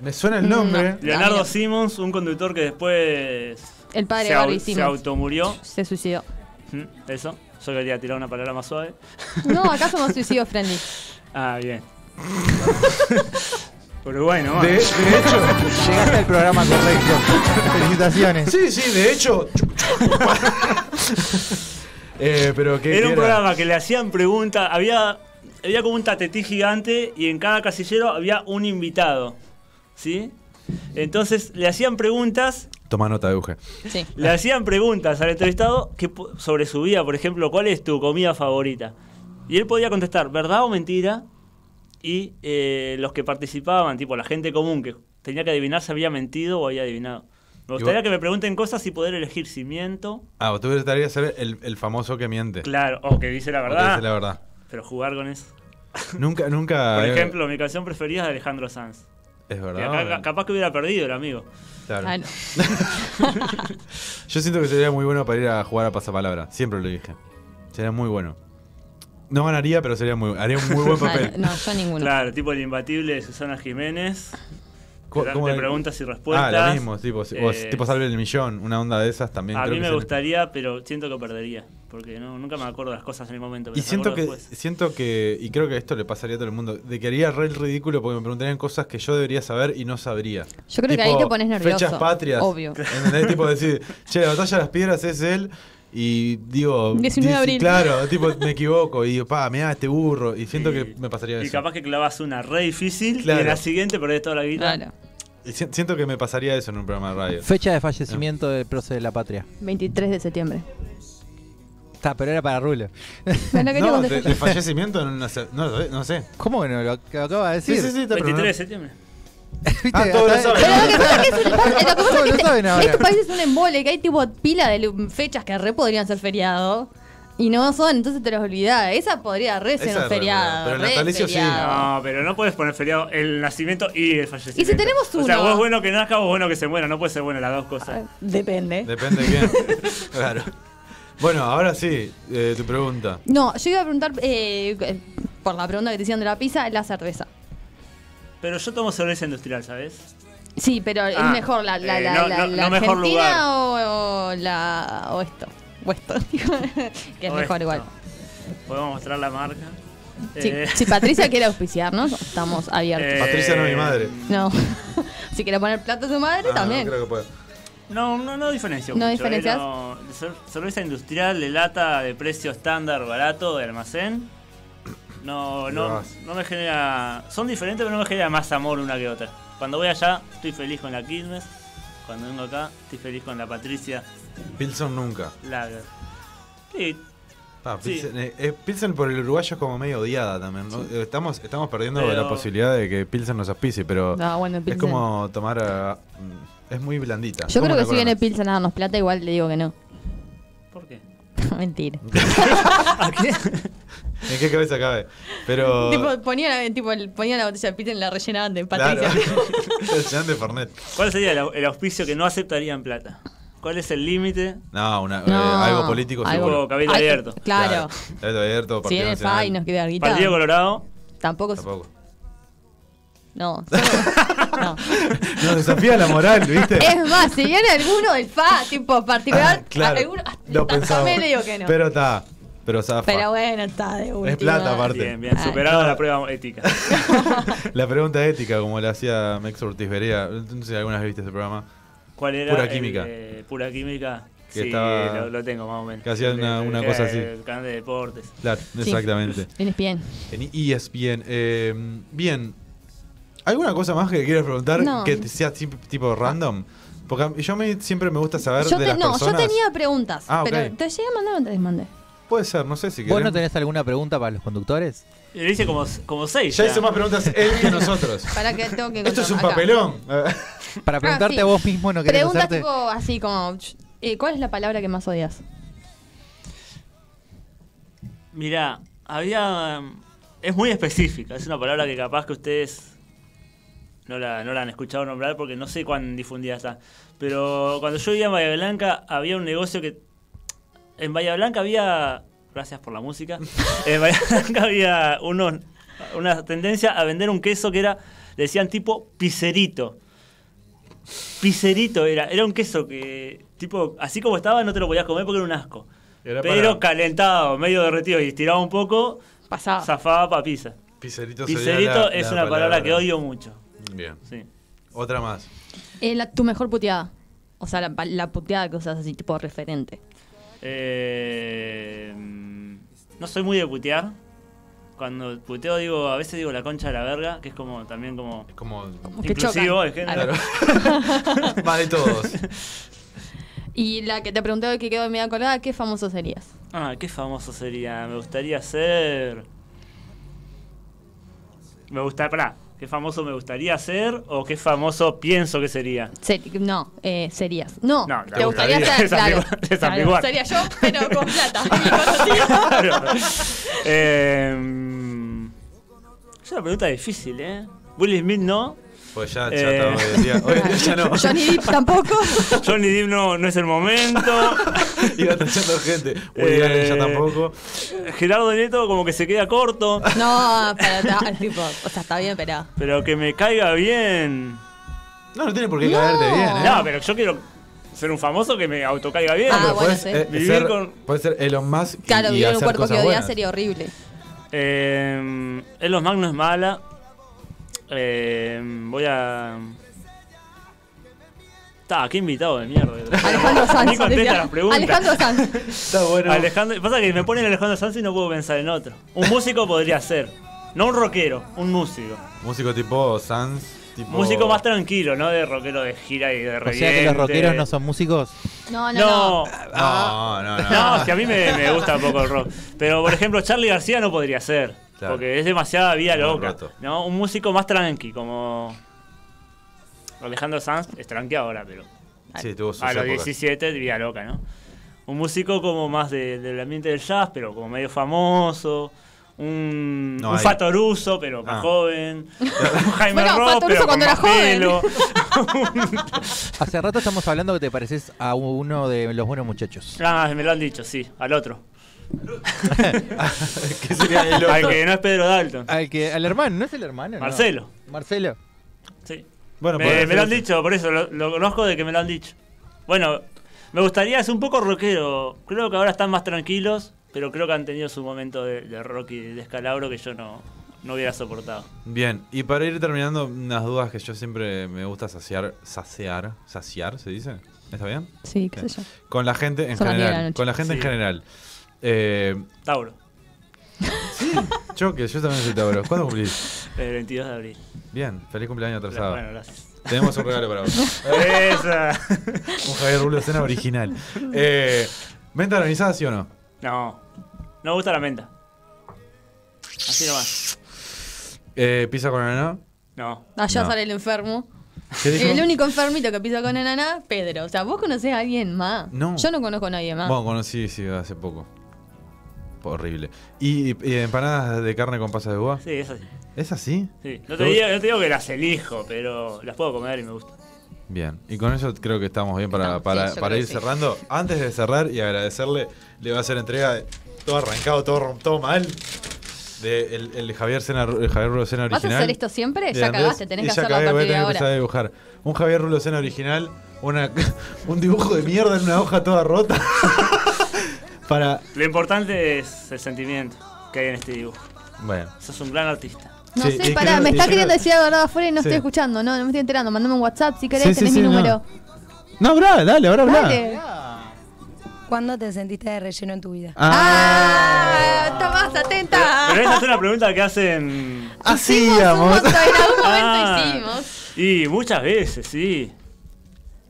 [SPEAKER 2] Me suena el nombre.
[SPEAKER 10] Leonardo Simmons, un conductor que después.
[SPEAKER 3] El padre
[SPEAKER 10] se,
[SPEAKER 3] de
[SPEAKER 10] au-
[SPEAKER 3] Barry
[SPEAKER 10] se
[SPEAKER 3] Simmons.
[SPEAKER 10] automurió.
[SPEAKER 3] Se suicidó.
[SPEAKER 10] Mm, Eso. Yo quería tirar una palabra más suave.
[SPEAKER 3] No, acá somos suicidio friendly.
[SPEAKER 10] Ah, bien. Uruguay nomás.
[SPEAKER 2] De, de hecho,
[SPEAKER 4] llegaste al programa correcto. Felicitaciones.
[SPEAKER 2] Sí, sí, de hecho. Eh, pero ¿qué-
[SPEAKER 10] Era
[SPEAKER 2] qué
[SPEAKER 10] un programa que le hacían preguntas. Había, había como un tatetí gigante y en cada casillero había un invitado. ¿Sí? Entonces le hacían preguntas
[SPEAKER 2] Toma nota, Euge.
[SPEAKER 3] Sí.
[SPEAKER 10] Le hacían preguntas al entrevistado que po- sobre su vida, por ejemplo, ¿cuál es tu comida favorita? Y él podía contestar, ¿verdad o mentira? Y eh, los que participaban, tipo la gente común que tenía que adivinar si había mentido o había adivinado. Me gustaría
[SPEAKER 2] vos-
[SPEAKER 10] que me pregunten cosas y poder elegir si miento,
[SPEAKER 2] Ah, vos te gustaría ser el, el famoso que miente.
[SPEAKER 10] claro, o que dice la
[SPEAKER 2] O que
[SPEAKER 10] verdad.
[SPEAKER 2] dice la verdad.
[SPEAKER 10] Pero jugar con eso.
[SPEAKER 2] Nunca, nunca.
[SPEAKER 10] Por
[SPEAKER 2] eh,
[SPEAKER 10] ejemplo, mi canción preferida es de Alejandro Sanz.
[SPEAKER 2] Es
[SPEAKER 10] Y acá
[SPEAKER 2] verdad.
[SPEAKER 10] ca- capaz que hubiera perdido el amigo.
[SPEAKER 2] Claro.
[SPEAKER 3] Ah,
[SPEAKER 2] Yo siento que sería muy bueno para ir a jugar a pasapalabra. Siempre lo dije. Sería muy bueno. No ganaría, pero sería muy haría un muy buen papel.
[SPEAKER 3] Ah, No, yo ninguno.
[SPEAKER 10] Claro, tipo el imbatible de Susana Jiménez.
[SPEAKER 2] Co-
[SPEAKER 10] Te
[SPEAKER 2] ¿cómo
[SPEAKER 10] te
[SPEAKER 2] era?
[SPEAKER 10] preguntas y respuestas.
[SPEAKER 2] Ah, lo mismo, tipo, si- o
[SPEAKER 10] Eh,
[SPEAKER 2] tipo salve el millón, una onda de esas también.
[SPEAKER 10] A
[SPEAKER 2] creo
[SPEAKER 10] mí
[SPEAKER 2] que
[SPEAKER 10] me
[SPEAKER 2] se-
[SPEAKER 10] gustaría, pero siento que perdería. Porque no, nunca me acuerdo las cosas en el momento. pero
[SPEAKER 2] Y
[SPEAKER 10] me
[SPEAKER 2] siento que,
[SPEAKER 10] acuerdo después.
[SPEAKER 2] siento que, y creo que esto le pasaría a todo el mundo, de que haría re el ridículo porque me preguntarían cosas que yo debería saber y no sabría.
[SPEAKER 3] Yo creo que ahí te pones nervioso,
[SPEAKER 2] Fechas patrias.
[SPEAKER 3] obvio.
[SPEAKER 2] ¿Entendés? tipo decir, che, la batalla de las piedras es él y digo...
[SPEAKER 10] 19 de
[SPEAKER 2] dice-
[SPEAKER 10] abril.
[SPEAKER 2] Claro, tipo, me equivoco y digo, pa, mirá este burro. Y siento que me pasaría
[SPEAKER 10] Y
[SPEAKER 2] eso.
[SPEAKER 10] capaz que clavas una re difícil
[SPEAKER 2] Claro.
[SPEAKER 10] y en la siguiente perdés toda la guita.
[SPEAKER 2] Y si- siento que me pasaría eso en un programa de radio.
[SPEAKER 4] Fecha de fallecimiento del prócer de la patria.
[SPEAKER 3] 23 de septiembre.
[SPEAKER 4] Está, pero era para Rulo.
[SPEAKER 3] Bueno, quería
[SPEAKER 2] No, de,
[SPEAKER 3] contestar.
[SPEAKER 2] de fallecimiento no, sé- no, lo sé- no sé.
[SPEAKER 4] ¿Cómo que no? Lo, ac- lo acaba de decir.
[SPEAKER 2] Sí, sí, sí, está, pero
[SPEAKER 10] 23 de septiembre.
[SPEAKER 2] Ah, todos lo saben.
[SPEAKER 3] Lo que pasa
[SPEAKER 4] Todos
[SPEAKER 3] es
[SPEAKER 4] lo
[SPEAKER 3] que este-
[SPEAKER 4] saben ahora.
[SPEAKER 3] este país es un embole, que hay tipo pila de lu- fechas que re podrían ser feriado. Y no son, entonces te los olvidás. Esa podría re ser un feriado. re feriado.
[SPEAKER 10] No, pero no puedes poner feriado el nacimiento y el fallecimiento.
[SPEAKER 3] ¿Y si tenemos
[SPEAKER 10] O sea,
[SPEAKER 3] uno?
[SPEAKER 10] vos es bueno que nazca, vos es bueno que se muera. No puede ser bueno las dos cosas.
[SPEAKER 3] Depende.
[SPEAKER 2] Depende de quién. claro. Bueno, ahora sí, eh, tu pregunta.
[SPEAKER 3] No, yo iba a preguntar, eh, eh, por la pregunta que te hicieron de la pizza, la cerveza. Ah.
[SPEAKER 10] Pero yo tomo cerveza industrial, ¿sabes?
[SPEAKER 3] Sí, pero
[SPEAKER 10] Ah,
[SPEAKER 3] es mejor la, la,
[SPEAKER 10] eh,
[SPEAKER 3] la,
[SPEAKER 10] no-
[SPEAKER 3] la-
[SPEAKER 10] no-
[SPEAKER 3] la
[SPEAKER 10] no mejor
[SPEAKER 3] Argentina o, o la o esto. O esto, digo, que es
[SPEAKER 10] O
[SPEAKER 3] mejor
[SPEAKER 10] esto.
[SPEAKER 3] igual.
[SPEAKER 10] Podemos mostrar la marca.
[SPEAKER 3] Si,
[SPEAKER 10] Eh,
[SPEAKER 3] si Patricia quiere auspiciarnos, estamos abiertos.
[SPEAKER 10] Eh, Patricia no es mi
[SPEAKER 2] madre.
[SPEAKER 3] No. si quiere poner plato a su madre,
[SPEAKER 2] Ah,
[SPEAKER 3] también.
[SPEAKER 2] no creo que pueda.
[SPEAKER 10] No, no, no diferencio
[SPEAKER 3] ¿No
[SPEAKER 10] mucho.
[SPEAKER 3] diferencias?
[SPEAKER 10] eh, no. Cer- cerveza industrial de lata de precio estándar, barato, de almacén. No, no,
[SPEAKER 2] Vas.
[SPEAKER 10] no me genera. Son diferentes, pero no me genera más amor una que otra. Cuando voy allá, estoy feliz con la Quilmes. Cuando vengo acá, estoy feliz con la Patricia
[SPEAKER 2] Pilsen nunca.
[SPEAKER 10] Lager. Sí,
[SPEAKER 2] Ah,
[SPEAKER 10] Sí.
[SPEAKER 2] Pilsen, eh, eh, Pilsen por el uruguayo es como medio odiada también. ¿no? Eh, Estamos, estamos perdiendo
[SPEAKER 10] Pero-
[SPEAKER 2] la posibilidad de que Pilsen nos auspicie, pero
[SPEAKER 3] No, bueno,
[SPEAKER 2] es
[SPEAKER 3] Pilsen.
[SPEAKER 2] como tomar... ah, mm, es muy blandita.
[SPEAKER 3] Yo
[SPEAKER 2] Como
[SPEAKER 3] creo que
[SPEAKER 2] una
[SPEAKER 3] si viene
[SPEAKER 2] corona.
[SPEAKER 3] Pilsen a darnos plata, igual le digo que no.
[SPEAKER 10] ¿Por qué?
[SPEAKER 3] Mentira.
[SPEAKER 2] ¿En qué cabeza cabe? Pero...
[SPEAKER 3] Tipo, ponía, tipo, ponía la botella de Pilsen y la rellenaban de
[SPEAKER 2] Claro. Eh,
[SPEAKER 3] Patricia.
[SPEAKER 2] El señor de Fernet.
[SPEAKER 10] ¿Cuál sería el, au- el auspicio que no aceptaría en plata? ¿Cuál es el límite?
[SPEAKER 2] No, una- eh,
[SPEAKER 3] No,
[SPEAKER 2] algo político
[SPEAKER 10] algo-
[SPEAKER 2] seguro.
[SPEAKER 10] Tipo Cabildo Ay, Abierto.
[SPEAKER 3] claro.
[SPEAKER 2] Cabildo abierto,
[SPEAKER 3] Si
[SPEAKER 2] Partido
[SPEAKER 3] viene
[SPEAKER 2] Nacional.
[SPEAKER 3] Fa y nos queda guitarra.
[SPEAKER 10] Partido Colorado.
[SPEAKER 3] Tampoco.
[SPEAKER 2] Tampoco.
[SPEAKER 3] No.
[SPEAKER 2] Nos desafía la moral, ¿viste?
[SPEAKER 3] Es más, si viene alguno del FA, tipo particular,
[SPEAKER 2] Ah, Claro,
[SPEAKER 3] alguno,
[SPEAKER 2] lo pensaba.
[SPEAKER 3] también le digo que no.
[SPEAKER 2] Pero está. Pero zafa.
[SPEAKER 3] Pero bueno, está de última.
[SPEAKER 2] es plata aparte.
[SPEAKER 10] Bien, bien,
[SPEAKER 3] Ah,
[SPEAKER 10] superado la prueba ética.
[SPEAKER 2] La pregunta ética, como la hacía Mex Ortiz Berea, no sé si algunas viste ese programa.
[SPEAKER 10] ¿Cuál era?
[SPEAKER 2] Pura
[SPEAKER 10] el,
[SPEAKER 2] química.
[SPEAKER 10] eh, pura química.
[SPEAKER 2] Que
[SPEAKER 10] sí,
[SPEAKER 2] estaba-
[SPEAKER 10] lo, lo tengo más o menos.
[SPEAKER 2] que hacía una- una
[SPEAKER 10] Era
[SPEAKER 2] cosa así.
[SPEAKER 10] El canal de deportes.
[SPEAKER 2] Claro, exactamente.
[SPEAKER 3] Vienes bien.
[SPEAKER 2] En E ESPN. Eh, bien. ¿Alguna cosa más que quieras preguntar
[SPEAKER 3] No.
[SPEAKER 2] que te sea ti- tipo random? Porque a- yo me, siempre me gusta saber
[SPEAKER 3] Yo
[SPEAKER 2] de
[SPEAKER 3] te-
[SPEAKER 2] las
[SPEAKER 3] no,
[SPEAKER 2] personas.
[SPEAKER 3] yo tenía preguntas.
[SPEAKER 2] Ah, ok.
[SPEAKER 3] Pero te llegué a mandar o te desmandé.
[SPEAKER 2] Puede ser, no sé si
[SPEAKER 4] ¿Vos
[SPEAKER 2] querés.
[SPEAKER 4] no tenés alguna pregunta para los conductores?
[SPEAKER 10] Y le hice como, como seis.
[SPEAKER 2] Ya hizo más preguntas él que nosotros.
[SPEAKER 3] Para que tengo que
[SPEAKER 2] Esto es un
[SPEAKER 3] acá.
[SPEAKER 2] papelón.
[SPEAKER 4] Para preguntarte
[SPEAKER 3] sí.
[SPEAKER 4] a vos mismo, ¿no querés
[SPEAKER 3] Preguntas
[SPEAKER 4] hacerte?
[SPEAKER 3] tipo así como eh, ¿cuál es la palabra que más odias?
[SPEAKER 10] Mirá, había. um, Es muy específica. Es una palabra que capaz que ustedes no la, no la han escuchado nombrar porque no sé cuán difundida está. Pero cuando yo vivía en Bahía Blanca había un negocio que. En Bahía Blanca había. Gracias por la música. En Bahía Blanca había unos, una tendencia a vender un queso que era. Le decían tipo pizzerito. Pizzerito era. Era un queso que. Tipo, así como estaba, no te lo podías comer porque era un asco.
[SPEAKER 2] Era para-
[SPEAKER 10] Pero calentado, medio derretido y estirado un poco,
[SPEAKER 3] Pasaba.
[SPEAKER 10] zafaba para pizza.
[SPEAKER 2] Pizarito sería
[SPEAKER 10] Pizerito
[SPEAKER 2] la-
[SPEAKER 10] es
[SPEAKER 2] la
[SPEAKER 10] una palabra. que odio mucho.
[SPEAKER 2] Bien.
[SPEAKER 10] Sí.
[SPEAKER 2] Otra más.
[SPEAKER 3] Eh, la- tu mejor puteada. O sea, la, la puteada que usas así tipo referente.
[SPEAKER 10] Eh, mm, no soy muy de putear. Cuando puteo digo, a veces digo la concha de la verga, que es como también como,
[SPEAKER 2] como,
[SPEAKER 3] que
[SPEAKER 10] inclusivo
[SPEAKER 3] chocan.
[SPEAKER 10] de género.
[SPEAKER 3] Claro.
[SPEAKER 2] Va de todos.
[SPEAKER 3] Y la que te pregunté hoy que quedó medio colgada, ¿qué famoso serías?
[SPEAKER 10] Ah, qué famoso sería. Me gustaría ser. Me gusta, pará, ¿qué famoso me gustaría ser o qué famoso pienso que sería?
[SPEAKER 3] Seri- no, eh, serías. No,
[SPEAKER 10] No,
[SPEAKER 3] te gustaría, ser.
[SPEAKER 10] Esa
[SPEAKER 3] Claro,
[SPEAKER 10] ambigua- esa
[SPEAKER 3] Claro,
[SPEAKER 10] ambigua.
[SPEAKER 3] sería yo, pero con plata. y conocido.
[SPEAKER 10] Eh, mm, es una pregunta difícil, ¿eh? Will Smith no.
[SPEAKER 2] Pues ya, ya
[SPEAKER 10] Eh.
[SPEAKER 2] estaba hoy en día. Hoy en día ya no.
[SPEAKER 3] Johnny Depp tampoco.
[SPEAKER 10] Johnny Depp no, no es el momento.
[SPEAKER 2] Iba tachando gente. Woody Allen ya
[SPEAKER 10] Eh.
[SPEAKER 2] tampoco.
[SPEAKER 10] Gerardo Nieto como que se queda corto.
[SPEAKER 3] No, pero está, tipo, o sea, está bien, pero.
[SPEAKER 10] Pero que me caiga bien.
[SPEAKER 2] No, no tiene por qué caerte bien, ¿eh?
[SPEAKER 10] No, Ah, pero yo quiero ser un famoso que me autocaiga bien.
[SPEAKER 3] Ah, bueno,
[SPEAKER 2] Puedes,
[SPEAKER 3] sí.
[SPEAKER 2] eh,
[SPEAKER 10] Vivir
[SPEAKER 2] ser,
[SPEAKER 10] con-
[SPEAKER 2] puede ser Elon Musk y-
[SPEAKER 3] Claro,
[SPEAKER 2] y,
[SPEAKER 3] vivir en un
[SPEAKER 2] hacer
[SPEAKER 3] cuerpo que
[SPEAKER 2] cosas
[SPEAKER 3] odias
[SPEAKER 2] buenas.
[SPEAKER 3] sería horrible.
[SPEAKER 10] Eh, Elos Magno es mala. Eh, voy a. Ta, qué invitado de mierda.
[SPEAKER 3] Alejandro Sanz.
[SPEAKER 10] Ni contesta
[SPEAKER 3] decía.
[SPEAKER 10] las preguntas.
[SPEAKER 3] Alejandro Sanz.
[SPEAKER 2] Está bueno.
[SPEAKER 10] Alejandro, pasa que me ponen Alejandro Sanz y no puedo pensar en otro. Un músico podría ser. No un rockero, un músico.
[SPEAKER 2] Músico tipo Sans. Tipo...
[SPEAKER 10] Músico más tranquilo, no de rockero de gira y de
[SPEAKER 4] O
[SPEAKER 10] reviente.
[SPEAKER 4] sea que los rockeros no son músicos.
[SPEAKER 3] No, no, no.
[SPEAKER 10] No,
[SPEAKER 2] No, no, no.
[SPEAKER 10] no, es que a mí me, me gusta un poco el rock. Pero por ejemplo, Charlie García no podría ser.
[SPEAKER 2] Claro.
[SPEAKER 10] Porque es demasiada vida
[SPEAKER 2] Muy
[SPEAKER 10] loca.
[SPEAKER 2] roto.
[SPEAKER 10] ¿no? Un músico más tranqui, como. Alejandro Sanz es tranqui ahora, pero.
[SPEAKER 2] Sí, tuvo sus
[SPEAKER 10] A los
[SPEAKER 2] épocas.
[SPEAKER 10] 17, vida loca, ¿no? Un músico como más de- del ambiente del jazz, pero como medio famoso. Un,
[SPEAKER 2] No,
[SPEAKER 10] un
[SPEAKER 2] ahí-
[SPEAKER 10] Fatoruso, pero más
[SPEAKER 2] Ah.
[SPEAKER 10] joven. un Jaime
[SPEAKER 3] Bueno,
[SPEAKER 10] Ross,
[SPEAKER 3] Fatoruso
[SPEAKER 10] pero con
[SPEAKER 3] cuando
[SPEAKER 10] más
[SPEAKER 3] era
[SPEAKER 10] pelo.
[SPEAKER 4] Hace rato estamos hablando que te pareces a uno de los buenos muchachos.
[SPEAKER 10] Ah, me lo han dicho, sí, al otro.
[SPEAKER 2] ¿Qué sería el otro?
[SPEAKER 10] Al que no es Pedro Dalton.
[SPEAKER 4] Al que, al hermano, no es el hermano. Ah, no?
[SPEAKER 10] Marcelo.
[SPEAKER 4] Marcelo.
[SPEAKER 10] Sí.
[SPEAKER 2] Bueno, podría
[SPEAKER 10] me,
[SPEAKER 2] ser
[SPEAKER 10] me lo han
[SPEAKER 2] ese.
[SPEAKER 10] dicho, por eso, lo, lo conozco de que me lo han dicho. Bueno, me gustaría, es un poco rockero. Creo que ahora están más tranquilos, pero creo que han tenido su momento de, de rock y de descalabro que yo no. no hubiera soportado.
[SPEAKER 2] Bien, y para ir terminando, unas dudas que yo siempre me gusta saciar, saciar, saciar, ¿se dice? ¿Está bien?
[SPEAKER 3] Sí, qué sé
[SPEAKER 2] Bien.
[SPEAKER 3] yo.
[SPEAKER 2] Con la gente en
[SPEAKER 3] Son las diez de la
[SPEAKER 2] general.
[SPEAKER 3] noche.
[SPEAKER 2] Con la gente en
[SPEAKER 10] Sí.
[SPEAKER 2] general. Eh,
[SPEAKER 10] Tauro,
[SPEAKER 2] yo que yo también soy Tauro. ¿Cuándo cumplís?
[SPEAKER 10] el 22 de abril.
[SPEAKER 2] Bien, feliz cumpleaños atrasado.
[SPEAKER 10] Bueno, gracias.
[SPEAKER 2] Tenemos un regalo para vos.
[SPEAKER 10] ¡Esa!
[SPEAKER 2] un Javier Rulo Cena original. Eh, ¿Venta organizada, sí o no?
[SPEAKER 10] No, no me gusta la menta. Así nomás.
[SPEAKER 2] Eh, ¿Pizza con ananá?
[SPEAKER 10] No.
[SPEAKER 3] Allá
[SPEAKER 2] No.
[SPEAKER 3] sale el enfermo.
[SPEAKER 2] ¿Qué dijo?
[SPEAKER 3] El único enfermito que pisa con ananá, Pedro. O sea, vos conocés a alguien más.
[SPEAKER 2] No.
[SPEAKER 3] Yo no conozco a nadie más.
[SPEAKER 2] Bueno, conocí, sí, hace poco. Horrible. ¿Y, y empanadas de carne con pasas de uva?
[SPEAKER 10] Sí, es así.
[SPEAKER 2] ¿Es así?
[SPEAKER 10] Sí. No, te digo, no te digo que las elijo, pero las puedo comer y me gusta.
[SPEAKER 2] Bien, y con eso creo que estamos bien para, para,
[SPEAKER 10] sí, yo
[SPEAKER 2] para
[SPEAKER 10] creo
[SPEAKER 2] ir
[SPEAKER 10] que sí.
[SPEAKER 2] cerrando. Antes de cerrar y agradecerle, le voy a hacer entrega de todo arrancado, todo, rom- todo mal. De el, el Javier Sena, el Javier Rulo Sena
[SPEAKER 3] ¿Vas a
[SPEAKER 2] original.
[SPEAKER 3] hacer esto siempre?
[SPEAKER 2] De
[SPEAKER 3] Ya
[SPEAKER 2] Andrés.
[SPEAKER 3] cagaste, tenés
[SPEAKER 2] Y
[SPEAKER 3] que
[SPEAKER 2] ya
[SPEAKER 3] hacerlo a
[SPEAKER 2] cagué, voy
[SPEAKER 3] partir de
[SPEAKER 2] tener que
[SPEAKER 3] ahora.
[SPEAKER 2] empezar a dibujar. Un Javier Rulo Sena original, una, un dibujo de mierda en una hoja toda rota. para.
[SPEAKER 10] Lo importante es el sentimiento que hay en este dibujo.
[SPEAKER 2] Bueno.
[SPEAKER 10] Sos un gran artista.
[SPEAKER 3] No sé, pará, me está queriendo decir algo nada afuera y no
[SPEAKER 10] Sí.
[SPEAKER 3] estoy escuchando, no, no me estoy enterando. Mandame un WhatsApp si querés,
[SPEAKER 2] Sí, sí,
[SPEAKER 3] tenés
[SPEAKER 2] sí,
[SPEAKER 3] mi
[SPEAKER 2] no.
[SPEAKER 3] número.
[SPEAKER 2] No, hablá, dale, ahora hablá.
[SPEAKER 11] Dale. ¿Cuándo te sentiste de relleno en tu vida?
[SPEAKER 3] Ah, está más atenta.
[SPEAKER 10] Pero esa es una pregunta que hacen.
[SPEAKER 2] Así,
[SPEAKER 3] Hicimos un montón, en algún momento
[SPEAKER 10] Ah.
[SPEAKER 3] hicimos.
[SPEAKER 10] Y muchas veces, sí.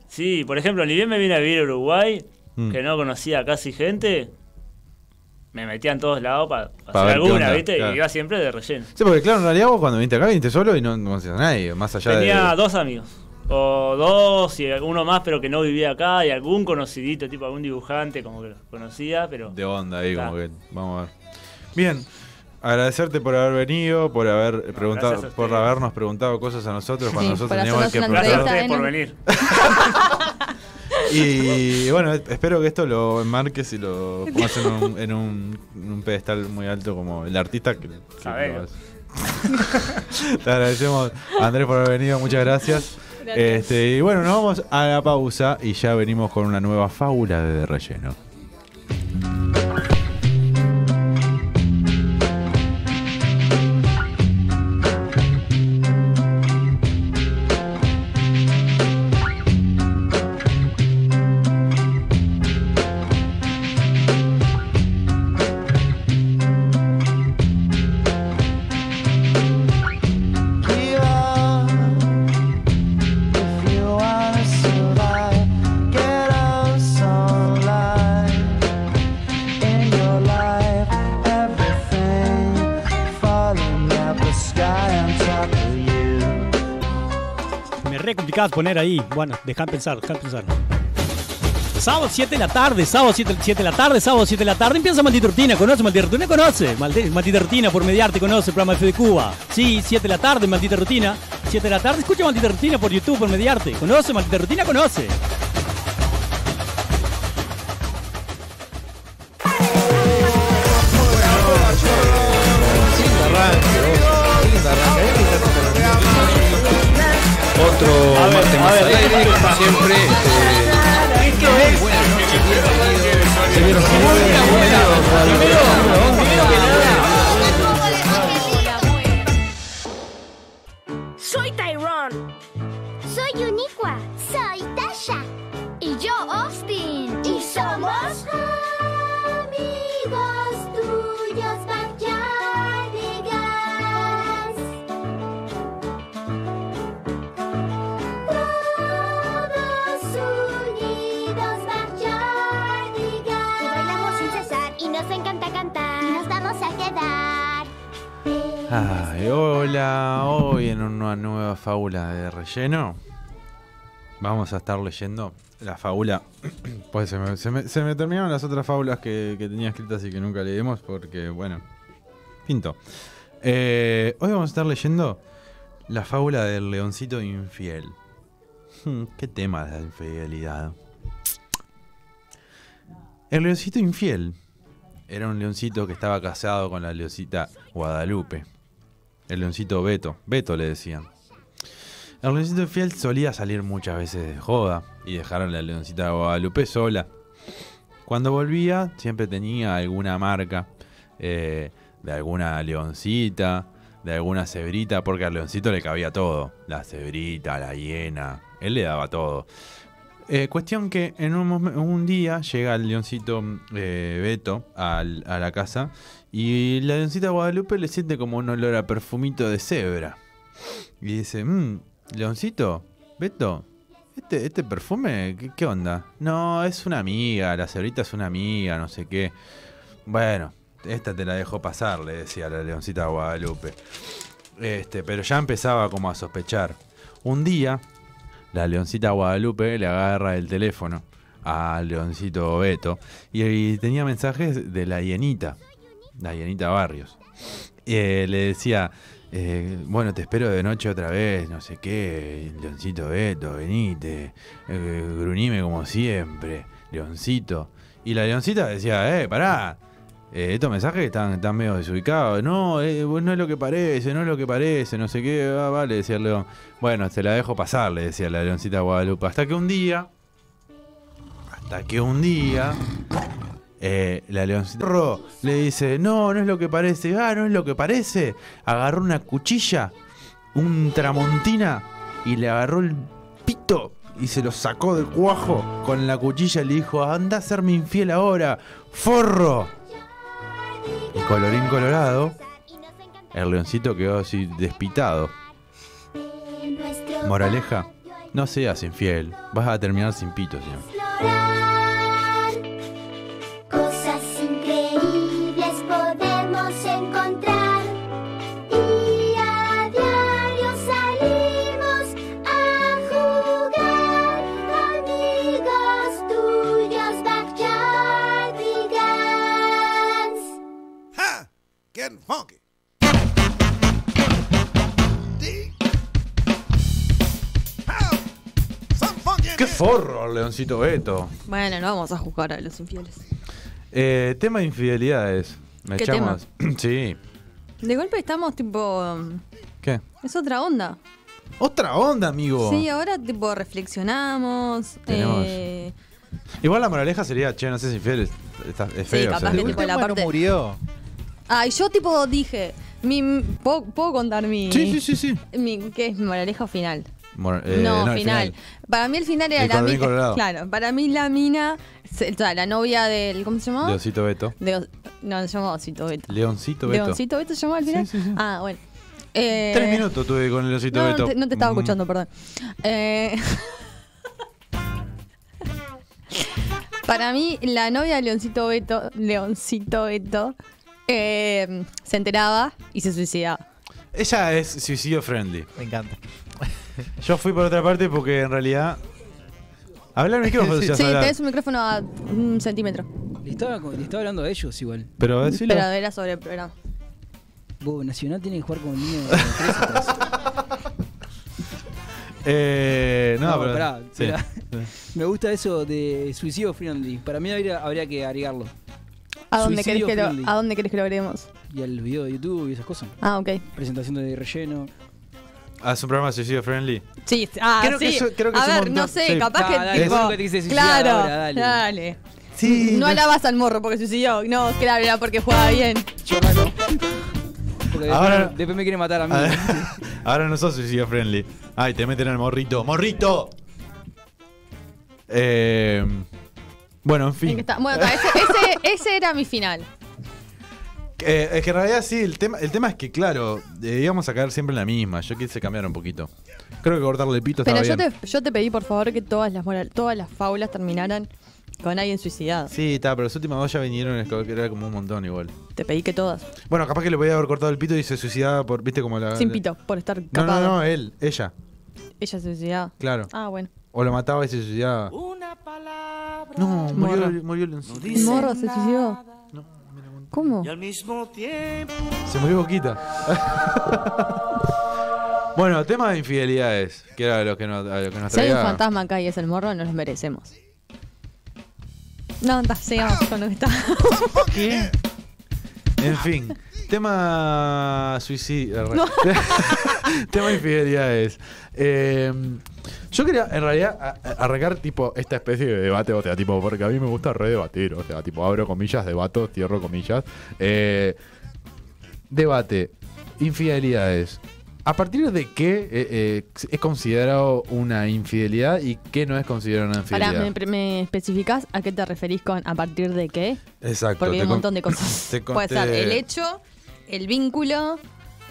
[SPEAKER 10] Sí, por ejemplo, ni bien me vine a vivir a Uruguay,
[SPEAKER 2] Mm.
[SPEAKER 10] que no conocía casi gente, me metía en todos lados para
[SPEAKER 2] Pa ver
[SPEAKER 10] hacer
[SPEAKER 2] qué
[SPEAKER 10] alguna,
[SPEAKER 2] onda,
[SPEAKER 10] ¿viste?
[SPEAKER 2] claro.
[SPEAKER 10] Y iba siempre de relleno.
[SPEAKER 2] Sí, porque claro, en realidad vos cuando viniste acá viniste solo y no, no conocías a nadie, más allá
[SPEAKER 10] Tenía
[SPEAKER 2] de.
[SPEAKER 10] dos amigos. O dos y uno más, pero que no vivía acá, y algún conocidito, tipo algún dibujante, como que lo conocía, pero.
[SPEAKER 2] de onda ahí,
[SPEAKER 10] Claro.
[SPEAKER 2] como que. Vamos a ver. Bien. Agradecerte por haber venido, por haber preguntado,
[SPEAKER 10] gracias a
[SPEAKER 2] por
[SPEAKER 10] ustedes.
[SPEAKER 2] habernos preguntado cosas a nosotros
[SPEAKER 10] Sí,
[SPEAKER 2] cuando nosotros
[SPEAKER 10] por
[SPEAKER 2] teníamos que
[SPEAKER 10] hacernos una entrevista
[SPEAKER 2] preguntar.
[SPEAKER 10] en Gracias a ustedes
[SPEAKER 2] Y bueno, espero que esto lo enmarques y lo pongas en un, en un- en un pedestal muy alto como el artista que, que
[SPEAKER 10] Sabelo.
[SPEAKER 2] lo hace. Te agradecemos, Andrés, por haber venido, muchas gracias. Este, y bueno, nos vamos a la pausa y ya venimos con una nueva fábula de, de relleno.
[SPEAKER 7] Give up if you wanna survive. Get out sunlight in your life. Everything falling out the sky on top of you.
[SPEAKER 8] Me re complicado poner ahí. Bueno, dejan pensar, dejan pensar. Sábado 7 de la tarde, sábado 7, de la tarde, sábado 7 de la tarde. Empieza Malditortina, conoce Malditortina, conoce. Maldi- Malditortina, por mediarte, conoce el programa de Fede Cuba. Sí, 7 de la tarde, Maldita Rutina. 7 de la tarde, escucha Maldita Rutina por YouTube, por mediarte. Conoce, Maldita Rutina, conoce.
[SPEAKER 13] Otro martes más al aire, como siempre. eh, buenas noches, bienvenidos. Se vieron como un medio al-
[SPEAKER 14] Soy Tyrone. Soy Uniqua. Soy Tasha. Y yo, Austin. Y somos amigos tuyos, Bachardigas. Todos unidos, Bachardigas. Y bailamos sin cesar y nos encanta cantar. Ah, Y nos vamos a quedar.
[SPEAKER 2] Ay, hola, hoy en una nueva fábula de relleno vamos a estar leyendo la fábula. Pues se me, se me- se me terminaron las otras fábulas que, que tenía escritas y que nunca leímos porque, bueno, pinto. Eh, hoy vamos a estar leyendo la fábula del leoncito infiel. Hmm, ¿Qué tema es la infidelidad? El leoncito infiel era un leoncito que estaba casado con la leoncita Guadalupe. El leoncito Beto. Beto le decían. El leoncito infiel solía salir muchas veces de joda y dejaron a la leoncita Guadalupe sola. Cuando volvía siempre tenía alguna marca eh, de alguna leoncita de alguna cebrita, porque al leoncito le cabía todo. La cebrita, la hiena, él le daba todo. Eh, cuestión que en un, mom- un día llega el leoncito eh, Beto al- a la casa y la leoncita Guadalupe le siente como un olor a perfumito de cebra. Y dice, "Mm, leoncito, Beto, este, este perfume, ¿qué, qué onda? No, es una amiga, la cebrita es una amiga, no sé qué. Bueno, esta te la dejo pasar, le decía la leoncita Guadalupe. Este, pero ya empezaba como a sospechar. Un día, la leoncita Guadalupe le agarra el teléfono al leoncito Beto y, y tenía mensajes de la hienita, la hienita Barrios. Eh, le decía, eh, bueno, te espero de noche otra vez, no sé qué, leoncito Beto, venite, eh, grunime como siempre, leoncito. Y la leoncita decía, eh, pará, eh, estos mensajes están, están medio desubicados. No, eh, vos no es lo que parece, no es lo que parece, no sé qué. Ah, vale, decía el león. Bueno, te la dejo pasar, le decía la leoncita a Guadalupe. Hasta que un día. Hasta que un día. eh, la leoncita Ro, le dice: No, no es lo que parece. Ah, no es lo que parece. Agarró una cuchilla, un tramontina, y le agarró el pito y se lo sacó del cuajo con la cuchilla y le dijo: Anda a serme infiel ahora, forro. Y colorín colorado, el leoncito quedó así despitado. Moraleja, no seas infiel, vas a terminar sin pito, señor.
[SPEAKER 14] Cosas increíbles podemos encontrar. Y a diario salimos a jugar. Amigos tuyos, Backyardigans.
[SPEAKER 15] Ha! Getting funky.
[SPEAKER 2] ¡Qué forro, el leoncito Beto!
[SPEAKER 3] Bueno, no vamos a juzgar a los infieles.
[SPEAKER 2] Eh, tema de infidelidades. ¿Me
[SPEAKER 3] ¿Qué
[SPEAKER 2] echamos? sí.
[SPEAKER 3] De golpe estamos tipo.
[SPEAKER 2] ¿Qué?
[SPEAKER 3] Es otra onda.
[SPEAKER 2] Otra onda, amigo.
[SPEAKER 3] Sí, ahora tipo reflexionamos.
[SPEAKER 2] Oh. Tenemos-
[SPEAKER 3] eh,
[SPEAKER 2] Igual la moraleja sería, che, no seas infiel, está, es
[SPEAKER 3] Sí,
[SPEAKER 2] feo.
[SPEAKER 3] capaz que tipo la parte-
[SPEAKER 2] murió.
[SPEAKER 3] Ah, y yo tipo dije. Mi, ¿puedo, puedo contar mi.
[SPEAKER 2] Sí, sí, sí, sí.
[SPEAKER 3] Mi, ¿Qué es mi moraleja o final?
[SPEAKER 2] Mor- eh,
[SPEAKER 3] no,
[SPEAKER 2] el
[SPEAKER 3] final. Para mí el final era
[SPEAKER 2] El
[SPEAKER 3] la
[SPEAKER 2] colorín
[SPEAKER 3] mina.
[SPEAKER 2] colorado.
[SPEAKER 3] Claro, para mí la mina. se- o sea, la novia del. ¿Cómo se llamaba?
[SPEAKER 2] Leoncito Beto.
[SPEAKER 3] De Os- no, se llamaba Osito Beto.
[SPEAKER 2] Leoncito Beto.
[SPEAKER 3] ¿Leoncito Beto se llamaba al final? Ah, bueno. Eh,
[SPEAKER 2] Tres minutos tuve con el leoncito
[SPEAKER 3] No,
[SPEAKER 2] Beto.
[SPEAKER 3] no te, no te estaba
[SPEAKER 2] Mm.
[SPEAKER 3] escuchando, perdón. Eh, para mí, la novia de Leoncito Beto, Leoncito Beto, eh, se enteraba y se suicidaba.
[SPEAKER 2] Ella es suicidio friendly.
[SPEAKER 4] Me encanta.
[SPEAKER 2] Yo fui por otra parte porque en realidad. Hablar al micrófono,
[SPEAKER 3] Sí,
[SPEAKER 2] ya sabes.
[SPEAKER 3] tenés un micrófono a un centímetro.
[SPEAKER 5] Le estaba, con- le estaba hablando a ellos igual.
[SPEAKER 2] Pero decilo.
[SPEAKER 3] Pero era sobre el programa.
[SPEAKER 5] Vos, Nacional tiene que jugar con niños de 13 atrás.
[SPEAKER 2] Eh, no,
[SPEAKER 5] No,
[SPEAKER 2] pero.
[SPEAKER 5] pará,
[SPEAKER 2] sí.
[SPEAKER 5] pará. Me gusta eso de suicidio friendly. Para mí habría, habría que agregarlo.
[SPEAKER 3] ¿A dónde, querés
[SPEAKER 5] Suicidio
[SPEAKER 3] que lo,
[SPEAKER 5] friendly.
[SPEAKER 3] ¿A dónde querés que lo agreguemos?
[SPEAKER 5] Y al video de YouTube y esas cosas.
[SPEAKER 3] Ah, ok.
[SPEAKER 5] Presentación de relleno.
[SPEAKER 2] Haz un programa suicidio friendly.
[SPEAKER 3] Sí, ah,
[SPEAKER 5] Creo que
[SPEAKER 3] sí.
[SPEAKER 5] eso- creo que
[SPEAKER 3] a
[SPEAKER 5] es un
[SPEAKER 3] ver,
[SPEAKER 5] montón.
[SPEAKER 3] no sé,
[SPEAKER 5] Sí.
[SPEAKER 3] capaz que
[SPEAKER 5] Ah, dale,
[SPEAKER 3] tipo,
[SPEAKER 5] vos nunca te quisiste suicidar
[SPEAKER 3] claro,
[SPEAKER 5] ahora,
[SPEAKER 3] dale.
[SPEAKER 5] dale.
[SPEAKER 3] no alabas al morro porque suicidó. No, claro, era porque jugaba bien.
[SPEAKER 5] Porque
[SPEAKER 2] Ahora-
[SPEAKER 5] después, después me quiere matar a mí.
[SPEAKER 2] Ah, Ahora no sos suicidio friendly. Ay, te meten al morrito. ¡Morrito! Eh, bueno, en
[SPEAKER 3] El que
[SPEAKER 2] fin.
[SPEAKER 3] está- Bueno, ta, ese, ese- ese era mi final.
[SPEAKER 2] Eh, es que en realidad sí, el tema, el tema es que, claro, eh, íbamos a caer siempre en la misma. Yo quise cambiar un poquito. Creo que cortarle el pito estaba
[SPEAKER 3] Pero yo
[SPEAKER 2] bien.
[SPEAKER 3] te, yo te pedí, por favor, que todas las moral- todas las fábulas terminaran con alguien suicidado.
[SPEAKER 2] Sí, está, pero las últimas dos ya vinieron, es como que era como un montón igual.
[SPEAKER 3] Te pedí que todas.
[SPEAKER 2] Bueno, capaz que le podía haber cortado el pito y se suicidaba por, viste, como la.
[SPEAKER 3] Sin pito, por estar
[SPEAKER 2] No, no,
[SPEAKER 3] capado.
[SPEAKER 2] no, él, ella,
[SPEAKER 3] Ella se suicidaba.
[SPEAKER 2] claro.
[SPEAKER 3] Ah, bueno.
[SPEAKER 2] O lo mataba y se suicidaba.
[SPEAKER 3] Uh,
[SPEAKER 2] No, murió, murió Leoncito.
[SPEAKER 3] El morro se suicidó. ¿Cómo?
[SPEAKER 7] Y al mismo tiempo.
[SPEAKER 2] Se murió Boquita. bueno, tema de infidelidades, que era lo que nos, a lo que nos
[SPEAKER 3] Si hay un
[SPEAKER 2] traía.
[SPEAKER 3] fantasma acá y es el morro, nos los merecemos. No, anda, sigamos con lo que está.
[SPEAKER 2] En fin, tema suicidio. tema infidelidades. Eh, yo quería, en realidad, a- a- arrancar tipo esta especie de debate, o sea, tipo, porque a mí me gusta redebatir, o sea, tipo, abro comillas, debato, cierro comillas. Eh, debate. infidelidades. ¿A partir de qué eh, eh, es considerado una infidelidad y qué no es considerado una
[SPEAKER 3] Pará,
[SPEAKER 2] infidelidad?
[SPEAKER 3] ¿me, pre- me especificás a qué te referís con a partir de qué?
[SPEAKER 2] Exacto.
[SPEAKER 3] Porque hay
[SPEAKER 2] te
[SPEAKER 3] un
[SPEAKER 2] con-
[SPEAKER 3] montón de cosas.
[SPEAKER 2] te
[SPEAKER 3] Puede ser
[SPEAKER 2] conté-
[SPEAKER 3] el hecho, el vínculo,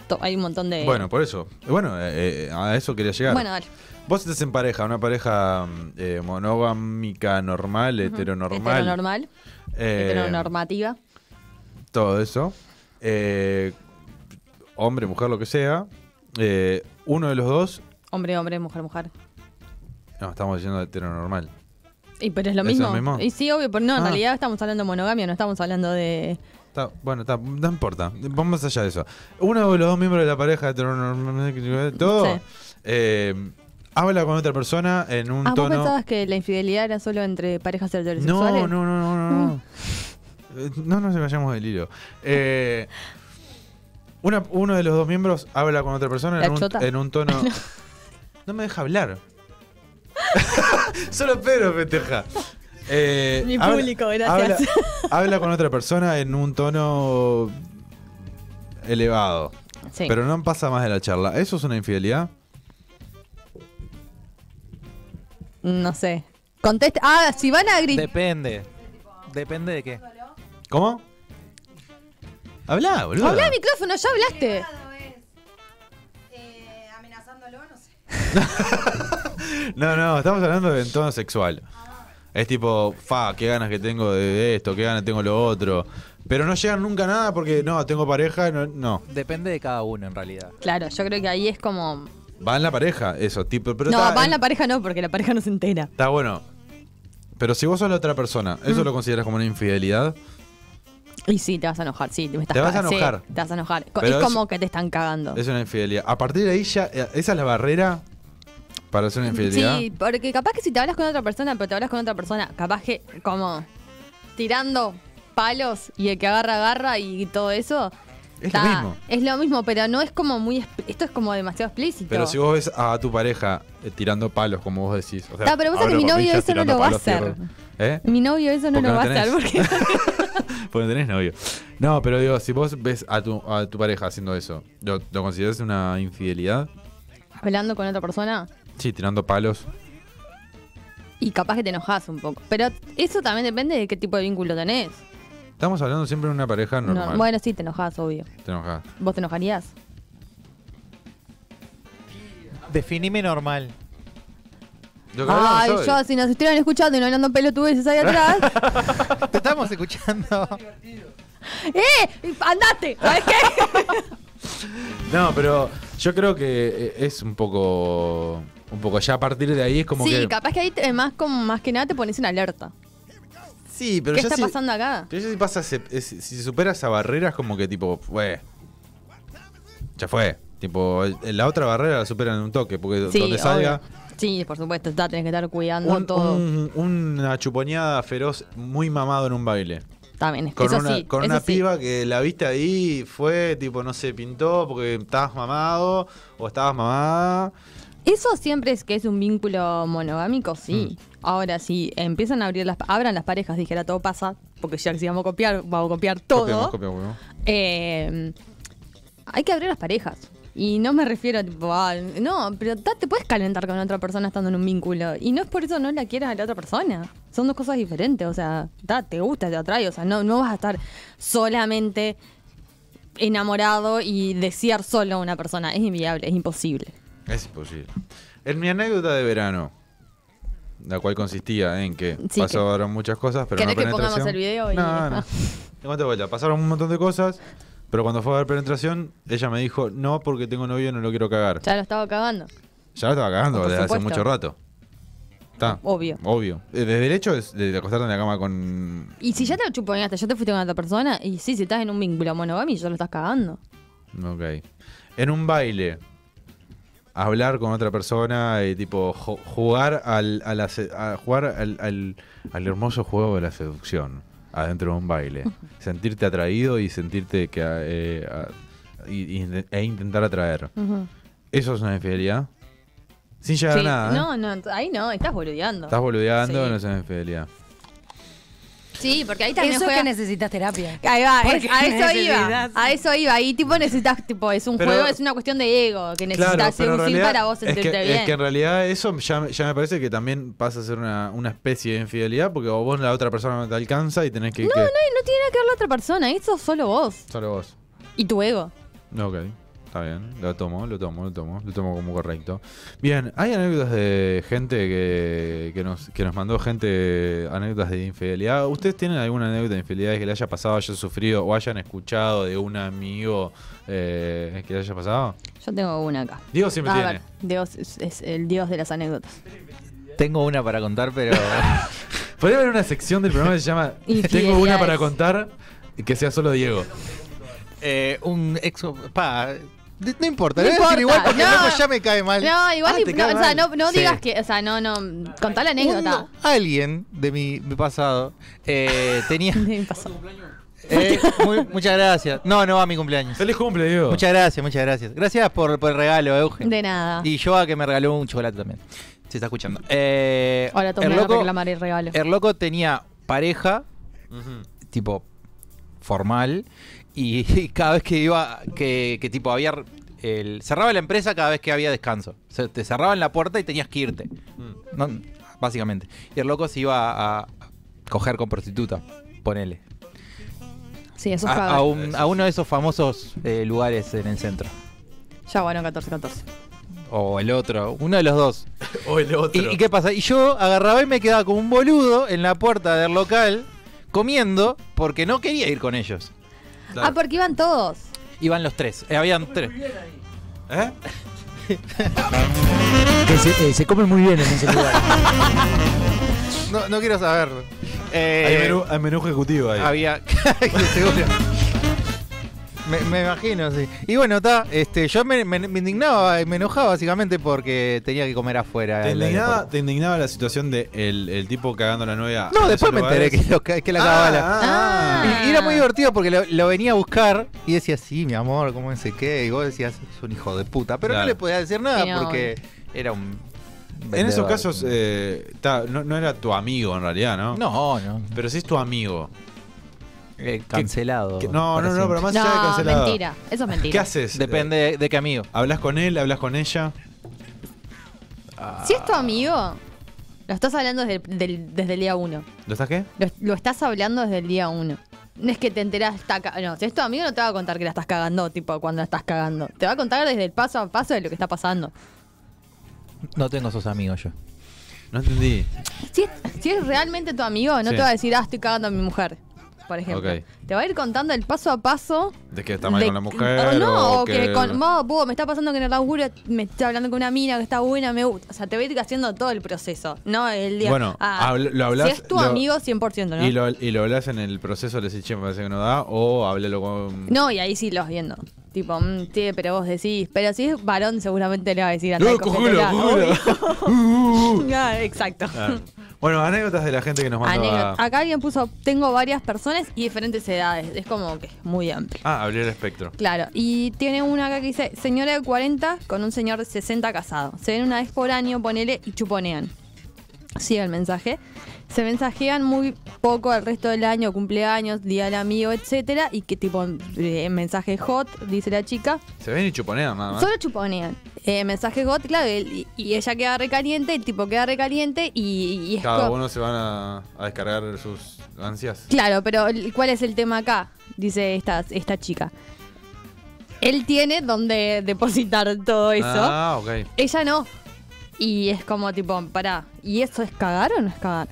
[SPEAKER 3] to- hay un montón de...
[SPEAKER 2] Bueno, por eso. Bueno, eh, eh, a eso quería llegar.
[SPEAKER 3] Eh, Bueno, dale.
[SPEAKER 2] Vos estás en pareja, una pareja mm, eh, monogámica, normal, heteronormal.
[SPEAKER 3] Heteronormal,
[SPEAKER 2] eh,
[SPEAKER 3] este heteronormativa.
[SPEAKER 2] todo eso. Eh, hombre, mujer, lo que sea. Eh, uno de los dos.
[SPEAKER 3] Hombre, hombre, mujer, mujer.
[SPEAKER 2] No, estamos diciendo heteronormal.
[SPEAKER 3] Y pero es lo
[SPEAKER 2] ¿Es el
[SPEAKER 3] mismo.
[SPEAKER 2] mismo?
[SPEAKER 3] Y sí, obvio, pero no, en
[SPEAKER 2] Ah.
[SPEAKER 3] realidad estamos hablando de monogamia, no estamos hablando de...
[SPEAKER 2] Está- bueno, está, no importa. Vamos allá de eso. Uno de los dos miembros de la pareja heteronormal, todo,
[SPEAKER 3] Sí.
[SPEAKER 2] eh, habla con otra persona en un
[SPEAKER 3] Ah, ¿vos
[SPEAKER 2] tono.
[SPEAKER 3] pensabas que la infidelidad era solo entre parejas
[SPEAKER 2] No,
[SPEAKER 3] heterosexuales? Mm.
[SPEAKER 2] no, no, no, no, no. Eh, No nos vayamos del hilo. Eh, una- uno de los dos miembros habla con otra persona
[SPEAKER 3] ¿La
[SPEAKER 2] en un,
[SPEAKER 3] chota?
[SPEAKER 2] en un tono. No me deja hablar. Solo Pedro festeja. Eh,
[SPEAKER 3] Mi
[SPEAKER 2] habla-
[SPEAKER 3] público, gracias.
[SPEAKER 2] habla- habla con otra persona en un tono elevado.
[SPEAKER 3] Sí.
[SPEAKER 2] Pero no pasa más de la charla. ¿Eso es una infidelidad?
[SPEAKER 3] No sé. Contesta. Ah, si van a gritar.
[SPEAKER 4] Depende. Depende de qué.
[SPEAKER 2] ¿Cómo? Habla, boludo.
[SPEAKER 3] Habla al micrófono, ya hablaste.
[SPEAKER 2] No, no, estamos hablando de entorno sexual. Es tipo, fa, qué ganas que tengo de esto, qué ganas tengo de lo otro. Pero no llegan nunca a nada porque no, tengo pareja, no. no.
[SPEAKER 4] Depende de cada uno en realidad.
[SPEAKER 3] Claro, yo creo que ahí es como.
[SPEAKER 2] Va en la pareja, eso, tipo. Pero
[SPEAKER 3] no,
[SPEAKER 2] está,
[SPEAKER 3] va en la pareja no, porque la pareja no se entera.
[SPEAKER 2] está bueno. Pero si vos sos la otra persona,
[SPEAKER 3] Mm.
[SPEAKER 2] ¿eso lo consideras como una infidelidad?
[SPEAKER 3] Y sí, te vas a enojar, sí, te me estás
[SPEAKER 2] Te vas a
[SPEAKER 3] cagando, sí,
[SPEAKER 2] enojar.
[SPEAKER 3] te vas a enojar. Co-
[SPEAKER 2] Pero
[SPEAKER 3] es
[SPEAKER 2] es-
[SPEAKER 3] como que te están cagando.
[SPEAKER 2] Es una infidelidad. A partir de ahí ya, eh, esa es la barrera para hacer una infidelidad.
[SPEAKER 3] Sí, porque capaz que si te hablas con otra persona, pero te hablas con otra persona, capaz que como tirando palos y el que agarra, agarra y todo eso.
[SPEAKER 2] Es lo mismo.
[SPEAKER 3] Es lo mismo, pero no es como muy. exp- Esto es como demasiado explícito.
[SPEAKER 2] Pero si vos ves a tu pareja eh, tirando palos, como vos decís. O sea,
[SPEAKER 3] Ta, pero vos sabés que
[SPEAKER 2] abro
[SPEAKER 3] mi novio
[SPEAKER 2] comillas,
[SPEAKER 3] eso no
[SPEAKER 2] tirando
[SPEAKER 3] lo va a
[SPEAKER 2] palos,
[SPEAKER 3] hacer.
[SPEAKER 2] cierro. ¿Eh?
[SPEAKER 3] Mi novio eso no lo
[SPEAKER 2] Porque no
[SPEAKER 3] va a hacer
[SPEAKER 2] tenés.
[SPEAKER 3] porque.
[SPEAKER 2] Porque tenés novio. No, pero digo, si vos ves a tu, a tu pareja haciendo eso, ¿lo, lo considerás una infidelidad?
[SPEAKER 3] hablando con otra persona
[SPEAKER 2] Sí, tirando palos.
[SPEAKER 3] y capaz que te enojas un poco. Pero eso también depende de qué tipo de vínculo tenés.
[SPEAKER 2] Estamos hablando siempre de una pareja
[SPEAKER 3] No,
[SPEAKER 2] normal.
[SPEAKER 3] bueno, sí, te enojas, obvio.
[SPEAKER 2] Te enojás.
[SPEAKER 3] ¿Vos te enojarías?
[SPEAKER 4] Definime normal.
[SPEAKER 2] Lo que hablamos
[SPEAKER 3] Ay,
[SPEAKER 2] hoy.
[SPEAKER 3] yo, si nos estuvieran escuchando y no hablando pelotudeces ahí atrás.
[SPEAKER 4] Te estamos escuchando.
[SPEAKER 3] ¡Eh! ¡Andate! ¿Sabes qué?
[SPEAKER 2] No, pero yo creo que eh, es un poco. Un poco ya a partir de ahí es como
[SPEAKER 3] sí,
[SPEAKER 2] que.
[SPEAKER 3] capaz que ahí te- más, como, más que nada te pones una alerta.
[SPEAKER 2] Sí, pero
[SPEAKER 3] ¿Qué
[SPEAKER 2] ya
[SPEAKER 3] está
[SPEAKER 2] si-
[SPEAKER 3] pasando acá?
[SPEAKER 2] pero ya si pasa, ese- ese- si se supera esa barrera es como que tipo, fue. Ya fue. Tipo, el- la otra barrera la superan en un toque, porque
[SPEAKER 3] Sí,
[SPEAKER 2] donde
[SPEAKER 3] obvio.
[SPEAKER 2] salga.
[SPEAKER 3] Sí, por supuesto, está, tenés que estar cuidando
[SPEAKER 2] un-
[SPEAKER 3] todo.
[SPEAKER 2] un- una chuponeada feroz muy mamado en un baile.
[SPEAKER 3] También, es-
[SPEAKER 2] Con
[SPEAKER 3] eso
[SPEAKER 2] una,
[SPEAKER 3] sí,
[SPEAKER 2] con
[SPEAKER 3] eso
[SPEAKER 2] una
[SPEAKER 3] sí.
[SPEAKER 2] piba que la viste ahí fue, tipo, no se pintó porque estabas mamado o estabas mamada.
[SPEAKER 3] Eso siempre es que es un vínculo monogámico,
[SPEAKER 2] Mm.
[SPEAKER 3] sí. Ahora, si empiezan a abrir las, abran las parejas, dijera todo pasa, porque ya que si vamos a copiar, vamos a copiar todo.
[SPEAKER 2] Copiamos, copiamos, copiamos.
[SPEAKER 3] Eh, hay que abrir las parejas. Y no me refiero a tipo, ah, no, pero ta- te puedes calentar con otra persona estando en un vínculo. Y no es por eso no la quieras a la otra persona. Son dos cosas diferentes. O sea, ta, te gusta, te atrae. O sea, no, no vas a estar solamente enamorado y desear solo a una persona. Es inviable, es imposible.
[SPEAKER 2] Es imposible. En mi anécdota de verano, la cual consistía en que
[SPEAKER 3] Sí,
[SPEAKER 2] pasaron muchas cosas, pero no
[SPEAKER 3] ¿Querés que pongamos
[SPEAKER 2] penetración.
[SPEAKER 3] el video? Y...
[SPEAKER 2] No, no. Te cuento de vuelta. Pasaron un montón de cosas, pero cuando fue a ver penetración, ella me dijo, no, porque tengo novio y no lo quiero cagar.
[SPEAKER 3] Ya lo estaba cagando.
[SPEAKER 2] Ya lo estaba cagando
[SPEAKER 3] Por
[SPEAKER 2] desde hace
[SPEAKER 3] supuesto.
[SPEAKER 2] mucho rato. Está.
[SPEAKER 3] Obvio.
[SPEAKER 2] Obvio. Eh, Desde el hecho es de acostarte en la cama con.
[SPEAKER 3] Y si ya te chuponeaste, ya te fuiste con otra persona, y sí, si estás en un vínculo monogamio, ya lo estás cagando.
[SPEAKER 2] Ok. En un baile. Hablar con otra persona y tipo ju- jugar al, a la se- a jugar al, al- al hermoso juego de la seducción adentro de un baile. sentirte atraído y sentirte que eh, a- y- y- e intentar atraer.
[SPEAKER 3] Ujú.
[SPEAKER 2] ¿Eso es una infidelidad? Sin llegar a
[SPEAKER 3] Sí.
[SPEAKER 2] nada. ¿eh?
[SPEAKER 3] No, no, ahí no, estás boludeando.
[SPEAKER 2] Estás boludeando,
[SPEAKER 3] Sí.
[SPEAKER 2] no es una infidelidad.
[SPEAKER 3] Sí, porque ahí también
[SPEAKER 11] Eso
[SPEAKER 3] juega-
[SPEAKER 11] es que necesitas terapia.
[SPEAKER 3] Ahí va,
[SPEAKER 11] Porque
[SPEAKER 3] es- a eso iba,
[SPEAKER 11] necesitas-
[SPEAKER 3] a eso iba. Y tipo necesitas, tipo, es un
[SPEAKER 2] Pero-
[SPEAKER 3] juego, es una cuestión de ego, que necesitas
[SPEAKER 2] Claro,
[SPEAKER 3] hacer
[SPEAKER 2] pero en
[SPEAKER 3] un sim
[SPEAKER 2] realidad-
[SPEAKER 3] para vos
[SPEAKER 2] es
[SPEAKER 3] sentirte
[SPEAKER 2] que,
[SPEAKER 3] bien.
[SPEAKER 2] Es que en realidad eso ya, ya me parece que también pasa a ser una, una especie de infidelidad porque o vos la otra persona no te alcanza y tenés que...
[SPEAKER 3] no,
[SPEAKER 2] que-
[SPEAKER 3] no, no tiene nada que ver la otra persona, eso solo vos
[SPEAKER 2] Solo vos.
[SPEAKER 3] y tu ego.
[SPEAKER 2] Ok, está bien. Lo tomo, lo tomo, lo tomo. Lo tomo como correcto. Bien, hay anécdotas de gente que, que nos, que nos mandó gente anécdotas de infidelidad. ¿Ustedes tienen alguna anécdota de infidelidad que le haya pasado, haya sufrido o hayan escuchado de un amigo eh, que le haya pasado?
[SPEAKER 3] Yo tengo una acá.
[SPEAKER 2] Diego siempre
[SPEAKER 3] A
[SPEAKER 2] tiene.
[SPEAKER 3] ver, Dios es, es el dios de las anécdotas.
[SPEAKER 4] Tengo una para contar, pero.
[SPEAKER 2] Podría haber una sección del programa que se llama Tengo una para contar que sea solo Diego.
[SPEAKER 4] Eh, un ex. Pa, de- no importa,
[SPEAKER 3] No
[SPEAKER 4] le voy a
[SPEAKER 3] importa,
[SPEAKER 4] decir igual porque
[SPEAKER 3] no.
[SPEAKER 4] el loco ya me cae mal.
[SPEAKER 3] No, igual,
[SPEAKER 4] Ah,
[SPEAKER 3] ni-
[SPEAKER 4] te
[SPEAKER 3] no,
[SPEAKER 4] cae
[SPEAKER 3] o sea,
[SPEAKER 4] mal.
[SPEAKER 3] no, no
[SPEAKER 4] Sí.
[SPEAKER 3] digas que, o sea, no, no, contá la anécdota.
[SPEAKER 4] Alguien de mi, mi pasado eh, tenía.
[SPEAKER 3] pasado.
[SPEAKER 4] Eh, muy- muchas gracias. No, no va a mi cumpleaños.
[SPEAKER 2] Feliz cumple, Diego.
[SPEAKER 4] Muchas gracias, muchas gracias. Gracias por, por el regalo, Eugen.
[SPEAKER 3] De nada.
[SPEAKER 4] Y yo a que me regaló un chocolate también. Se está escuchando. Eh,
[SPEAKER 3] Ahora todos
[SPEAKER 4] el
[SPEAKER 3] me van a
[SPEAKER 4] loco-
[SPEAKER 3] reclamar el regalo.
[SPEAKER 2] er,
[SPEAKER 4] el loco tenía pareja,
[SPEAKER 2] Ujú.
[SPEAKER 4] tipo formal, y, y cada vez que iba, que, que tipo había. el- cerraba la empresa cada vez que había descanso. O sea, te cerraban la puerta y tenías que irte. No, básicamente. Y el loco se iba a, a coger con prostituta, ponele.
[SPEAKER 3] Sí, eso es
[SPEAKER 4] A, a
[SPEAKER 3] pago.
[SPEAKER 4] un- a uno de esos famosos eh, lugares en el centro.
[SPEAKER 3] Ya bueno, 14-14.
[SPEAKER 4] O el otro, uno de los dos.
[SPEAKER 2] o el otro.
[SPEAKER 4] ¿Y, y qué pasa? Y yo agarraba y me quedaba como un boludo en la puerta del local comiendo porque no quería ir con ellos.
[SPEAKER 3] Ah, porque iban todos.
[SPEAKER 4] Iban los tres, eh, habían tres. ¿Eh?
[SPEAKER 12] Que se, eh, se come muy bien en ese lugar.
[SPEAKER 4] No, no quiero saberlo. Eh,
[SPEAKER 2] hay, menú, hay menú ejecutivo ahí.
[SPEAKER 4] Había. seguro. Me, me imagino, sí. Y bueno, está, este, yo me, me- me indignaba y me enojaba básicamente porque tenía que comer afuera.
[SPEAKER 2] ¿Te
[SPEAKER 4] en la
[SPEAKER 2] indignaba, te indignaba la situación de el, el tipo cagando la novia?
[SPEAKER 4] No,
[SPEAKER 2] en
[SPEAKER 4] después
[SPEAKER 2] esos
[SPEAKER 4] me enteré
[SPEAKER 2] lugares?
[SPEAKER 4] que, lo ca- que la
[SPEAKER 2] Ah,
[SPEAKER 4] cábala.
[SPEAKER 2] ah.
[SPEAKER 4] Y, y era muy divertido porque lo, lo venía a buscar y decía, sí, mi amor, ¿cómo sé qué? Y vos decías, es un hijo de puta. Pero
[SPEAKER 2] Claro.
[SPEAKER 4] no le podía decir nada
[SPEAKER 2] Sí, no.
[SPEAKER 4] porque era un.
[SPEAKER 2] En esos
[SPEAKER 4] vendedor.
[SPEAKER 2] casos, eh, ta, no, no era tu amigo en realidad, ¿no?
[SPEAKER 4] No, no. Eh,
[SPEAKER 2] Pero si es tu amigo.
[SPEAKER 4] cancelado.
[SPEAKER 2] Eh, Que- no,
[SPEAKER 4] para
[SPEAKER 2] no, no, pero más allá de
[SPEAKER 3] No,
[SPEAKER 2] cancelado.
[SPEAKER 3] mentira. Eso es mentira.
[SPEAKER 2] ¿Qué haces?
[SPEAKER 4] Depende de qué amigo.
[SPEAKER 2] ¿Hablas con él? ¿Hablas con ella?
[SPEAKER 3] Si es tu amigo, lo estás hablando desde, el- del- desde el día uno.
[SPEAKER 2] ¿Lo estás qué?
[SPEAKER 3] Lo, lo estás hablando desde el día uno. No es que te enterás, está ca- no, si es tu amigo no te va a contar que la estás cagando, tipo, cuando la estás cagando. Te va a contar desde el paso a paso de lo que está pasando.
[SPEAKER 4] No tengo esos amigos yo.
[SPEAKER 2] No entendí.
[SPEAKER 3] Si es, si es realmente tu amigo, no
[SPEAKER 4] Sí.
[SPEAKER 3] te va a decir, ah, estoy cagando a mi mujer, por ejemplo.
[SPEAKER 2] Ok.
[SPEAKER 3] Te va a ir contando el paso a paso
[SPEAKER 2] ¿De que está mal
[SPEAKER 3] de-
[SPEAKER 2] con la mujer?
[SPEAKER 3] o no,
[SPEAKER 2] o
[SPEAKER 3] o que, con, "Mo, pú, me está pasando que en el laburo me está hablando con una mina que está buena, me gusta. O sea, te voy a ir haciendo todo el proceso, ¿no? El día.
[SPEAKER 2] Bueno,
[SPEAKER 3] ah,
[SPEAKER 2] habl- lo hablas-
[SPEAKER 3] Si es tu
[SPEAKER 2] lo-
[SPEAKER 3] amigo, 100%, ¿no?
[SPEAKER 2] Y lo, y lo hablas en el proceso, le decís, che, me parece que no da, o háblalo con...
[SPEAKER 3] No, y ahí sí los viendo. Tipo, mm, sí, pero vos decís. Pero si es varón, seguramente le va a decir a
[SPEAKER 2] No, cojulo, cojulo.
[SPEAKER 3] Exacto.
[SPEAKER 2] Ah. Bueno, anécdotas de la gente que nos mandaba...
[SPEAKER 3] Anécdota. Acá alguien puso, tengo varias personas y diferentes edades. Es como que es muy amplio.
[SPEAKER 2] Ah, abrió el espectro.
[SPEAKER 3] Claro, y tiene una acá que dice, señora de 40 con un señor de 60 casado. Se ven una vez por año, ponele, y chuponean. Sigue el mensaje. Se mensajean muy poco el resto del año, cumpleaños, día del amigo, etcétera, y que tipo eh, mensaje hot, dice la chica.
[SPEAKER 2] Se ven y chuponean nada más.
[SPEAKER 3] Solo chuponean. Eh, mensaje hot, claro, y, y ella queda recaliente, el tipo queda recaliente y, y es
[SPEAKER 2] Cada
[SPEAKER 3] co-
[SPEAKER 2] uno se van a, a descargar sus ansias.
[SPEAKER 3] Claro, pero el- ¿cuál es el tema acá? Dice esta, esta chica. Él tiene donde depositar todo eso.
[SPEAKER 2] Ah, ok.
[SPEAKER 3] Ella no. Y es como tipo, pará, ¿y eso es cagar o no es cagar?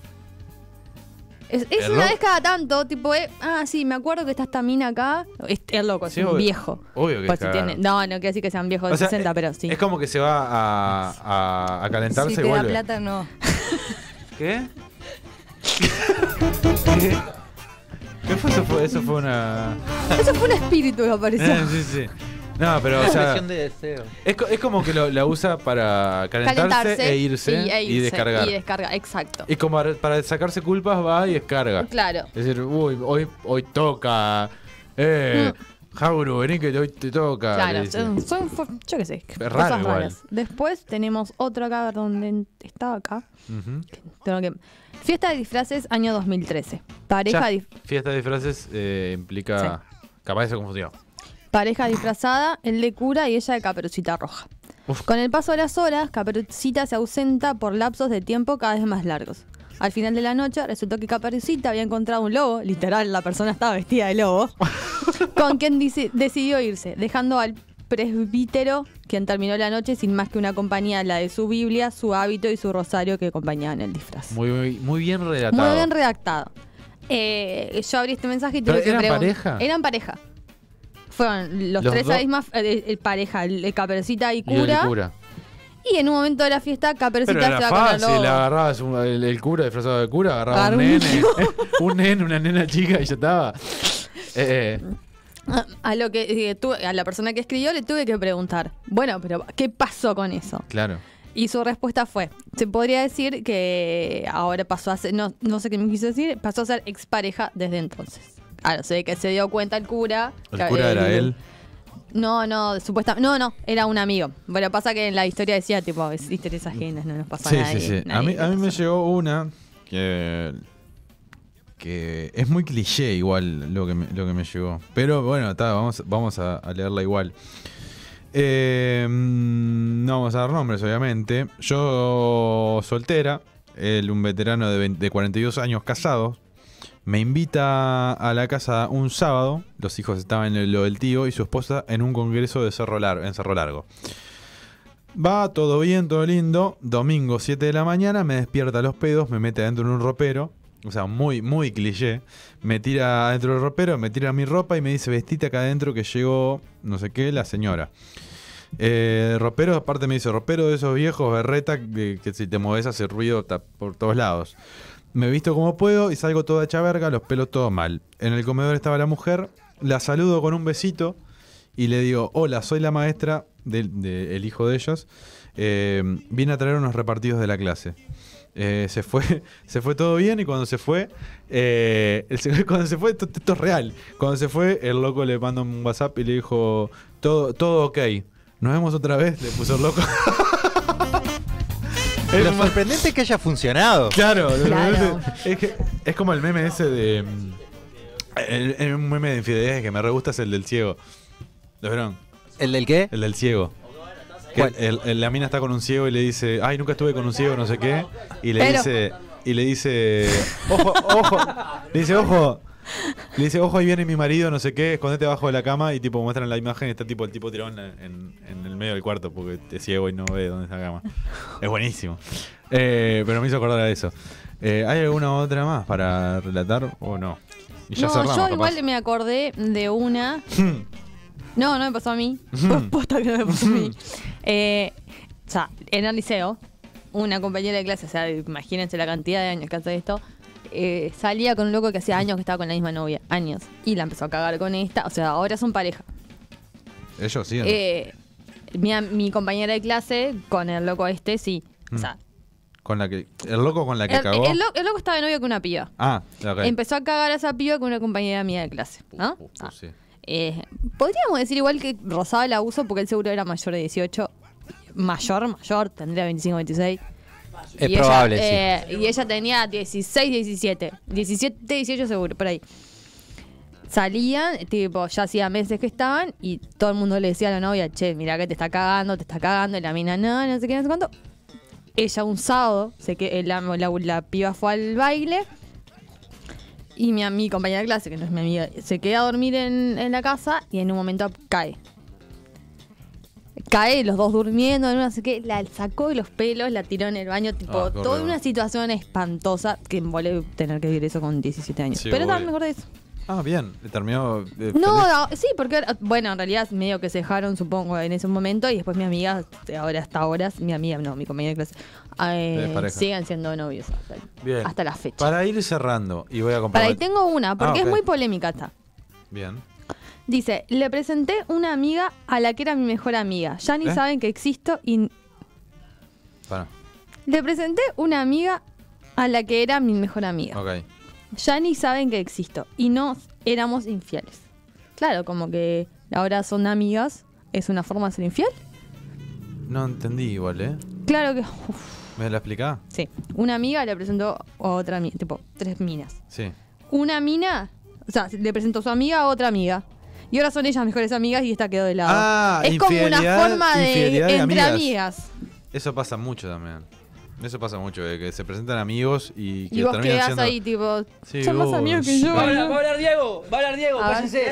[SPEAKER 3] Es, es
[SPEAKER 2] El
[SPEAKER 3] una
[SPEAKER 2] loco-
[SPEAKER 3] vez cada tanto, tipo, eh, ah, sí, me acuerdo que está esta mina acá. Es, es loco, es
[SPEAKER 2] Sí,
[SPEAKER 3] un
[SPEAKER 2] obvio-
[SPEAKER 3] viejo.
[SPEAKER 2] Obvio que
[SPEAKER 3] Pues
[SPEAKER 2] es
[SPEAKER 3] si
[SPEAKER 2] cagar.
[SPEAKER 3] tiene- no, no quiere decir que sean viejos de
[SPEAKER 2] O sea, eh,
[SPEAKER 3] 60, pero sí.
[SPEAKER 2] Es como que se va a, a- a calentarse
[SPEAKER 11] Si te
[SPEAKER 2] y
[SPEAKER 11] da
[SPEAKER 2] vuelve.
[SPEAKER 11] plata, no.
[SPEAKER 2] ¿Qué? ¿Qué fue eso? Fue- Eso fue una.
[SPEAKER 3] Eso fue un espíritu que apareció.
[SPEAKER 2] Eh, sí, sí. No, pero o sea,
[SPEAKER 4] de deseo.
[SPEAKER 2] es, co- es como que lo- la usa para calentarse, e irse y,
[SPEAKER 3] e irse,
[SPEAKER 2] descargar.
[SPEAKER 3] Y
[SPEAKER 2] Y,
[SPEAKER 3] descargar, exacto.
[SPEAKER 2] como ar- para sacarse culpas va y descarga.
[SPEAKER 3] Claro.
[SPEAKER 2] Es decir, uy, hoy, hoy toca. Eh, Jauro, vení que hoy te toca. le
[SPEAKER 3] Claro,
[SPEAKER 2] dice.
[SPEAKER 3] son, son fo- yo qué sé,
[SPEAKER 2] raro
[SPEAKER 3] cosas
[SPEAKER 2] igual.
[SPEAKER 3] raras. Después tenemos otro acá a ver, donde en- estaba acá.
[SPEAKER 2] Ujú.
[SPEAKER 3] Tengo que- Fiesta de disfraces año 2013. Pareja,
[SPEAKER 2] Ya,
[SPEAKER 3] dif-
[SPEAKER 2] Fiesta de disfraces eh, implica. Capaz se confundió.
[SPEAKER 3] pareja disfrazada, él de cura y ella de caperucita roja. Con el paso de las horas, Caperucita se ausenta por lapsos de tiempo cada vez más largos. Al final de la noche resultó que Caperucita había encontrado un lobo, literal, la persona estaba vestida de lobo, con quien dice- decidió irse, dejando al presbítero, quien terminó la noche sin más que una compañía, la de su Biblia, su hábito y su rosario que acompañaban el disfraz.
[SPEAKER 2] Muy, muy, muy bien relatado.
[SPEAKER 3] Muy bien redactado. Eh, yo abrí este mensaje y tuve
[SPEAKER 2] ¿Pero
[SPEAKER 3] que
[SPEAKER 2] eran
[SPEAKER 3] pregun-
[SPEAKER 2] pareja?
[SPEAKER 3] Eran pareja. Fueron los,
[SPEAKER 2] Los
[SPEAKER 3] tres
[SPEAKER 2] dos.
[SPEAKER 3] a misma eh, eh, pareja, el, el Caperucita y
[SPEAKER 2] Y el
[SPEAKER 3] cura. Y,
[SPEAKER 2] cura.
[SPEAKER 3] en un momento de la fiesta, Caperucita
[SPEAKER 2] Pero era
[SPEAKER 3] se va con el
[SPEAKER 2] fácil,
[SPEAKER 3] lobo.
[SPEAKER 2] agarrabas un- el, el cura disfrazado de cura, agarrabas
[SPEAKER 3] Agarra
[SPEAKER 2] un
[SPEAKER 3] un
[SPEAKER 2] nene, un nene, una nena chica y ya estaba. Eh, eh,
[SPEAKER 3] A, a lo que eh, tuve- a la persona que escribió le tuve que preguntar, bueno, pero ¿qué pasó con eso?
[SPEAKER 2] claro.
[SPEAKER 3] Y su respuesta fue, se podría decir que ahora pasó a ser, no, no sé qué me quiso decir, pasó a ser expareja desde entonces. Claro, se ve que se dio cuenta el cura.
[SPEAKER 2] El
[SPEAKER 3] que-
[SPEAKER 2] cura era
[SPEAKER 3] el-
[SPEAKER 2] él.
[SPEAKER 3] No, no, supuestamente. No, no, era un amigo. Bueno, pasa que en la historia decía, tipo, es historias ajenas, no nos pasa
[SPEAKER 2] Sí,
[SPEAKER 3] nada.
[SPEAKER 2] sí, sí. A mí, a mí me llegó una que, que es muy cliché igual lo que me, lo que me llegó. Pero bueno, está, vamos, vamos a, a leerla igual. Eh, mm, no vamos a dar nombres, obviamente. Yo, soltera, él, un veterano de, 20 de 42 años casado, me invita a la casa un sábado. Los hijos estaban en lo del tío y su esposa en un congreso de Cerro Largo, en Cerro Largo. Va, todo bien, todo lindo. Domingo 7 de la mañana, me despierta a los pedos, me mete adentro en un ropero. O sea, muy, muy cliché. Me tira adentro del ropero, me tira mi ropa y me dice, vestite acá adentro que llegó, no sé qué, la señora. Eh, ropero, aparte me dice, ropero de esos viejos, berreta, que, que si te moves hace ruido ta- por todos lados. Me visto como puedo y salgo toda hecha verga, los pelos todo mal. En el comedor estaba la mujer, la saludo con un besito y le digo, hola, soy la maestra del de- el hijo de ellos. Eh, vine a traer unos repartidos de la clase. Eh, se fue se fue todo bien y cuando se fue eh, el se- cuando se fue esto, esto es real cuando se fue el loco le mandó un whatsapp y le dijo todo todo ok nos vemos otra vez le puso el loco
[SPEAKER 4] Lo sorprendente es que haya funcionado.
[SPEAKER 2] Claro, lo
[SPEAKER 4] Claro.
[SPEAKER 2] sorprendente Es, que es como el meme ese de. mm, el- el- un meme de infidelidades que me re gusta es el del ciego. ¿Lo vieron?
[SPEAKER 4] ¿El del qué?
[SPEAKER 2] El del ciego. Que el- el- la mina está con un ciego y le dice, ay, nunca estuve con un ciego, no sé qué. Y le
[SPEAKER 4] Pero-
[SPEAKER 2] dice, y le dice, ojo, ojo. Le dice, ojo. Le dice, ojo, ahí viene mi marido, no sé qué, escondete abajo de la cama y tipo muestran la imagen y está tipo el tipo tirado en, la- en- en el medio del cuarto porque es ciego y no ve dónde está la cama. Es buenísimo. Eh, pero me hizo acordar a eso. Eh, ¿Hay alguna otra más para relatar o no? Y ya
[SPEAKER 3] no,
[SPEAKER 2] cerramos,
[SPEAKER 3] yo
[SPEAKER 2] capaz.
[SPEAKER 3] igual me acordé de una.
[SPEAKER 2] Hmm.
[SPEAKER 3] No, no me pasó a mí.
[SPEAKER 2] Hmm.
[SPEAKER 3] Posta que no me pasó a mí. Eh, o sea, en el liceo, una compañera de clase, o sea, imagínense la cantidad de años que hace esto, eh, salía con un loco que hacía años que estaba con la misma novia, años, y la empezó a cagar con esta, o sea, ahora son pareja.
[SPEAKER 2] Ellos siguen.
[SPEAKER 3] Eh, mi, am- mi compañera de clase con el loco este, sí. O sea,
[SPEAKER 2] con la que, el loco con Mm. la que
[SPEAKER 3] el,
[SPEAKER 2] cagó.
[SPEAKER 3] el lo- el loco estaba de novio con una piba.
[SPEAKER 2] Ah, ok.
[SPEAKER 3] Empezó a cagar a esa piba con una compañera mía de clase, ¿no? Ah.
[SPEAKER 2] Uh, Sí.
[SPEAKER 3] Eh, Podríamos decir igual que rozaba el abuso porque él seguro era mayor de 18. Mayor, mayor, tendría 25, 26.
[SPEAKER 4] Es probable, sí.
[SPEAKER 3] sí. eh, Y ella tenía 16, 17. 17, 18 seguro, por ahí. Salían, tipo, ya hacía meses que estaban y todo el mundo le decía a la novia, che, mira que te está cagando, te está cagando, y la mina, no, no sé qué, no sé cuánto. Ella un sábado, sé que la, la- la piba fue al baile y mi, mi compañera de clase, que no es mi amiga, se queda a dormir en, en la casa y en un momento cae. Cae, los dos durmiendo, en una, no sé qué, la sacó de los pelos, la tiró en el baño, tipo,
[SPEAKER 11] Ah, qué
[SPEAKER 3] toda
[SPEAKER 11] horror.
[SPEAKER 3] una situación espantosa que vole tener que vivir eso con 17 años.
[SPEAKER 2] Sí,
[SPEAKER 3] Pero estaba
[SPEAKER 2] obvio.
[SPEAKER 3] mejor de eso.
[SPEAKER 2] Ah, bien. Terminó. eh,
[SPEAKER 3] No,
[SPEAKER 2] feliz.
[SPEAKER 3] no, sí, porque ah, bueno, en realidad medio que se dejaron, supongo, en ese momento y después mi amiga, ahora hasta ahora, mi amiga, no, mi compañera de clase, eh,
[SPEAKER 2] Es pareja.
[SPEAKER 3] siguen siendo novios hasta,
[SPEAKER 2] Bien.
[SPEAKER 3] hasta la fecha.
[SPEAKER 2] Para ir cerrando, y voy a comprar.
[SPEAKER 3] Para ahí tengo una, porque
[SPEAKER 2] Ah,
[SPEAKER 3] es
[SPEAKER 2] ok.
[SPEAKER 3] muy polémica esta.
[SPEAKER 2] Bien.
[SPEAKER 3] Dice, le presenté una amiga a la que era mi mejor amiga. Ya ni
[SPEAKER 2] ¿Eh?
[SPEAKER 3] saben que existo y
[SPEAKER 2] Para.
[SPEAKER 3] le presenté una amiga a la que era mi mejor amiga.
[SPEAKER 2] Ok.
[SPEAKER 3] Ya ni saben que existo y no éramos infieles. claro, como que ahora son amigas, es una forma de ser infiel.
[SPEAKER 2] No entendí igual, ¿eh?
[SPEAKER 3] Claro que, uf,
[SPEAKER 2] ¿Me la explicás?
[SPEAKER 3] sí. Una amiga le presentó a otra amiga, tipo, tres minas.
[SPEAKER 2] Sí.
[SPEAKER 3] Una mina, o sea, le presentó a su amiga a otra amiga. Y ahora son ellas mejores amigas y esta quedó de lado.
[SPEAKER 2] Ah,
[SPEAKER 3] es como una
[SPEAKER 2] infidelidad-
[SPEAKER 3] forma de
[SPEAKER 2] infidelidad de
[SPEAKER 3] entre
[SPEAKER 2] amigas.
[SPEAKER 3] amigas.
[SPEAKER 2] Eso pasa mucho también. Eso pasa mucho, eh, que se presentan amigos y que
[SPEAKER 3] Y vos
[SPEAKER 2] terminan
[SPEAKER 3] quedás
[SPEAKER 2] siendo...
[SPEAKER 3] ahí, tipo,
[SPEAKER 2] Sí,
[SPEAKER 3] son
[SPEAKER 2] vos,
[SPEAKER 3] más amigos que yo.
[SPEAKER 2] va a
[SPEAKER 3] ¿no?
[SPEAKER 16] Va a hablar Diego, va a hablar Diego,
[SPEAKER 3] A ver.
[SPEAKER 16] cállense.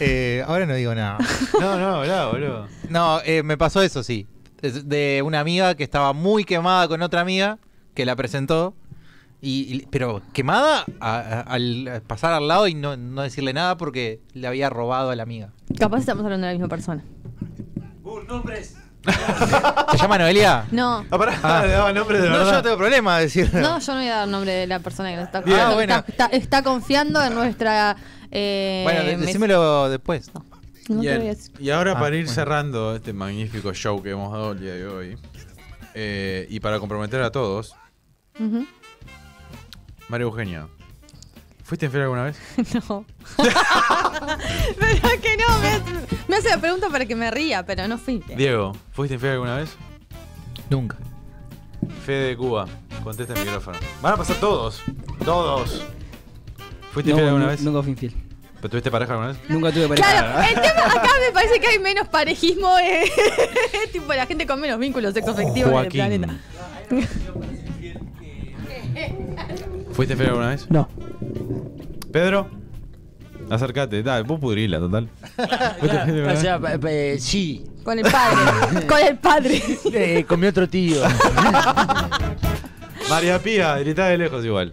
[SPEAKER 4] Eh, ahora no digo nada.
[SPEAKER 2] No, no, no, boludo.
[SPEAKER 4] No, eh, me pasó eso, sí. Es De una amiga que estaba muy quemada con otra amiga que la presentó. Y, y- pero quemada a- a- al pasar al lado y no, no decirle nada porque le había robado a la amiga.
[SPEAKER 3] Capaz estamos hablando de la misma persona.
[SPEAKER 4] ¿Se llama Noelia?
[SPEAKER 3] No.
[SPEAKER 2] Ah, pará, le daba nombre de
[SPEAKER 4] no,
[SPEAKER 2] verdad.
[SPEAKER 4] yo no tengo problema de decir.
[SPEAKER 3] No, yo no voy a dar nombre de la persona que nos está
[SPEAKER 4] Bien.
[SPEAKER 3] escuchando,
[SPEAKER 4] Ah, bueno.
[SPEAKER 3] está, está- está confiando en nuestra. eh,
[SPEAKER 4] bueno, de-
[SPEAKER 3] mes-
[SPEAKER 4] decímelo después.
[SPEAKER 3] No te
[SPEAKER 2] Bien.
[SPEAKER 3] voy a decir.
[SPEAKER 2] Y ahora
[SPEAKER 4] Ah,
[SPEAKER 2] para ir
[SPEAKER 4] bueno.
[SPEAKER 2] cerrando este magnífico show que hemos dado el día de hoy, eh, y para comprometer a todos,
[SPEAKER 3] Ujú.
[SPEAKER 2] María Eugenia, ¿fuiste infiel alguna vez?
[SPEAKER 3] No. pero que no, me, me hace la pregunta para que me ría, pero no fui.
[SPEAKER 2] Diego, ¿fuiste infiel alguna vez?
[SPEAKER 4] Nunca.
[SPEAKER 2] Fede de Cuba, contesta el micrófono. Van a pasar todos, todos. ¿Fuiste
[SPEAKER 5] No,
[SPEAKER 2] infiel alguna
[SPEAKER 5] nu-
[SPEAKER 2] vez?
[SPEAKER 5] Nunca fui infiel.
[SPEAKER 2] ¿Pero tuviste pareja alguna vez?
[SPEAKER 5] Nunca tuve pareja.
[SPEAKER 3] Claro, el tema acá me parece que hay menos parejismo, eh, tipo la gente con menos vínculos sexoafectivos en el
[SPEAKER 2] Joaquín,
[SPEAKER 3] planeta.
[SPEAKER 2] ¿fuiste infiel alguna vez?
[SPEAKER 5] No.
[SPEAKER 2] Pedro, acércate, da, vos pudrila, total.
[SPEAKER 12] O sea, pa- pa- eh, sí.
[SPEAKER 3] Con el padre. con el padre.
[SPEAKER 12] Eh, con mi otro tío.
[SPEAKER 2] María Pía, gritá de lejos igual.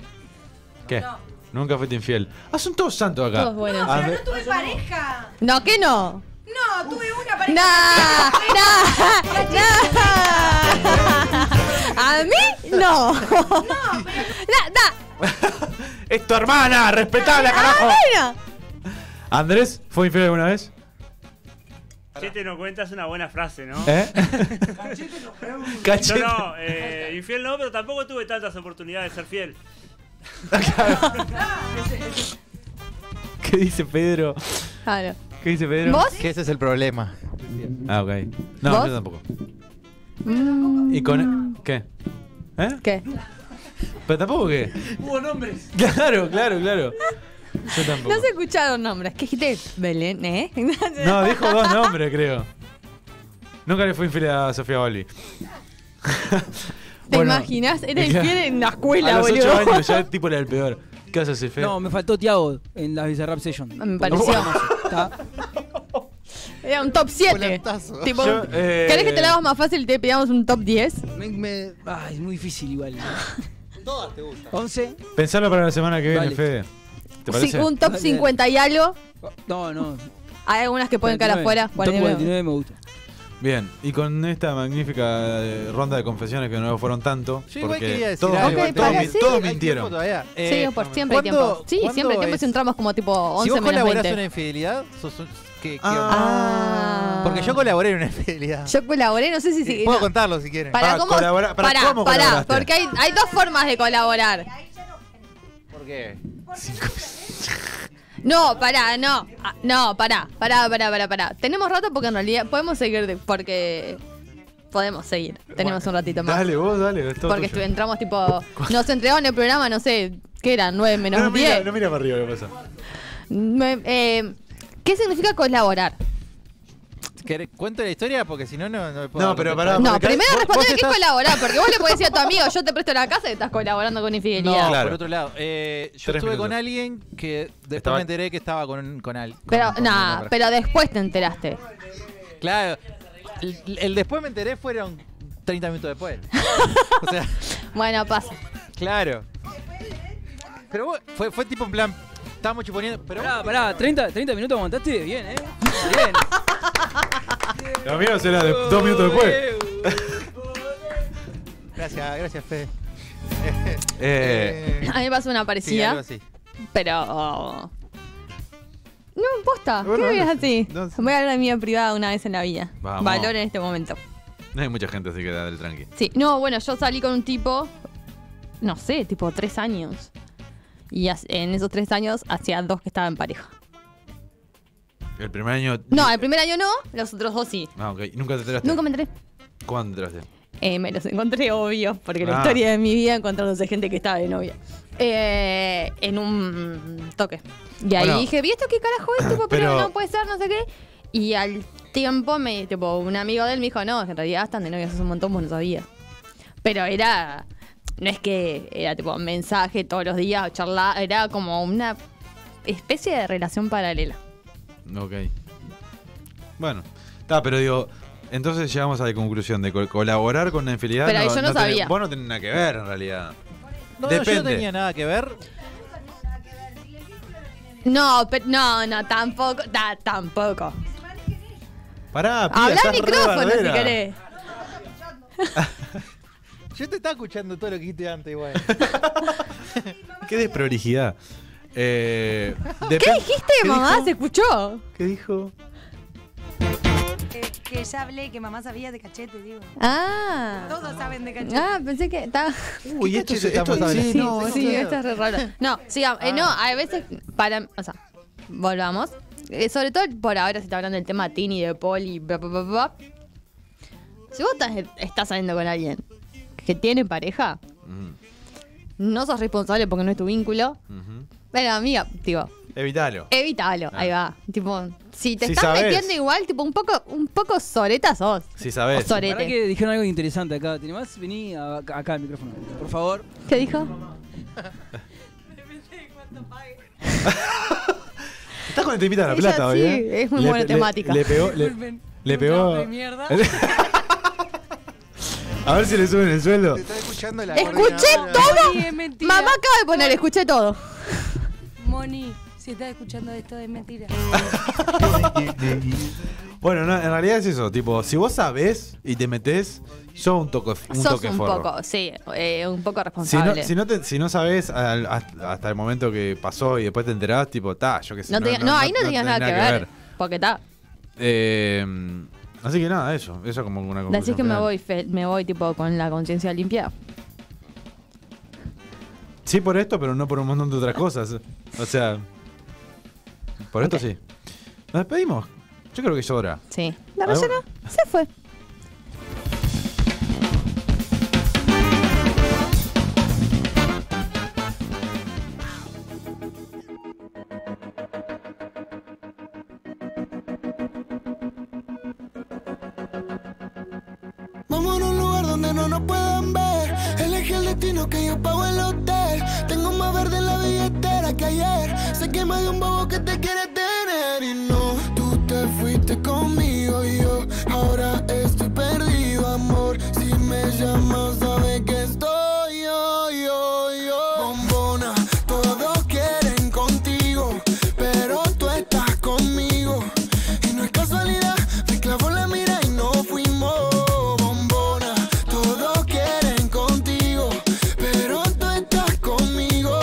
[SPEAKER 2] ¿Qué? Nunca fuiste infiel. Ah, son todos santos acá.
[SPEAKER 3] Todos buenos.
[SPEAKER 2] Ah, me-
[SPEAKER 11] tuve pareja.
[SPEAKER 3] No, que no.
[SPEAKER 11] No, tuve una pareja.
[SPEAKER 3] Nah, nah, nah. A mí no. No, nah, nah.
[SPEAKER 2] ¡Es tu hermana! ¡Respetable,
[SPEAKER 3] Ah,
[SPEAKER 2] carajo!
[SPEAKER 3] bueno.
[SPEAKER 2] ¿Andrés fue infiel alguna vez?
[SPEAKER 10] Cachete no cuenta es una buena frase, ¿no?
[SPEAKER 2] ¿Eh?
[SPEAKER 10] Cachete no cuenta.
[SPEAKER 2] Cachete.
[SPEAKER 10] No, no, eh, infiel no, pero tampoco tuve tantas oportunidades de ser fiel.
[SPEAKER 2] ¿Qué dice Pedro?
[SPEAKER 3] Claro.
[SPEAKER 2] ¿Qué dice Pedro?
[SPEAKER 3] ¿Vos?
[SPEAKER 4] Que ese es el problema.
[SPEAKER 2] Ah, ok. No,
[SPEAKER 3] ¿Vos?
[SPEAKER 2] yo tampoco.
[SPEAKER 3] Mm.
[SPEAKER 2] ¿Y con qué? ¿Eh?
[SPEAKER 3] ¿Qué?
[SPEAKER 2] ¿Pero tampoco qué?
[SPEAKER 16] Hubo nombres.
[SPEAKER 2] Claro, claro, claro. Yo tampoco.
[SPEAKER 3] No se escucharon nombres. ¿Qué dijiste? Belén, ¿eh?
[SPEAKER 2] No, dijo dos nombres, creo. Nunca le fui infiel a Sofía Bali.
[SPEAKER 3] ¿Te
[SPEAKER 2] Bueno,
[SPEAKER 3] imaginas? Era
[SPEAKER 2] claro.
[SPEAKER 3] infiel en la escuela,
[SPEAKER 2] a los
[SPEAKER 3] boludo.
[SPEAKER 2] ocho años ya tipo era el peor. ¿Qué haces, Efe?
[SPEAKER 5] No, me faltó Tiago en la Bizarrap Session.
[SPEAKER 3] Me pareció. Era un top 7. Tipo,
[SPEAKER 5] Yo, eh,
[SPEAKER 3] ¿Querés que te la hagamos más fácil y te pidamos un top 10?
[SPEAKER 5] Me, me- ah, es muy difícil igual. Todas te gustan. 11.
[SPEAKER 2] Pensalo para la semana que viene,
[SPEAKER 5] Dale.
[SPEAKER 2] Fede. ¿Te
[SPEAKER 3] Sí,
[SPEAKER 2] parece?
[SPEAKER 3] un top
[SPEAKER 5] Dale.
[SPEAKER 3] 50 y algo.
[SPEAKER 5] No, no.
[SPEAKER 3] Hay algunas que pueden quedar afuera. 49.
[SPEAKER 5] 49 me gusta.
[SPEAKER 2] Bien, y con esta magnífica eh, ronda de confesiones que no fueron tanto,
[SPEAKER 4] Yo igual quería
[SPEAKER 2] porque
[SPEAKER 4] decir
[SPEAKER 2] todos,
[SPEAKER 4] algo.
[SPEAKER 2] todos
[SPEAKER 4] Ok,
[SPEAKER 2] mi-
[SPEAKER 4] pará, sí,
[SPEAKER 2] todos
[SPEAKER 4] hay
[SPEAKER 2] mintieron.
[SPEAKER 4] tiempo todavía.
[SPEAKER 3] sí,
[SPEAKER 4] Eh,
[SPEAKER 3] por siempre hay tiempo.
[SPEAKER 4] ¿cuándo-
[SPEAKER 3] Sí,
[SPEAKER 4] cuándo
[SPEAKER 3] siempre hay tiempo
[SPEAKER 4] es-
[SPEAKER 3] si entramos como tipo 11
[SPEAKER 4] Si vos
[SPEAKER 3] menos
[SPEAKER 4] colaborás
[SPEAKER 3] 20.
[SPEAKER 4] en una infidelidad, sos un- que- que-
[SPEAKER 2] Ah.
[SPEAKER 4] Porque yo colaboré en una infidelidad.
[SPEAKER 3] Ah. Yo colaboré, no sé si... si-
[SPEAKER 4] Puedo
[SPEAKER 3] no.
[SPEAKER 4] contarlo si quieren.
[SPEAKER 3] Para, ¿cómo? pará, pará, porque hay, hay dos formas de colaborar.
[SPEAKER 4] ¿Por qué?
[SPEAKER 3] No, pará, no. Ah, No, pará, pará, pará, pará, pará. Tenemos rato porque en realidad podemos seguir de- porque podemos seguir. Tenemos un ratito más.
[SPEAKER 2] Dale, vos, dale. es todo
[SPEAKER 3] porque
[SPEAKER 2] tuyo.
[SPEAKER 3] estu- entramos tipo. Nos entregaron el programa, no sé, ¿qué era? 9 menos
[SPEAKER 2] No, mira,
[SPEAKER 3] 10.
[SPEAKER 2] no mira para arriba qué pasa.
[SPEAKER 3] Me- eh, ¿Qué significa colaborar?
[SPEAKER 4] ¿Querés- ¿Cuento la historia? Porque si no, no, no me puedo.
[SPEAKER 2] No,
[SPEAKER 4] dar
[SPEAKER 2] pero
[SPEAKER 4] respuesta.
[SPEAKER 2] pará,
[SPEAKER 3] No, primero responder qué es
[SPEAKER 4] estás-
[SPEAKER 3] colaborar, porque vos le podés decir a tu amigo, yo te presto la casa y estás colaborando con infidelidad.
[SPEAKER 4] No,
[SPEAKER 2] Claro.
[SPEAKER 4] por otro lado, eh, yo
[SPEAKER 2] Tres
[SPEAKER 4] estuve con
[SPEAKER 2] minutos.
[SPEAKER 4] alguien que después
[SPEAKER 2] Estaba-
[SPEAKER 4] me enteré que estaba con, con alguien.
[SPEAKER 3] Pero, nada, pero después te enteraste.
[SPEAKER 4] Claro, el, el después me enteré fueron 30 minutos después. o sea,
[SPEAKER 3] Bueno, pasa.
[SPEAKER 4] claro. Pero vos- fue, fue tipo en plan, estábamos chuponeando. Pero
[SPEAKER 5] Pará, pará, 30, 30 minutos aguantaste bien, eh.
[SPEAKER 2] Lo mío será de, dos minutos después.
[SPEAKER 4] Gracias, gracias, Fede.
[SPEAKER 2] Eh,
[SPEAKER 3] A mí me pasó una
[SPEAKER 4] sí,
[SPEAKER 3] parecida.
[SPEAKER 4] algo así.
[SPEAKER 3] Pero. No, posta.
[SPEAKER 2] Bueno,
[SPEAKER 3] ¿Qué me
[SPEAKER 2] bueno,
[SPEAKER 3] ves así? Voy a hablar de mi vida privada una vez en la vida.
[SPEAKER 2] Vamos.
[SPEAKER 3] Valor en este momento.
[SPEAKER 2] no hay mucha gente, así que dale tranqui.
[SPEAKER 3] Sí, no, bueno, yo salí con un tipo. No sé, tipo tres años. Y as- en esos tres años hacía dos que estaba en pareja.
[SPEAKER 2] El primer año.
[SPEAKER 3] No, el primer año no, los otros dos sí.
[SPEAKER 2] Ah, ok. Nunca te enteraste.
[SPEAKER 3] Nunca me entré.
[SPEAKER 2] ¿Cuándo te enteraste?
[SPEAKER 3] Eh, me los encontré obvios, porque la
[SPEAKER 2] Ah.
[SPEAKER 3] historia de mi vida encontrándose gente que estaba de novia. Eh, en un toque. Y ahí
[SPEAKER 2] Bueno.
[SPEAKER 3] dije, ¿y esto qué carajo es? Tipo, pero,
[SPEAKER 2] Pero-
[SPEAKER 3] no puede ser, no sé qué. Y al tiempo, me, tipo, un amigo de él me dijo, no, en realidad están de novios hace un montón, vos no sabías. Pero era. No es que era tipo mensaje todos los días o charla, era como una especie de relación paralela.
[SPEAKER 2] Ok. Bueno. Está, pero digo. Entonces llegamos a la conclusión de co- colaborar con la infidelidad.
[SPEAKER 3] Pero ahí yo no
[SPEAKER 2] tenés-
[SPEAKER 3] sabía.
[SPEAKER 2] vos no tenés nada que ver en realidad.
[SPEAKER 4] No,
[SPEAKER 2] Depende.
[SPEAKER 4] yo no tenía nada que ver.
[SPEAKER 3] No, pero no, no, tampoco, ta- tampoco.
[SPEAKER 2] Pará,
[SPEAKER 3] Habla
[SPEAKER 2] piba,
[SPEAKER 3] al
[SPEAKER 2] estás re
[SPEAKER 3] micrófono si
[SPEAKER 2] barbera.
[SPEAKER 3] querés.
[SPEAKER 4] Yo te estaba escuchando todo lo que dijiste antes, igual.
[SPEAKER 2] Qué desprolijidad. Eh,
[SPEAKER 3] ¿Qué
[SPEAKER 2] depen-
[SPEAKER 3] dijiste,
[SPEAKER 2] ¿Qué
[SPEAKER 3] mamá?
[SPEAKER 2] dijo?
[SPEAKER 3] ¿Se escuchó?
[SPEAKER 2] ¿Qué dijo?
[SPEAKER 11] Que ya hablé, que mamá sabía de cachete, digo.
[SPEAKER 3] Ah.
[SPEAKER 11] Todos saben de Uh, cachete.
[SPEAKER 3] Ah, pensé que estaba.
[SPEAKER 2] Uy, esto,
[SPEAKER 4] cachete
[SPEAKER 2] se- esto,
[SPEAKER 4] estamos
[SPEAKER 2] sí,
[SPEAKER 4] hablando?
[SPEAKER 2] no,
[SPEAKER 3] Sí,
[SPEAKER 2] esto-
[SPEAKER 3] esto es re raro. No, sigamos. Eh, no,
[SPEAKER 11] Ah.
[SPEAKER 3] a veces para. O sea, volvamos. Eh, sobre todo por ahora se está hablando del tema Tini, de Poli, bla, bla, bla, bla. Si vos estás, estás saliendo con alguien que tiene pareja, no sos responsable porque no es tu vínculo. Pero amiga, digo,
[SPEAKER 2] Evitalo.
[SPEAKER 3] Eh, evítalo, ahí va. Tipo, Ah. si te
[SPEAKER 5] Si
[SPEAKER 3] estás
[SPEAKER 5] sabés.
[SPEAKER 3] metiendo igual, tipo, un poco, un poco soreta sos.
[SPEAKER 2] Si
[SPEAKER 5] Para
[SPEAKER 2] sabes.
[SPEAKER 5] que dijeron algo interesante acá. ¿Tenés más? Vení a- acá, acá al micrófono, por favor.
[SPEAKER 3] ¿Qué dijo?
[SPEAKER 2] Estás con el temita de la
[SPEAKER 3] Ella
[SPEAKER 2] plata hoy,
[SPEAKER 3] sí,
[SPEAKER 2] ¿eh?
[SPEAKER 3] es muy buena temática.
[SPEAKER 2] Le pegó. Le,
[SPEAKER 3] Disculpen,
[SPEAKER 2] le pegó. A ver si le suben el sueldo.
[SPEAKER 4] escuchando la
[SPEAKER 3] Escuché
[SPEAKER 11] Moni,
[SPEAKER 3] todo.
[SPEAKER 11] es mentira.
[SPEAKER 3] Mamá acaba de poner, escuché todo.
[SPEAKER 11] Moni, si estás escuchando esto es mentira.
[SPEAKER 2] Bueno, no, en realidad es eso. Tipo, si vos sabés y te metés, sos un toque, un
[SPEAKER 3] Sos
[SPEAKER 2] toque
[SPEAKER 3] un
[SPEAKER 2] forro.
[SPEAKER 3] poco, sí, eh, un poco
[SPEAKER 2] Si no,
[SPEAKER 3] responsable.
[SPEAKER 2] si, no te- si no sabés al- hasta hasta el momento que pasó y después te enterás, tipo, ta, yo qué sé.
[SPEAKER 3] No te- no, ahí no tenías nada que ver. Porque está.
[SPEAKER 2] Eh, así que nada, eso. Eso como una conclusión.
[SPEAKER 3] Decís que me
[SPEAKER 2] final.
[SPEAKER 3] voy, fe- me voy tipo con la conciencia limpia.
[SPEAKER 2] Sí, por esto, pero no por un montón de otras cosas. O sea, por esto sí. Nos despedimos. Yo creo que es hora.
[SPEAKER 3] Sí. La
[SPEAKER 2] ¿Algo?
[SPEAKER 3] rellena se fue.
[SPEAKER 17] Vamos a un lugar donde no nos puedan ver. Elige el destino que yo pago el hotel. Tengo más verde en la billetera que ayer. Se quema de un bobo que te quiere tener. Y no, tú te fuiste conmigo. Y yo ahora estoy perdido, amor. Si me llamas, sabes que estoy yo, yo, yo. Bombona, todos quieren contigo. Pero tú estás conmigo. Y no es casualidad, me clavó la mira y no fuimos bombona. Todos quieren contigo, pero tú estás conmigo.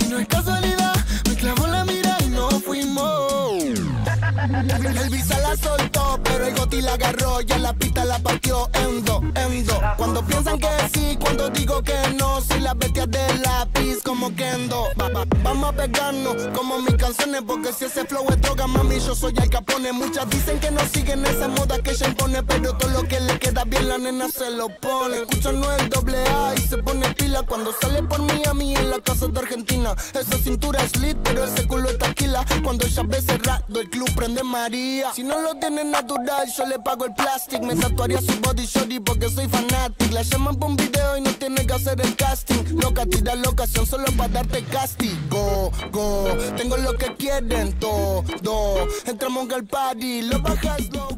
[SPEAKER 17] Y no es casualidad, me clavó la mira y no fuimos.
[SPEAKER 18] El visa la soltó, pero el goti la agarró y en la pista la partió en dos, en dos. Cuando piensan que sí, cuando digo que no, soy las bestias de lápiz como Kendo. Va- va- Vamos a pegarnos como mis canciones, porque si ese flow es droga, mami, yo soy al capone. Muchas dicen que no siguen esa moda que ella impone, pero todo lo que le queda bien la nena se lo pone. Escucha no el doble A y se pone pila cuando sale por Miami en la casa de Argentina. Esa cintura es lit, pero ese culo es taquila. Cuando ella ve cerrado, el club prende María. Si no lo tiene natural, yo le pago el plastic. Me tatuaría su body shorty porque soy fanatic. La llaman por un video y no tiene que hacer el casting. Loca, tira la ocasión solo para darte castigo. Go, tengo lo que quieren todo. Entramos al party, lo bajas, lo